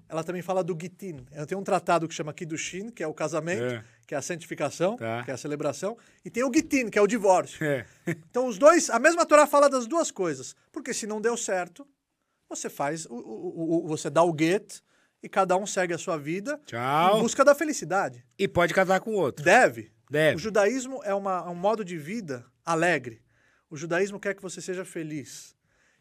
Speaker 2: ela também fala do Gitin. Eu tenho um tratado que chama Kiddushin, que é o casamento,
Speaker 1: É.
Speaker 2: que é a santificação,
Speaker 1: Tá.
Speaker 2: que é a celebração, e tem o Gitin, que é o divórcio.
Speaker 1: É.
Speaker 2: Então os dois, a mesma Torá fala das duas coisas, porque se não deu certo, você faz, o, o- o- o- você dá o get e cada um segue a sua vida
Speaker 1: Tchau.
Speaker 2: em busca da felicidade.
Speaker 1: E pode casar com o outro.
Speaker 2: Deve.
Speaker 1: Deve.
Speaker 2: O judaísmo é, uma- é um modo de vida alegre. O judaísmo quer que você seja feliz.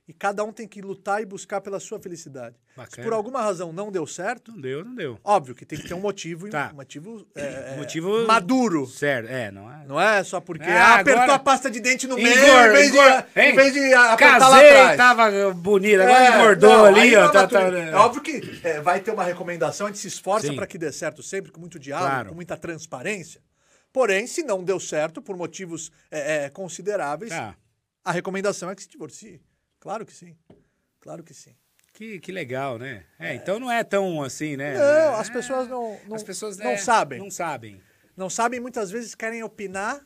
Speaker 2: E cada um tem que lutar e buscar pela sua felicidade. Se
Speaker 1: Bacana.
Speaker 2: por alguma razão não deu certo,
Speaker 1: Não deu, não deu.
Speaker 2: óbvio que tem que ter um motivo, e
Speaker 1: Tá.
Speaker 2: um motivo, é, é,
Speaker 1: Motivo-
Speaker 2: maduro.
Speaker 1: Certo, é, não é?
Speaker 2: Não é só porque
Speaker 1: Ah,
Speaker 2: ah, apertou
Speaker 1: agora-
Speaker 2: a pasta de dente no meio,
Speaker 1: Engor-
Speaker 2: em vez de,
Speaker 1: engor- hein?
Speaker 2: em vez de apertar lá
Speaker 1: Casei,
Speaker 2: atrás.
Speaker 1: tava bonito, agora
Speaker 2: É,
Speaker 1: engordou
Speaker 2: não, aí
Speaker 1: ali,
Speaker 2: não
Speaker 1: ó.
Speaker 2: é
Speaker 1: Tá, tá,
Speaker 2: maturo. É óbvio que é, vai ter uma recomendação, a gente se esforça
Speaker 1: Sim.
Speaker 2: para que dê certo sempre, com muito diálogo,
Speaker 1: Claro.
Speaker 2: com muita transparência. Porém, se não deu certo, por motivos é, é, consideráveis,
Speaker 1: Tá.
Speaker 2: a recomendação é que se divorcie. Claro que sim. Claro que sim.
Speaker 1: Que, que legal, né? É, então não é tão assim, né?
Speaker 2: Não, as
Speaker 1: É,
Speaker 2: pessoas não, não,
Speaker 1: as pessoas,
Speaker 2: não
Speaker 1: né,
Speaker 2: sabem.
Speaker 1: Não sabem.
Speaker 2: Não sabem, muitas vezes querem opinar,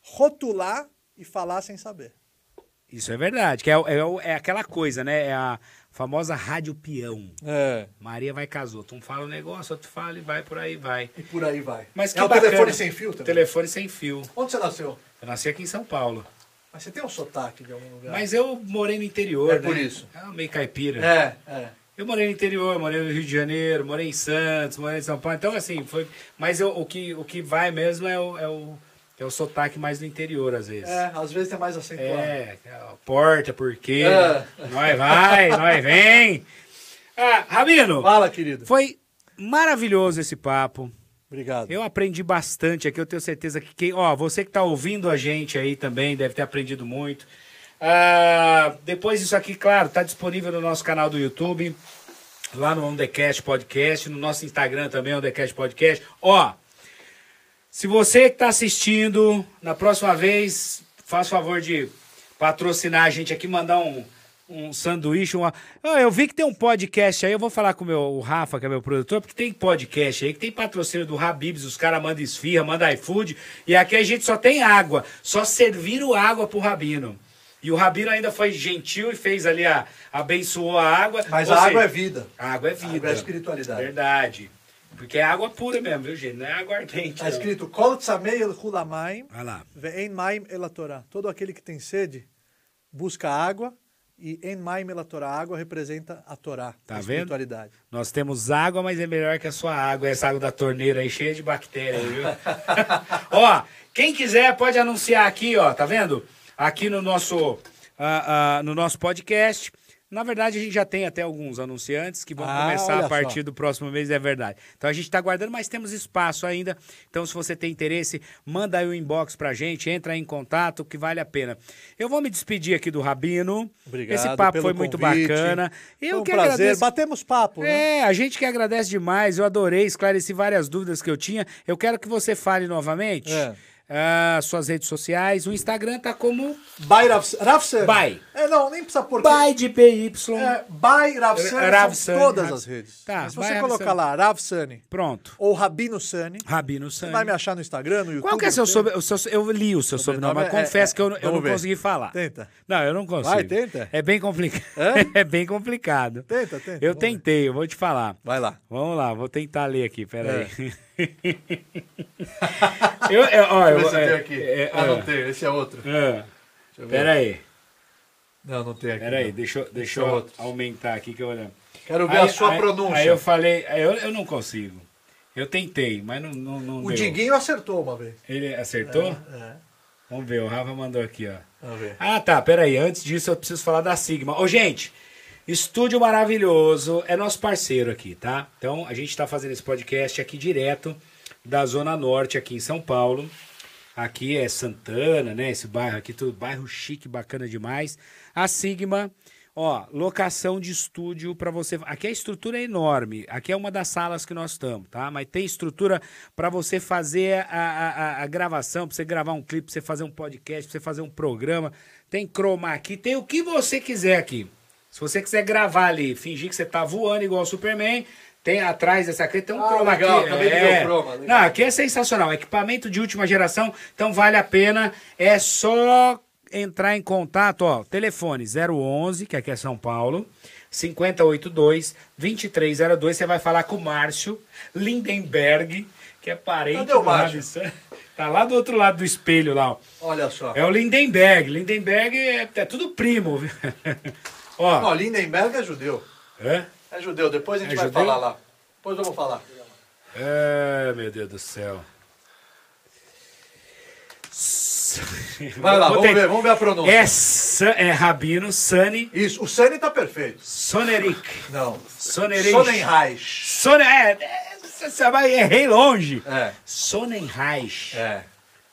Speaker 2: rotular e falar sem saber.
Speaker 1: Isso é verdade. Que é, o- é, o- é aquela coisa, né? É a famosa rádio peão.
Speaker 2: É.
Speaker 1: Maria vai casou. Tu um fala um negócio, outro fala e vai por aí, vai.
Speaker 2: E por aí vai.
Speaker 1: Mas que
Speaker 2: é o
Speaker 1: bacana.
Speaker 2: telefone sem fio também?
Speaker 1: Telefone sem fio.
Speaker 2: Onde você nasceu?
Speaker 1: Eu nasci aqui em São Paulo.
Speaker 2: Mas você tem um sotaque de algum lugar?
Speaker 1: Mas eu morei no interior,
Speaker 2: É
Speaker 1: né?
Speaker 2: por isso.
Speaker 1: É meio caipira.
Speaker 2: É, é.
Speaker 1: Eu morei no interior, morei no Rio de Janeiro, morei em Santos, morei em São Paulo. Então, assim, foi. Mas eu- o, que, o que vai mesmo é o, é, o, é o sotaque mais do interior, às vezes.
Speaker 2: É, às vezes é mais acentuado.
Speaker 1: É, a porta, porque.
Speaker 2: É.
Speaker 1: Nós vai, nós vem. Ah, Rabino,
Speaker 2: Fala, querido.
Speaker 1: foi maravilhoso esse papo.
Speaker 2: Obrigado.
Speaker 1: Eu aprendi bastante aqui, eu tenho certeza que quem. Ó, você que tá ouvindo a gente aí também deve ter aprendido muito. Ah, depois isso aqui, claro, tá disponível no nosso canal do YouTube, lá no Ondecast Podcast, no nosso Instagram também, Ondecast Podcast. Ó, se você que está assistindo, na próxima vez, faz favor de patrocinar a gente aqui, mandar um, um sanduíche. Uma... Ah, eu vi que tem um podcast aí, eu vou falar com o, meu, o Rafa, que é meu produtor, porque tem podcast aí, que tem patrocínio do Habibs, os caras mandam esfirra, mandam iFood, e aqui a gente só tem água, só serviram água pro Rabino. E o Rabino ainda foi gentil e fez ali, a, abençoou a água.
Speaker 2: Mas
Speaker 1: Ou
Speaker 2: a
Speaker 1: seja,
Speaker 2: água é vida.
Speaker 1: a água é vida.
Speaker 2: Água é espiritualidade.
Speaker 1: Verdade. Porque é água pura mesmo, viu, gente? Não é água ardente.
Speaker 2: Está
Speaker 1: não.
Speaker 2: Tá escrito, Kol tsamei el hulamaim,
Speaker 1: Vai lá.
Speaker 2: ve'en maim el Torá. Todo aquele que tem sede, busca água, e en maim el Torá. A água representa a Torá,
Speaker 1: Tá
Speaker 2: a
Speaker 1: vendo?
Speaker 2: espiritualidade.
Speaker 1: Nós temos água, mas é melhor que a sua água. Essa água da torneira aí, cheia de bactéria, viu? ó, quem quiser pode anunciar aqui, ó, tá vendo? Aqui no nosso, ah, ah, no nosso podcast. Na verdade, a gente já tem até alguns anunciantes que vão
Speaker 2: Ah,
Speaker 1: começar
Speaker 2: olha
Speaker 1: a partir
Speaker 2: só.
Speaker 1: do próximo mês, é verdade. Então a gente tá aguardando, mas temos espaço ainda. Então, se você tem interesse, manda aí o inbox pra gente, entra aí em contato, que vale a pena. Eu vou me despedir aqui do Rabino.
Speaker 2: Obrigado
Speaker 1: Esse papo
Speaker 2: pelo
Speaker 1: foi muito
Speaker 2: convite.
Speaker 1: bacana. Eu
Speaker 2: Foi um
Speaker 1: que
Speaker 2: prazer.
Speaker 1: agradeço.
Speaker 2: Batemos papo, né?
Speaker 1: É, a gente que agradece demais. Eu adorei, esclareci várias dúvidas que eu tinha. Eu quero que você fale novamente
Speaker 2: É.
Speaker 1: ah, suas redes sociais. O Instagram tá como
Speaker 2: By Rav, Rav Sen.
Speaker 1: By.
Speaker 2: É, não, nem precisa pôr.
Speaker 1: Pai de PY.
Speaker 2: É, by Rav Sani são
Speaker 1: Rav Sani,
Speaker 2: todas
Speaker 1: Rav-
Speaker 2: as redes.
Speaker 1: Tá,
Speaker 2: Mas se
Speaker 1: by
Speaker 2: você
Speaker 1: Rav
Speaker 2: colocar
Speaker 1: Sani.
Speaker 2: lá Rav Sani
Speaker 1: Pronto.
Speaker 2: ou Rabino Sani,
Speaker 1: Rabino
Speaker 2: você vai me
Speaker 1: Sani.
Speaker 2: achar no Instagram, no YouTube.
Speaker 1: Qual que é seu
Speaker 2: no
Speaker 1: sobre, o seu, eu li o seu sobrenome, mas
Speaker 2: Sobrenome é-
Speaker 1: confesso
Speaker 2: é-
Speaker 1: que eu, eu
Speaker 2: vamos
Speaker 1: não
Speaker 2: ver.
Speaker 1: consegui falar.
Speaker 2: Tenta.
Speaker 1: Não, eu não consigo.
Speaker 2: Vai, tenta.
Speaker 1: É bem complicado. É, bem complicado.
Speaker 2: Tenta, tenta,
Speaker 1: Eu
Speaker 2: vamos ver.
Speaker 1: tentei, eu vou te falar.
Speaker 2: Vai lá.
Speaker 1: Vamos lá, vou tentar ler aqui, peraí.
Speaker 2: É.
Speaker 1: eu, é, ó,
Speaker 2: Deixa eu ver
Speaker 1: eu-
Speaker 2: se tem
Speaker 1: é,
Speaker 2: aqui.
Speaker 1: é,
Speaker 2: ah,
Speaker 1: é.
Speaker 2: não tem. Esse é outro.
Speaker 1: Ah,
Speaker 2: eu ver.
Speaker 1: peraí,
Speaker 2: Não, não tem aqui.
Speaker 1: peraí,
Speaker 2: não.
Speaker 1: deixa, eu- deixa
Speaker 2: São
Speaker 1: eu
Speaker 2: outros.
Speaker 1: aumentar aqui que eu olho.
Speaker 2: Quero ver a sua pronúncia.
Speaker 1: Aí eu falei, aí eu, eu não consigo. Eu tentei, mas não, não, não
Speaker 2: O
Speaker 1: deu. um
Speaker 2: Diguinho acertou uma vez.
Speaker 1: Ele acertou?
Speaker 2: É.
Speaker 1: Vamos ver, o Rafa mandou aqui, ó.
Speaker 2: Vamos ver.
Speaker 1: Ah, tá, peraí. Antes disso, eu preciso falar da Sigma. Ô, gente, estúdio maravilhoso. É nosso parceiro aqui, tá? Então, a gente tá fazendo esse podcast aqui direto da Zona Norte, aqui em São Paulo. Aqui é Santana, né? Esse bairro aqui, tudo bairro chique, bacana demais. A Sigma, ó, locação de estúdio pra você. Aqui a estrutura é enorme. Aqui é uma das salas que nós estamos, tá? Mas tem estrutura pra você fazer a, a, a- a gravação, pra você gravar um clipe, pra você fazer um podcast, pra você fazer um programa. Tem cromar aqui, tem o que você quiser aqui. Se você quiser gravar ali, fingir que você tá voando igual o Superman, tem atrás dessa aqui, tem um
Speaker 2: Ah,
Speaker 1: chroma
Speaker 2: legal,
Speaker 1: aqui.
Speaker 2: acabei de ver o chroma, legal.
Speaker 1: Não, aqui é sensacional. Equipamento de última geração, então vale a pena. É só entrar em contato, ó. Telefone 011, que aqui é São Paulo, 582 2302. Você vai falar com o Márcio Lindenberg, que é parente
Speaker 2: Cadê o
Speaker 1: do
Speaker 2: Márcio?
Speaker 1: Rabissan. Tá lá do outro lado do espelho lá, ó.
Speaker 2: Olha só.
Speaker 1: É o Lindenberg. Lindenberg é, é tudo primo. viu? ó.
Speaker 2: Não, Lindenberg é judeu.
Speaker 1: Hã?
Speaker 2: É judeu. Depois a gente
Speaker 1: É
Speaker 2: vai
Speaker 1: judeu?
Speaker 2: falar lá. Depois eu vou falar.
Speaker 1: É, meu Deus do céu.
Speaker 2: Vai lá,
Speaker 1: Vou
Speaker 2: vamos
Speaker 1: tentar.
Speaker 2: ver, vamos ver a pronúncia.
Speaker 1: É, Sa- é Rabino Sani
Speaker 2: Isso, o Sani tá perfeito.
Speaker 1: Sonerik.
Speaker 2: Não.
Speaker 1: Sonerich.
Speaker 2: Sonnenreich.
Speaker 1: Sone... É, é, você vai- errei longe.
Speaker 2: É.
Speaker 1: Sonnenreich.
Speaker 2: É.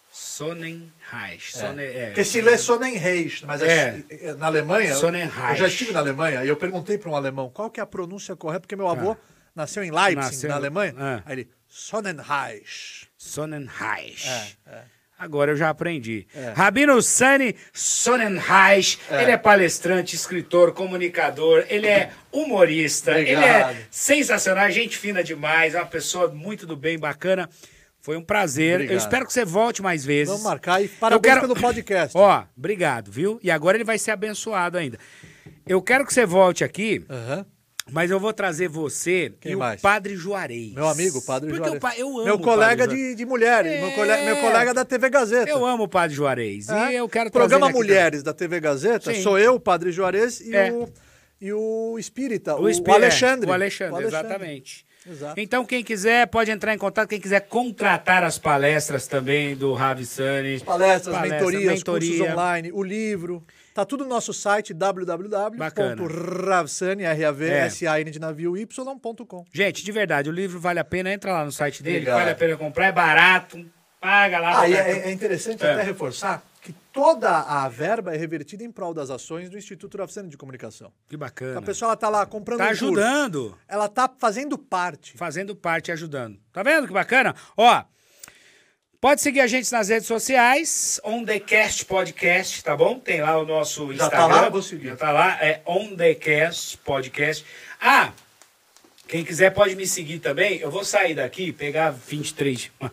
Speaker 1: Sonnenreich. Sone- é.
Speaker 2: Porque se lê Sonnenreich, mas é- é- na Alemanha,
Speaker 1: Sonnenreich.
Speaker 2: eu já estive na Alemanha e eu perguntei para um alemão qual que é a pronúncia correta, porque meu avô nasceu em Leipzig,
Speaker 1: Nasceu-
Speaker 2: na Alemanha.
Speaker 1: é.
Speaker 2: Aí ele, Sonnenreich.
Speaker 1: Sonnenreich.
Speaker 2: É, é.
Speaker 1: Agora eu já aprendi. Rabino Sani Sonnenreich, ele é palestrante, escritor, comunicador, ele é humorista, ele
Speaker 2: Obrigado.
Speaker 1: é sensacional, gente fina demais, é uma pessoa muito do bem, bacana. Foi um prazer. Eu
Speaker 2: Obrigado.
Speaker 1: espero que você volte mais vezes.
Speaker 2: Vamos marcar e parabéns
Speaker 1: quero-
Speaker 2: pelo podcast.
Speaker 1: Ó, obrigado, viu? E agora ele vai ser abençoado ainda. Eu quero que você volte aqui,
Speaker 2: Aham.
Speaker 1: mas eu vou trazer você
Speaker 2: Quem
Speaker 1: e
Speaker 2: mais?
Speaker 1: o Padre Juarez.
Speaker 2: Meu amigo, Padre
Speaker 1: Porque
Speaker 2: Juarez.
Speaker 1: o pa- eu amo o
Speaker 2: meu
Speaker 1: Padre
Speaker 2: colega
Speaker 1: Juarez.
Speaker 2: de, de mulheres, meu,
Speaker 1: É.
Speaker 2: colega, meu colega da TV Gazeta.
Speaker 1: Eu amo o Padre Juarez.
Speaker 2: É.
Speaker 1: E eu quero trazer
Speaker 2: Programa
Speaker 1: ele aqui
Speaker 2: Mulheres da TV Gazeta,
Speaker 1: Sim.
Speaker 2: sou eu, o Padre Juarez, e,
Speaker 1: É.
Speaker 2: o, e o Espírita,
Speaker 1: também.
Speaker 2: o,
Speaker 1: Espírito-
Speaker 2: Alexandre.
Speaker 1: é, O Alexandre, exatamente.
Speaker 2: Exato.
Speaker 1: Então, quem quiser, pode entrar em contato. Quem quiser contratar as palestras também do Ravi Sani.
Speaker 2: Palestras,
Speaker 1: Palestra,
Speaker 2: mentorias,
Speaker 1: mentoria.
Speaker 2: cursos online, o livro. Tá tudo no nosso site www.ravsani.com.br de navio y.com.
Speaker 1: Gente, de verdade, o livro vale a pena. Entra lá no site dele,
Speaker 2: Obrigado.
Speaker 1: vale a pena comprar. É barato, paga lá.
Speaker 2: Ah, e
Speaker 1: paga-
Speaker 2: é, é interessante
Speaker 1: É.
Speaker 2: até reforçar que toda a verba é revertida em prol das ações do Instituto Ravsani de Comunicação.
Speaker 1: Que
Speaker 2: Então,
Speaker 1: bacana.
Speaker 2: a pessoa está lá comprando
Speaker 1: Tá
Speaker 2: um curso.
Speaker 1: ajudando.
Speaker 2: Ela está fazendo parte.
Speaker 1: fazendo parte e ajudando. Tá vendo que bacana? Ó, pode seguir a gente nas redes sociais, On The Cast Podcast, tá bom? Tem lá o nosso
Speaker 2: Já tá
Speaker 1: Instagram.
Speaker 2: lá? Vou seguir.
Speaker 1: Já tá lá, é On The Cast Podcast. Ah, quem quiser pode me seguir também. Eu vou sair daqui, pegar 23 de maio.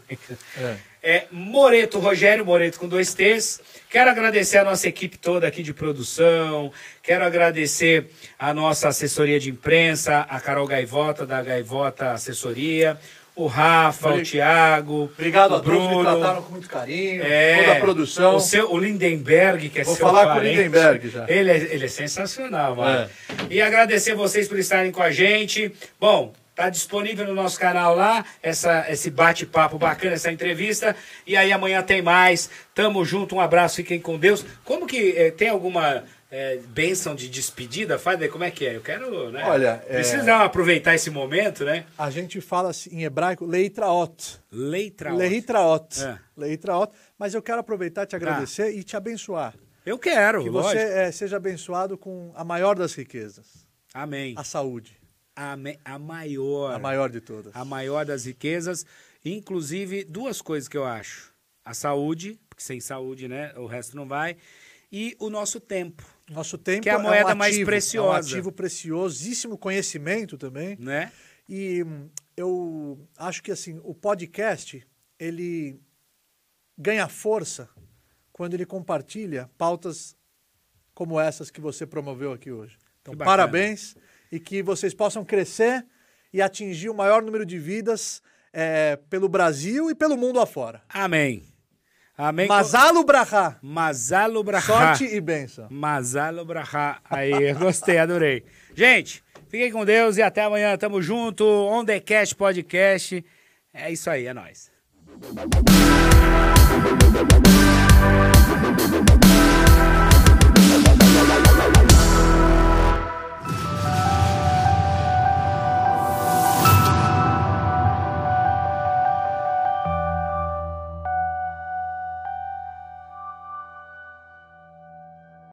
Speaker 2: É.
Speaker 1: É Moreto Rogério, Moreto com dois T's. Quero agradecer a nossa equipe toda aqui de produção. Quero agradecer a nossa assessoria de imprensa, a Carol Gaivota, da Gaivota Assessoria, o Rafa, o
Speaker 2: Obri-
Speaker 1: Thiago,
Speaker 2: Obrigado
Speaker 1: o
Speaker 2: a todos, me trataram
Speaker 1: Bruno.
Speaker 2: com muito carinho,
Speaker 1: É,
Speaker 2: toda a produção.
Speaker 1: O, seu, o Lindenberg, que é
Speaker 2: Vou
Speaker 1: seu
Speaker 2: falar com o
Speaker 1: parente.
Speaker 2: Lindenberg já. É.
Speaker 1: Ele é, ele é sensacional, mano. E agradecer vocês por estarem com a gente. Bom, tá disponível no nosso canal lá essa, esse bate-papo bacana, essa entrevista. E aí amanhã tem mais. Tamo junto, um abraço, fiquem com Deus. Como que eh, tem alguma eh, bênção de despedida? Fábio, como é que é? Eu quero, né?
Speaker 2: Olha, é-
Speaker 1: precisa aproveitar esse momento, né?
Speaker 2: A gente fala assim, em hebraico leitraot.
Speaker 1: Leitra.
Speaker 2: Leitraot.
Speaker 1: Tá É. Tá.
Speaker 2: Leitraot. Mas eu quero aproveitar, te agradecer e te abençoar.
Speaker 1: Eu quero,
Speaker 2: Que você
Speaker 1: lógico.
Speaker 2: eh, seja abençoado com a maior das riquezas,
Speaker 1: Amém.
Speaker 2: a saúde.
Speaker 1: A, me- a maior.
Speaker 2: A maior de todas.
Speaker 1: a maior das riquezas. Inclusive, duas coisas que eu acho: a saúde, porque sem saúde, né? O resto não vai. E o nosso tempo,
Speaker 2: Nosso tempo
Speaker 1: Que é a
Speaker 2: um
Speaker 1: moeda mais
Speaker 2: ativo, É um
Speaker 1: preciosa.
Speaker 2: ativo preciosíssimo, conhecimento também.
Speaker 1: né?
Speaker 2: E hum, eu acho que assim, o podcast, ele ganha força quando ele compartilha pautas como essas que você promoveu aqui hoje. Então,
Speaker 1: Que bacana.
Speaker 2: parabéns e que vocês possam crescer e atingir o maior número de vidas eh, pelo Brasil e pelo mundo afora.
Speaker 1: Amém. Amém.
Speaker 2: Mazalo Brahá,
Speaker 1: Masalo Brahá.
Speaker 2: sorte e bênção.
Speaker 1: Masalo Brahá. Aí, eu gostei, adorei. Gente, fiquem com Deus e até amanhã. Tamo junto. On The Cast Podcast. É isso aí, é nóis.